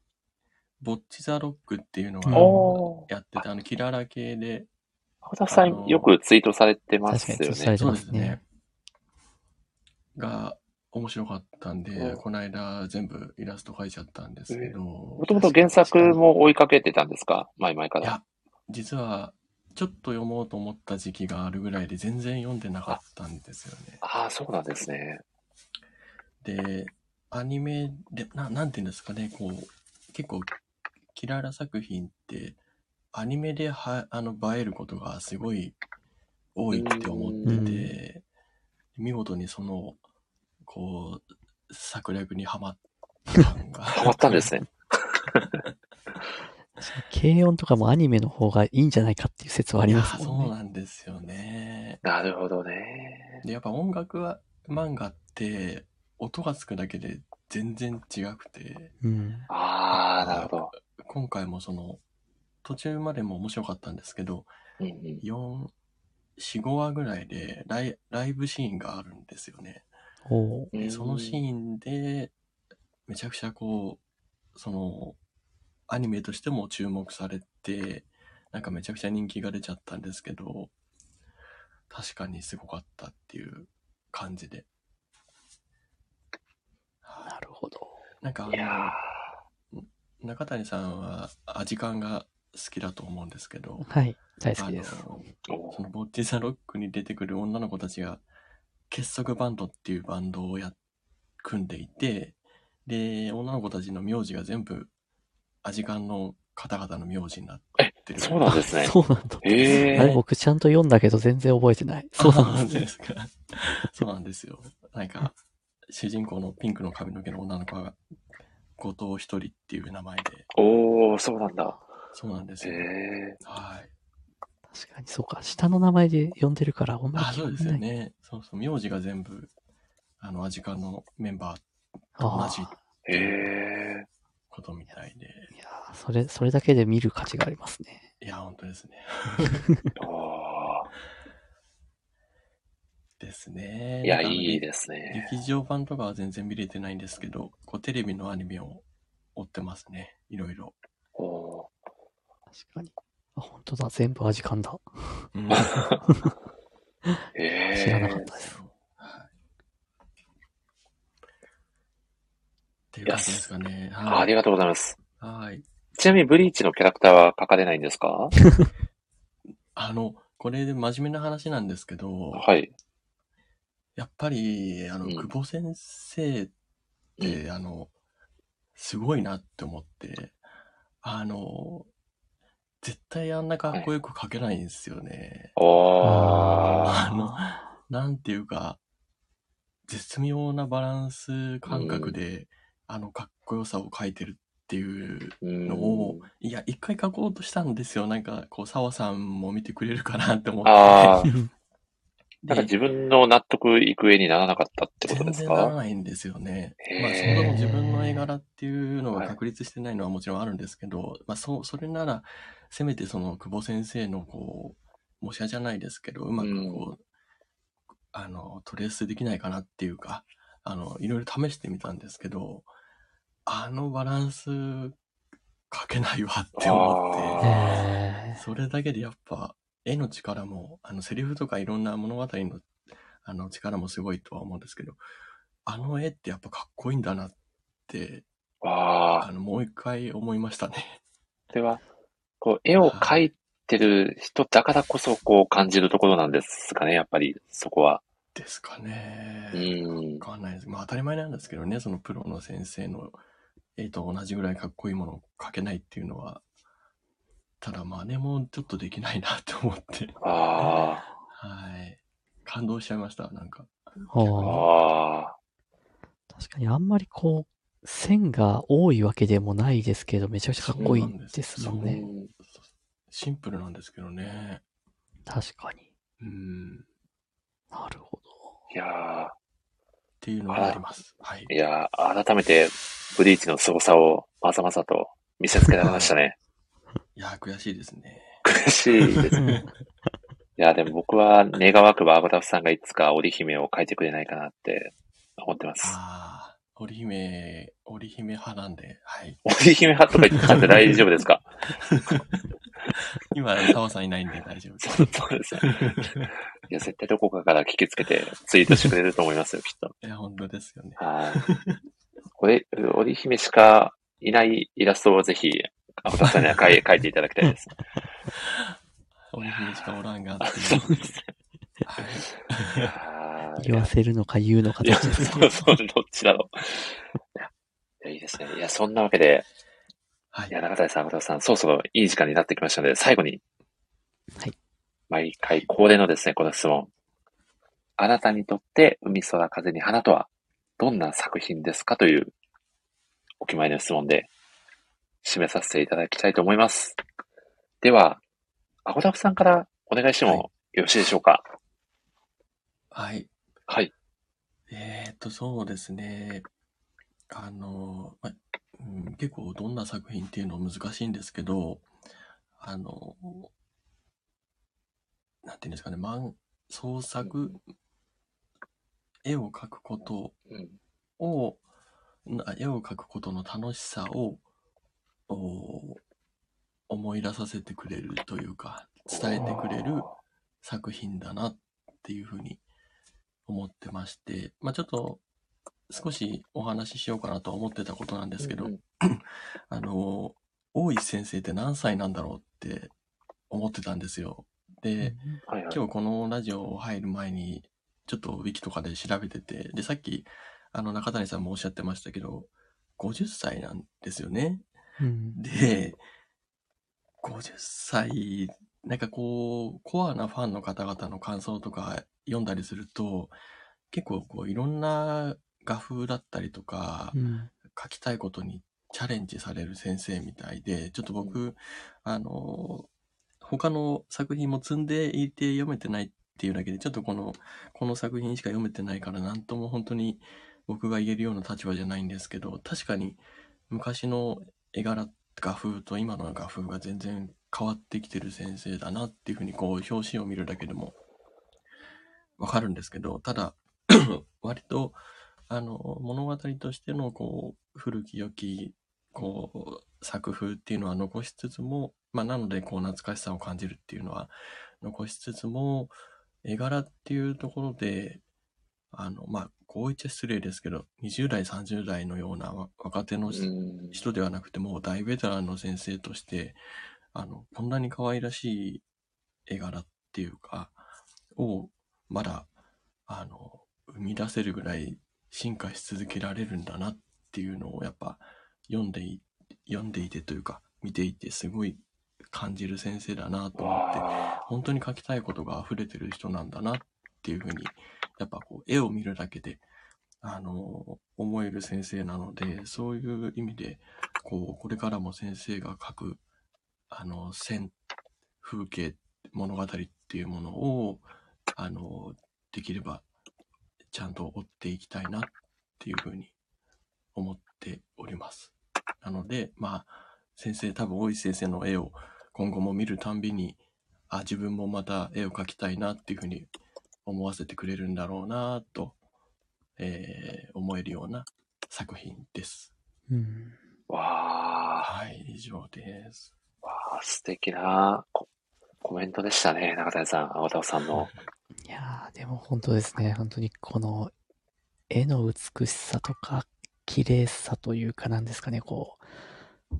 Speaker 3: ボッチザロックっていうの
Speaker 2: うん
Speaker 3: が
Speaker 1: おー。
Speaker 3: やってて、あの、キララ系で、
Speaker 1: 小田さ
Speaker 3: あ
Speaker 1: ん
Speaker 3: の
Speaker 1: よくツイートされてます
Speaker 2: 確か
Speaker 1: よ
Speaker 2: に、潰さ
Speaker 1: ね。
Speaker 2: れて
Speaker 3: そう
Speaker 2: ま
Speaker 3: ですす
Speaker 2: ね
Speaker 3: ね。。が、面白かったんで
Speaker 1: う、ん
Speaker 3: この間全部イラスト描いちゃったんですけど。も
Speaker 1: もともと原作も追いかけてたんですか前々か
Speaker 3: い
Speaker 1: ら。
Speaker 3: や、実は、ちょっと読もうと思った時期があるぐらいで、全然読んでなかったんですよね。
Speaker 1: ああ、そうなんですね。
Speaker 3: で、アニメで、ななんていうんですかね、こう、結構、キララ作品って、アニメではあの映えることがすごい多いって思ってて、見事にその、こう、策略にはまった感が。
Speaker 1: ハマったんですね。
Speaker 2: 軽音とかもアニメの方がいいんじゃないかっていう説はありますも
Speaker 3: いや
Speaker 2: ね。
Speaker 3: そうんなんですよね。
Speaker 1: なるほどね。
Speaker 3: でやっぱ音楽は漫画って音がつくだけで全然違くて
Speaker 2: うん。
Speaker 1: ああ、なるほど。
Speaker 3: 今回もその途中までも面白かったんですけど
Speaker 1: うんうん、
Speaker 3: 445話ぐらいでライライブシーンがあるんですよね
Speaker 2: おー
Speaker 1: う
Speaker 3: で
Speaker 1: ん
Speaker 3: そのシーンでめちゃくちゃこうそのアニメとしても注目されてなんかめちゃくちゃ人気が出ちゃったんですけど確かにすごかったっていう感じで
Speaker 2: なるほど。
Speaker 3: なんかあの
Speaker 1: いや
Speaker 3: 中谷さんはアジカンが好きだと思うんですけど、
Speaker 2: はい。大好きです。
Speaker 3: あの
Speaker 1: ーお
Speaker 3: そ
Speaker 1: ー
Speaker 3: のボッチザロックに出てくる女の子たちが結束バンドっていうバンドをや組んでいて、で、女の子たちの名字が全部アジカンの方々の名字になってる。
Speaker 1: そうなんですね
Speaker 2: あそうなんだ。
Speaker 1: え
Speaker 2: あれ
Speaker 1: え
Speaker 2: 僕ちゃんと読んだけど全然覚えてない。 (laughs) そうなんですね。
Speaker 3: すか。そうなんですよ。なんか、主人公のピンクの髪の毛の女の子が、後藤一人っていう名前で、
Speaker 1: おー、そうなんだ。
Speaker 3: そうなんです
Speaker 1: へ
Speaker 3: よ。
Speaker 1: え。
Speaker 3: はい。
Speaker 2: 確かに、そうか。下の名前で呼んでるから、ほんま
Speaker 3: あ、
Speaker 2: り記
Speaker 3: そう
Speaker 2: 憶
Speaker 3: ですよ
Speaker 2: ない。
Speaker 3: ね。そうそう。名字が全部、あの、アジカンのメンバーと
Speaker 2: あ
Speaker 3: 同じ
Speaker 2: あ。
Speaker 1: へえ。
Speaker 3: ことみたいで。
Speaker 2: いやーそれ、それだけで見る価値がありますね。
Speaker 3: いや、本当ですね。
Speaker 1: あ
Speaker 3: ですね。
Speaker 1: ーいや、
Speaker 3: なんか
Speaker 1: いいですね。
Speaker 3: 劇場版とかは全然見れてないんですけど、こう、テレビのアニメを追ってますね。いろいろ。
Speaker 1: おー
Speaker 2: 確かに。あ、本当だ。全部味感だ。
Speaker 3: うん、
Speaker 1: え
Speaker 2: 知らなかっ
Speaker 1: え。
Speaker 2: たです。
Speaker 3: はいっていう感じですかね。
Speaker 1: ああ
Speaker 3: は
Speaker 1: り
Speaker 3: い。
Speaker 1: がとうご (laughs) ざいます。
Speaker 3: はい。
Speaker 1: ちなみにブリーチのキャラクターは書かれないんですか
Speaker 3: あの、これで真面目な話なんですけど、
Speaker 1: はい。
Speaker 3: やっぱり、あの、
Speaker 1: うん
Speaker 3: 久保先生って、あの、すごいなって思って、あの、絶対あんなかっこよく描けないんですよね。
Speaker 1: おー。
Speaker 2: あ
Speaker 3: あの、なんていうか、絶妙なバランス感覚で、あのかっこよさを描いてるっていう
Speaker 1: うん
Speaker 3: のを、いや、一回描こうとしたんですよ。なんか、こう、澤さんも見てくれるかなって思って。
Speaker 1: ああ。なんか自分の納得いく絵にならなかったってこと
Speaker 3: 全
Speaker 1: です
Speaker 3: 然なら
Speaker 1: か
Speaker 3: ないんですよね。
Speaker 1: へー
Speaker 3: まあ、そもそも自分の絵柄っていうのが確立してないのはもちろんあるんですけど、まあ、そう、それなら、せめてその、久保先生の、こう、模写じゃないですけど、うまくこう、あの、トレースできないかなっていうか、あの、いろいろ試してみたんですけど、あのバランス、書けないわって思って。
Speaker 1: あー
Speaker 2: (laughs) え
Speaker 3: それだけでやっぱ絵の力もあのセリフとかいろんな物語のあの力もすごいとは思うんですけどあの絵ってやっぱかっこいいんだなって
Speaker 1: わあ
Speaker 3: あのもう一回思いましたね。 (laughs)
Speaker 1: それは、こう、絵を描いてる人だからこそ、こう、感じるところなんですかね、やっぱり、そこは。
Speaker 3: ですかね
Speaker 1: う。ん。
Speaker 3: わかんないです。まあ当たり前なんですけどねそのプロの先生の絵と同じぐらいかっこいいものを描けないっていうのはただ真似もちょっとできないなと思って
Speaker 1: あ
Speaker 3: はい感動しちゃいましたなんか。
Speaker 1: あ、
Speaker 2: はあ
Speaker 1: ああ、
Speaker 2: 確かにあんまりこう、線が多いわけでもないですけど、めちゃくちゃかっこいいんですもん
Speaker 1: う
Speaker 2: ね。
Speaker 1: ん
Speaker 3: シンプルなんですけどね。
Speaker 2: 確かに。
Speaker 3: うん
Speaker 2: なるほ
Speaker 1: いや
Speaker 3: っていうのがあります。はい
Speaker 1: ー、。いやー、改めて、ブリーチの凄さを、まざまざと見せつけられました (laughs) ね。
Speaker 3: いやー、悔しいですね。
Speaker 1: 悔しいです。い
Speaker 2: ど。うん
Speaker 1: やー、でも僕は、願わくばアブタフさんがいつか織姫を描いてくれないかなって思ってます。
Speaker 3: ああ、織姫、織姫派なんで、はい。
Speaker 1: 織姫派とか言っちゃって大丈夫 (laughs) ですか
Speaker 3: 今、澤さんいないんで大丈夫
Speaker 2: (laughs)
Speaker 3: です。
Speaker 1: そうですね。いや、絶対どこかから聞きつけてツイートしてくれると思いますよ、きっと。
Speaker 3: いや、本当ですよね。
Speaker 1: はい。これ、織姫しかいないイラストをぜひ、アブタフさんには描い描いていただきたいです。
Speaker 3: 織姫しかおらんがって
Speaker 2: (laughs)
Speaker 3: いう。はい。
Speaker 1: はい
Speaker 2: 言わせるのか言うのか
Speaker 1: い
Speaker 2: ど
Speaker 1: や、
Speaker 2: っちですか
Speaker 1: そうそう、どっちだろう。いや、いいですね。いや、そんなわけで、
Speaker 3: はい
Speaker 1: いや、中谷さん、赤田さん、そろそろいい時間になってきましたので、最後に、
Speaker 2: はい。
Speaker 1: 毎回恒例のですね、この質問。あなたにとって、海空風に花とは、どんな作品ですかという、お決まりの質問で、締めさせていただきたいと思います。では、アコタフさんからお願いして
Speaker 3: はい
Speaker 1: もよろしいでしょうか。
Speaker 3: はい。
Speaker 1: はい。
Speaker 3: えー、っと、そうですね。あの、まうん、結構どんな作品っていうの難しいんですけど、あの、なんていうんですかね、漫創作、絵を描くこと
Speaker 1: うん
Speaker 3: を、な絵を描くことの楽しさを、お思い出させてくれるというか、伝えてくれる作品だなっていうふうに思ってまして、まあ、ちょっと少しお話ししようかなとは思ってたことなんですけど、
Speaker 1: うんうん
Speaker 3: あの、大石先生って何歳なんだろうって思ってたんですよ。で、
Speaker 1: はいはい。
Speaker 3: 今日このラジオ入る前に、ちょっとウィキとかで調べてて、で、さっき、あの、中谷さんもおっしゃってましたけど、50歳なんですよね。
Speaker 2: うん
Speaker 3: で、50歳、なんかこう、コアなファンの方々の感想とか読んだりすると、結構こう、いろんな画風だったりとか
Speaker 2: う、ん
Speaker 3: 書きたいことにチャレンジされる先生みたいで、ちょっと僕、あの、他の作品も積んでいて読めてないっていうだけで、ちょっとこの、この作品しか読めてないから、なんとも本当に僕が言えるような立場じゃないんですけど、確かに昔の絵柄、画風と今の画風が全然変わってきてる先生だなっていうふうに、こう、表紙を見るだけでもわかるんですけど、ただ、 (clears throat) 割と、あの、物語としての、こう、古き良き、こう、作風っていうのは残しつつも、まあ、なので、こう、懐かしさを感じるっていうのは残しつつも、絵柄っていうところで、あの、まあ、こう言っちゃ失礼ですけど、20代、30代のようなわ若手の
Speaker 1: うん
Speaker 3: 人ではなくてもう大ベテランの先生としてあのこんなに可愛らしい絵柄っていうかをまだあの生み出せるぐらい進化し続けられるんだなっていうのをやっぱ読んでい読んでいてというか見ていてすごい感じる先生だなと思って
Speaker 1: わ
Speaker 3: 本当に書きたいことが溢れてる人なんだなっていうふうに、やっぱこう、絵を見るだけで、あの、思える先生なので、そういう意味で、こう、これからも先生が描く、あの、線、風景、物語っていうものを、あの、できればちゃんと追っていきたいなっていうふうに思っております。なので、まあ、先生、多分大石先生の絵を今後も見るたんびに、あ、自分もまた絵を描きたいなっていうふうに思わせてくれるんだろうなと、えー、思えるような作品です。
Speaker 2: うん。
Speaker 1: わ
Speaker 3: ー。はい、以上です。
Speaker 1: わー、素敵なココメントでしたね、中谷さん、青田尾さんの。
Speaker 2: いやー、でも本当ですね、本当にこの絵の美しさとか、綺麗さというかなんですかね、こう、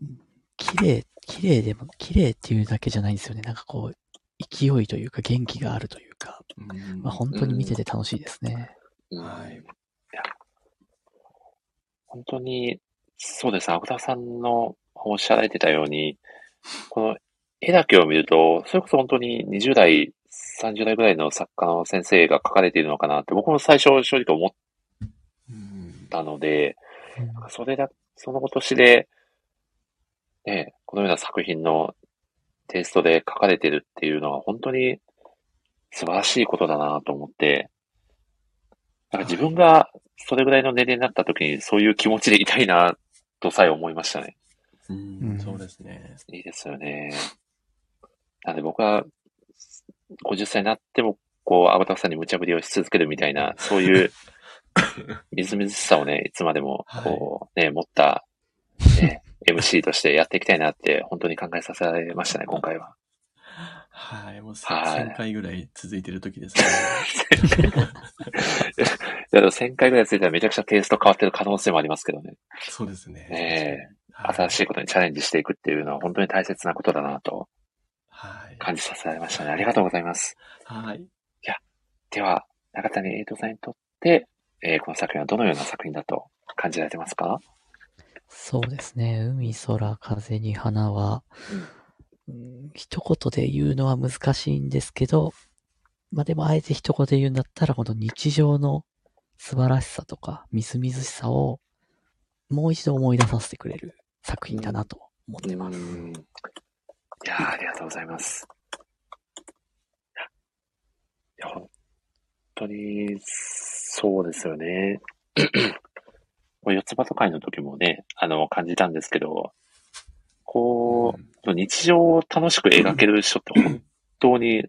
Speaker 2: うん、綺麗、綺麗でも、綺麗っていうだけじゃないんですよね。なんかこう、勢いというか元気があるというか、うん、まあ、本当に見てて楽しいですね。
Speaker 1: うん、はい。いや、本当に、そうですね、アクタさんのおっしゃられてたように、この絵だけを見ると、それこそ本当に20代、30代ぐらいの作家の先生が書かれているのかなって、僕も最初正直思ってたので、なんかそれだ、その今年で、ね、このような作品のテイストで書かれてるっていうのは本当に素晴らしいことだなと思って、なんか自分がそれぐらいの年齢になった時にそういう気持ちでいたいなとさえ思いましたね。
Speaker 3: うん、そうですね。
Speaker 1: いいですよね。なんで僕は50歳になっても、こう、アバターさんに無茶ぶりをし続けるみたいな、そういうみずみずしさをね、いつまでも、こう、ね、はい、持った、ね、MC (laughs) としてやっていきたいなって、本当に考えさせられましたね、今回は。
Speaker 3: はい、もう 1000, 回ぐらい続いてる時です
Speaker 2: (laughs)
Speaker 3: ね。
Speaker 1: いや、でも1000回ぐらい続いたらめちゃくちゃテイスト変わってる可能性もありますけどね。
Speaker 3: そうですね。
Speaker 1: ね新しいことにチャレンジしていくっていうのは本当に大切なことだなと、感じさせられましたね。ありがとうございます。
Speaker 3: はい。い
Speaker 1: や、では、中谷エイトさんにとって、えー、この作品はどのような作品だと感じられてますか
Speaker 2: そうですね。海、空、風に花は、うん、一言で言うのは難しいんですけど、まあでもあえて一言で言うんだったら、この日常の素晴らしさとか、みずみずしさをもう一度思い出させてくれる作品だなと思ってます。うん
Speaker 1: いやありがとうございます。いや、本当に、そうですよね。四つ葉と会の時もね、あの、感じたんですけど、こう、うん、日常を楽しく描ける人って本当に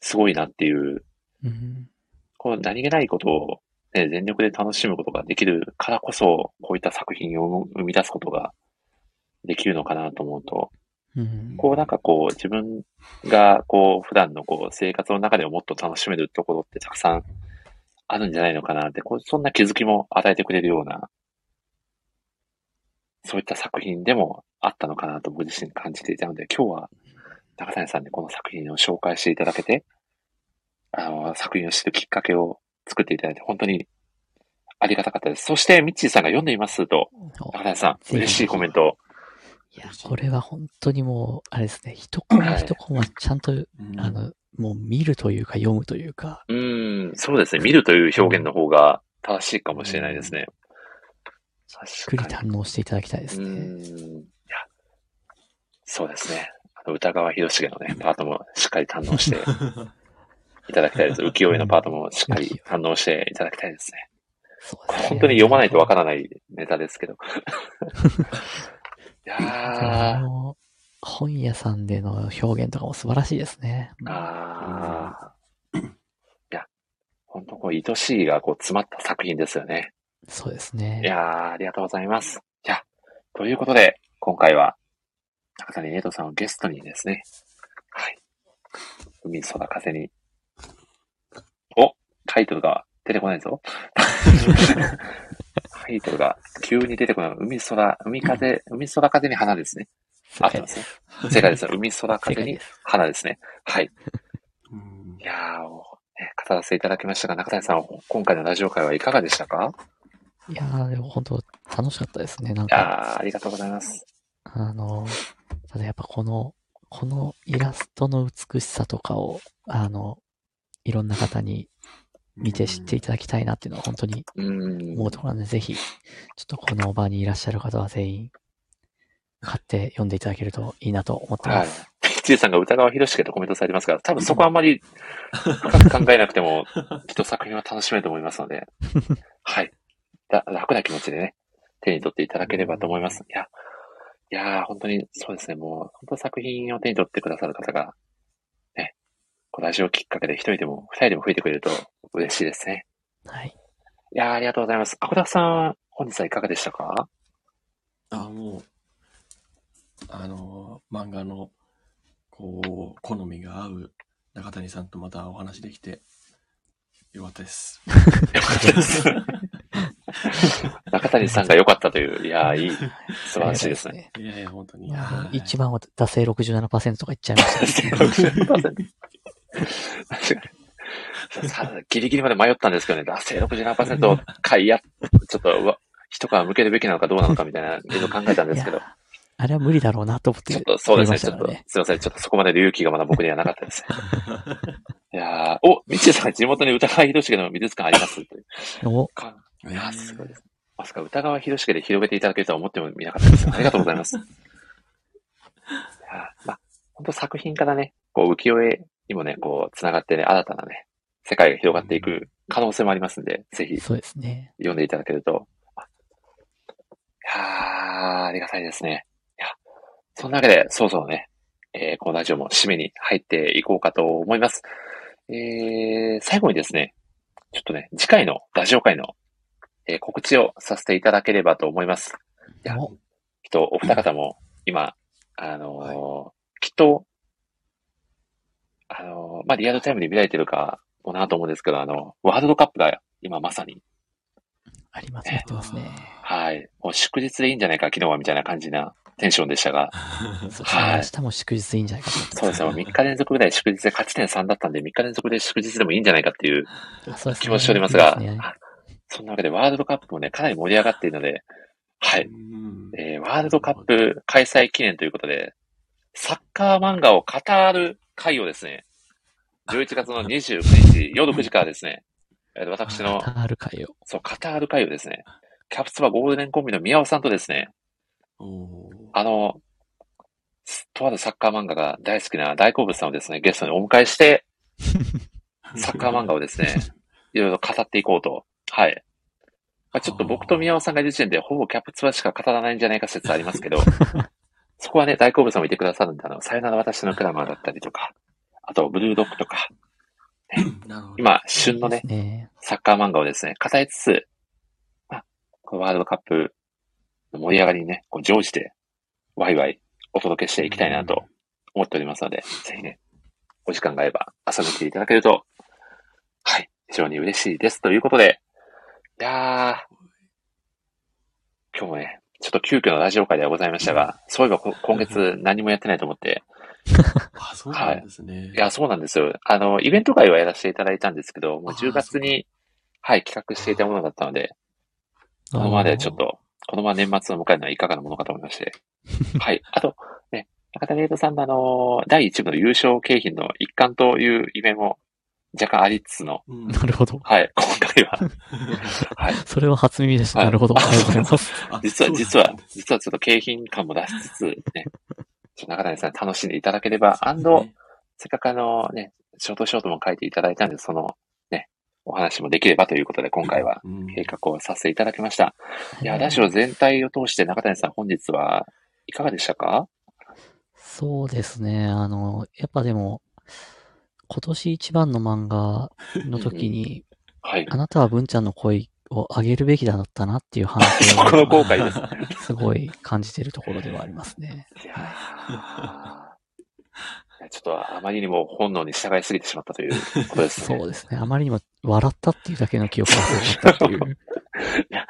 Speaker 1: すごいなっていう、
Speaker 2: うん、
Speaker 1: こう何気ないことを、ね、全力で楽しむことができるからこそ、こういった作品を生み出すことができるのかなと思うと、
Speaker 2: うん、
Speaker 1: こうなんかこう自分がこう普段のこう生活の中でもっと楽しめるところってたくさんあるんじゃないのかなって、こうそんな気づきも与えてくれるような、そういった作品でもあったのかなと僕自身感じていたので、今日は中谷さんにこの作品を紹介していただけて、あの、作品を知るきっかけを作っていただいて、本当にありがたかったです。そして、ミッチーさんが読んでいますと、中谷さん、嬉しいコメントを。
Speaker 2: いや、これは本当にもう、あれですね、一コマ一コマちゃんと、はい、あの、もう見るというか読むというか。
Speaker 1: うん、そうですね。見るという表現の方が正しいかもしれないですね。
Speaker 2: しっくり堪能していただきたいですね。
Speaker 1: うんそうですね。あの歌川広重のね、パートもしっかり堪能していただきたいです (laughs) 。浮世絵のパートもしっかり堪能していただきたいですね。
Speaker 2: そうですね
Speaker 1: 本当に読まないとわからないネタですけ (laughs) ど。い
Speaker 2: やあの、本屋さんでの表現とかも素晴らしいですね。
Speaker 1: ああ。いや、本当こう、愛しいがこう詰まった作品ですよね。
Speaker 2: そうですね。
Speaker 1: いやあ、ありがとうございます。いや、ということで、今回は、中谷エイトさんをゲストにですね、はい。海、空、風に。お、タイトルが出てこないぞ。 (laughs) タイトルが急に出てこない。海空、海風、海空風に花ですね。あってますね。正解です。海空風に花ですね。はい。いやー、ね、語らせていただきましたが、中谷さん、今回のラジオ会はいかがでしたか
Speaker 2: いやー、でも本当楽しかったですね。なん
Speaker 1: か。いやありがとうございます。
Speaker 2: あの、ただやっぱこの、このイラストの美しさとかを、あの、いろんな方に見て知っていただきたいなっていうのは本当に思うところなんで、ぜひ、ちょっとこの場にいらっしゃる方は全員買って読んでいただけるといいなと思ってます。
Speaker 1: はいチリさんが歌川博士とコメントされてますから、多分そこはあんまり深く考えなくても、きっと作品は楽しめると思いますので、はい。楽な気持ちでね、手に取っていただければと思います。いや、いや本当にそうですね、もう、本当作品を手に取ってくださる方が、ね、このラジオきっかけで一人でも二人でも増えてくれると嬉しいですね。
Speaker 2: はい。
Speaker 1: いやありがとうございます。アコダさん、本日はいかがでしたか
Speaker 3: あ、もう、あの、漫画の、こう、好みが合う中谷さんとまたお話できて、よかったです。よ
Speaker 1: かったです。 (laughs) 中谷さんが良かったという、いやいい、素晴らしい (laughs) ですね。
Speaker 3: いやいや、本当に。
Speaker 2: 一番は惰性67%とかいっちゃいました、ね。
Speaker 1: 67%? 確かに。ギリギリまで迷ったんですけどね、惰性67%買いや、ちょっと、一皮向けるべきなのかどうなのかみたいな、いろいろ考えたんですけど。
Speaker 2: (laughs) あれは無理だろうなと思って、
Speaker 1: ね、ちょっと、そうですね。ちょっと、すいません。ちょっとそこまでの勇気がまだ僕にはなかったです。いやお、道枝さん、地元に歌川広重の美術館あります
Speaker 2: お
Speaker 1: いやすごいです。まさか歌川広重で広げていただけるとは思ってもみなかったです。ありがとうございます。いやまあ、本当作品からね、こう、浮世絵にもね、こう、つながってね、新たなね、世界が広がっていく可能性もありますんで、ぜひ、
Speaker 2: そうですね。
Speaker 1: 読んでいただけると。いやありがたいですね。そんなわけで、そろそろね、えー、このラジオも締めに入っていこうかと思います。えー、最後にですね、ちょっとね、次回のラジオ会の、えー、告知をさせていただければと思います。いや、きっとお二方も今、あのーはい、きっと、あのー、まあ、リアルタイムで見られてるかもなと思うんですけど、あの、ワールドカップが今まさに、
Speaker 2: あります、ね、やってますね。
Speaker 1: はい。もう祝日でいいんじゃないか、昨日はみたいな感じなテンションでしたが。
Speaker 2: はい、明日も祝日いいんじゃないか
Speaker 1: そうですね。3日連続ぐらい祝日で勝ち点3だったんで、3日連続で祝日でもいいんじゃないかっていう気持ちしておりますが、そ、ね,ね、 (laughs) そんなわけでワールドカップもね、かなり盛り上がっているので、はい。えー、ワールドカップ開催記念ということで、サッカー漫画を語る会をですね、11月の29日、夜9時からですね、私の、
Speaker 2: カタール会を。
Speaker 1: そう、カタール会をですね、キャプツバゴールデンコンビの宮尾さんとですね、あの、とあるサッカー漫画が大好きな大好物さんをですね、ゲストにお迎えして、サッカー漫画を
Speaker 3: (laughs)
Speaker 1: ですね、いろいろ語っていこうと。はい。まあ、ちょっと僕と宮尾さんがいる時点で、ほぼキャプツバしか語らないんじゃないか説ありますけど、そこはね、大好物さんもいてくださるんで、あの、さよなら私のクラマーだったりとか、あと、ブルードッグとか、ね、今、旬のね、ねサッカー漫画をですね、語りつつ、まあ、このワールドカップ盛り上がりにね、こう常時でワイワイお届けしていきたいなと思っておりますので、ぜひね、お時間があれば遊びに来ていただけると、はい、非常に嬉しいです。ということで、いやー、今日もね、ちょっと急遽のラジオ会ではございましたが、そういえば今月何もやってないと思って、。
Speaker 3: あそうなんですね、はい
Speaker 1: いや、そうなんですよ。あの、イベント会はやらせていただいたんですけど、もう10月に、はい、企画していたものだったので、このまでちょっとこのまま年末を迎えるのはいかがなものかと思いまして。はい。あと、ね、中田玲斗さんのあの、第1部の優勝景品の一環という夢も若干ありつつの。
Speaker 3: (laughs)
Speaker 2: なるほど。
Speaker 1: はい、今回は。
Speaker 2: はい。それは初耳でした。はい、なるほど。ありがとうございます。
Speaker 1: 実は、実は、実はちょっと景品感も出しつつ、ね、中谷さん楽しんでいただければ、アンド、せっかくあのね、ショートショートも書いていただいたんで、そのお話もできればということで、今回は計画をさせていただきました。うん、いや、ラジオ全体を通して中谷さん、本日はいかがでしたか
Speaker 2: そうですね。あの、やっぱでも、今年一番の漫画の時に、
Speaker 1: はい、
Speaker 2: あなたは文ちゃんの声を上げるべきだったなっていう反省。
Speaker 1: を。 (laughs) この後悔です
Speaker 2: すごい感じてるところではありますね。
Speaker 1: いやーちょっとあまりにも本能に従いすぎてしまったということですね。
Speaker 2: そうですね。あまりにも笑ったっていうだけの記憶が残ったという。
Speaker 1: いや、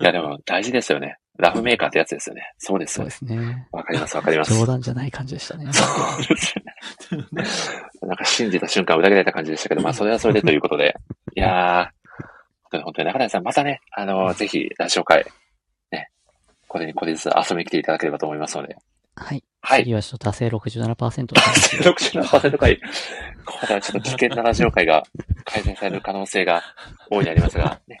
Speaker 1: いやでも大事ですよね。ラフメーカーってやつですよね。そうです
Speaker 2: よね。 (laughs) そうですね。
Speaker 1: わかります、わかります。
Speaker 2: 冗談じゃない感じでしたね。
Speaker 1: そうですね。 (laughs) なんか信じた瞬間裏切られた感じでしたけど、まあそれはそれでということで。いやー、本当に中谷さん、またね、あのー、ぜひ、ラジオ会、ね、これにこれずつ遊びに来ていただければと思いますので。
Speaker 2: はい。
Speaker 1: はい。
Speaker 2: 次はちょっと達成67%。
Speaker 1: (laughs) 達成67%回。これはちょっと危険なラジオ会が改善される可能性が大いにあります (laughs) が、ね、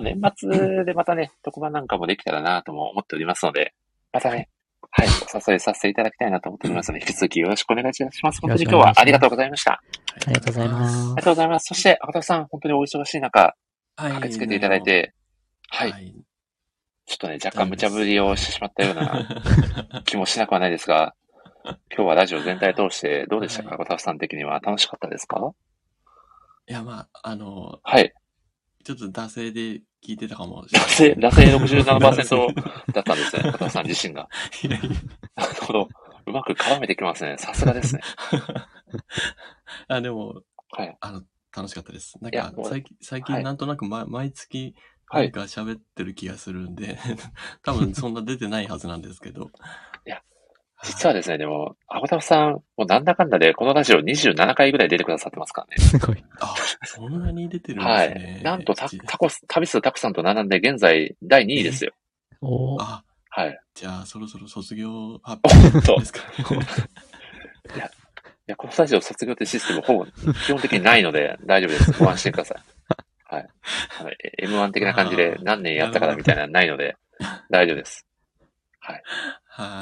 Speaker 1: 年末でまたね、特番なんかもできたらなとも思っておりますので、またね、はい、お誘いさせていただきたいなと思っておりますので、引き続きよろしくお願いいたします。本当に今日はありがとうございました。
Speaker 2: ありがとうございます。
Speaker 1: ありがとうございます。そして、赤田さん、本当にお忙しい中、
Speaker 3: はい
Speaker 1: 駆けつけていただい、て、
Speaker 3: は。
Speaker 1: はいい。ちょっとね、若干無茶ぶりをしてしまったような気もしなくはないですが、今日はラジオ全体通してどうでしたか、
Speaker 3: はい
Speaker 1: 小田さん的には楽しかったですか
Speaker 3: いや、まあ、あの、
Speaker 1: はい。
Speaker 3: ちょっと惰性で聞いてたかもしれ
Speaker 1: 惰
Speaker 3: ない。
Speaker 1: 性、惰性67%
Speaker 3: 惰
Speaker 1: だったんですね。小田さん自身が。
Speaker 3: 性いやいや
Speaker 1: なるほど。うまく絡めてきますね。さすがですね。
Speaker 3: (laughs) あ、でも、
Speaker 1: はい。
Speaker 3: あの、楽しかったです。なん
Speaker 1: いや
Speaker 3: か
Speaker 1: もう、
Speaker 3: 最近、最
Speaker 1: は
Speaker 3: 近
Speaker 1: い
Speaker 3: なんとなく、ま、毎月、
Speaker 1: は
Speaker 3: なん
Speaker 1: い。
Speaker 3: か喋ってる気がするんで、 (laughs) 多分そんな出てないはずなんですけど。
Speaker 1: (laughs) いや、実はですね、でも、アゴタフさん、もうなんだかんだで、このラジオ27回ぐらい出てくださってますからね。
Speaker 2: すごい。
Speaker 3: あ、そんなに出てるん
Speaker 1: は
Speaker 3: ですね。
Speaker 1: い。なんとタ、
Speaker 3: じ
Speaker 1: タコス、旅数タコさんと並んで、現在、第2位ですよ。
Speaker 2: おー
Speaker 3: あ、
Speaker 1: はい。
Speaker 3: じゃあ、そろそろ卒業発
Speaker 1: おっと
Speaker 3: 表ですかね。
Speaker 1: (laughs) いや、このスタジオ卒業ってシステムほぼ基本的にないので (laughs) 大丈夫です。ご安心ください。はい。あの、え M1 的な感じで
Speaker 3: あー
Speaker 1: 何年やったからみたいなのないので大丈夫です。
Speaker 3: はい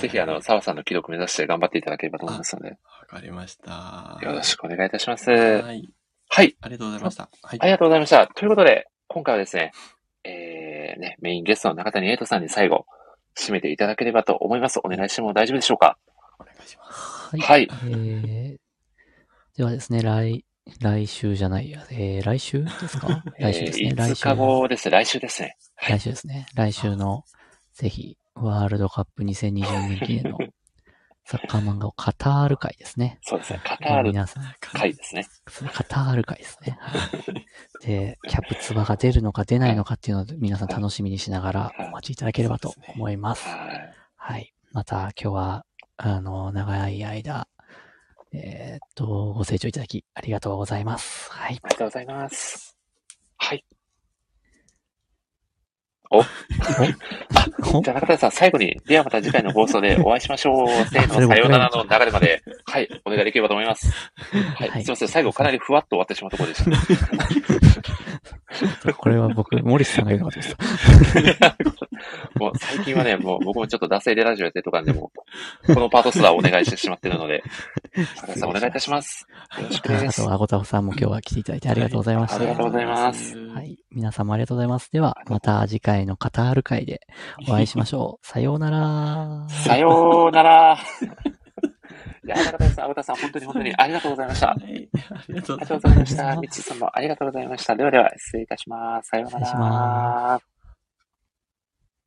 Speaker 1: ぜひ、あの、
Speaker 3: わ
Speaker 1: 澤さんの記録目指して頑張っていただければと思いますので、
Speaker 3: かりました。
Speaker 1: よろしくお願いいたします。
Speaker 3: はい。
Speaker 1: はい。
Speaker 3: ありがとうございました。はい
Speaker 1: ありがとうございました。ということで、今回はですね、えー、ね、メインゲストの中谷エイトさんに最後、締めていただければと思います。お願いしても大丈夫でしょうか
Speaker 3: お願いします。
Speaker 2: はい。
Speaker 1: はい
Speaker 2: えー、ではですね、来、来週じゃないや、えー、来週です
Speaker 1: (laughs)
Speaker 2: か来週ですね。
Speaker 1: えー
Speaker 2: 来
Speaker 1: 5日
Speaker 2: 週。
Speaker 1: 後です。来週ですね。
Speaker 2: 来週ですね。来週の、ぜひ、ワールドカップ2022年記念のサッカー漫画をカタール会ですね。
Speaker 1: そうですね。カタール
Speaker 2: 皆さん、
Speaker 1: 会ですね。
Speaker 2: カタール会ですね。はい。で、キャプツバが出るのか出ないのかっていうのを皆さん楽しみにしながらお待ちいただければと思います。
Speaker 1: はい。
Speaker 2: はい。また今日は、あの、長い間、えーっと、ご清聴いただきありがとうございます。はい。
Speaker 1: ありがとうございます。はい。お、
Speaker 2: お (laughs)
Speaker 1: じゃあ中田さん、最後に、ではまた次回の放送でお会いしましょう。せーの、さようならの流れまで、はい、お願いできればと思います。はい、
Speaker 2: はい
Speaker 1: すいません、最後かなりふわっと終わってしまうところでした。
Speaker 2: これは僕、森さんが言うのかと思ってた。
Speaker 1: もう最近はね、もう僕もちょっと惰性でラジオやってるとかなんで、もうこのパートすらお願いしてしまってるので、中田さんお願いいたします。よろしく
Speaker 2: はい
Speaker 1: で
Speaker 2: あ
Speaker 1: す。
Speaker 2: と、アゴタフさんも今日は来ていただいてありがとうございました。
Speaker 1: ありがとうございます
Speaker 2: は
Speaker 3: はい。
Speaker 2: い。皆さんもありがとうございます。では、また次回のカタール会でお会いしましょう。さようなら。
Speaker 1: さようなら。 (laughs) いや、中田さん、青田さん、本当に本当にありがとうございました。
Speaker 3: ありがとう
Speaker 1: あ
Speaker 3: ご
Speaker 1: り
Speaker 3: ざ
Speaker 1: が
Speaker 3: い
Speaker 1: とうございまし
Speaker 2: (laughs)
Speaker 1: た。
Speaker 2: ありがとうございます
Speaker 1: みっちーさんもありがとうございました。ではでは、失礼いたします。さようなら。
Speaker 2: 失礼します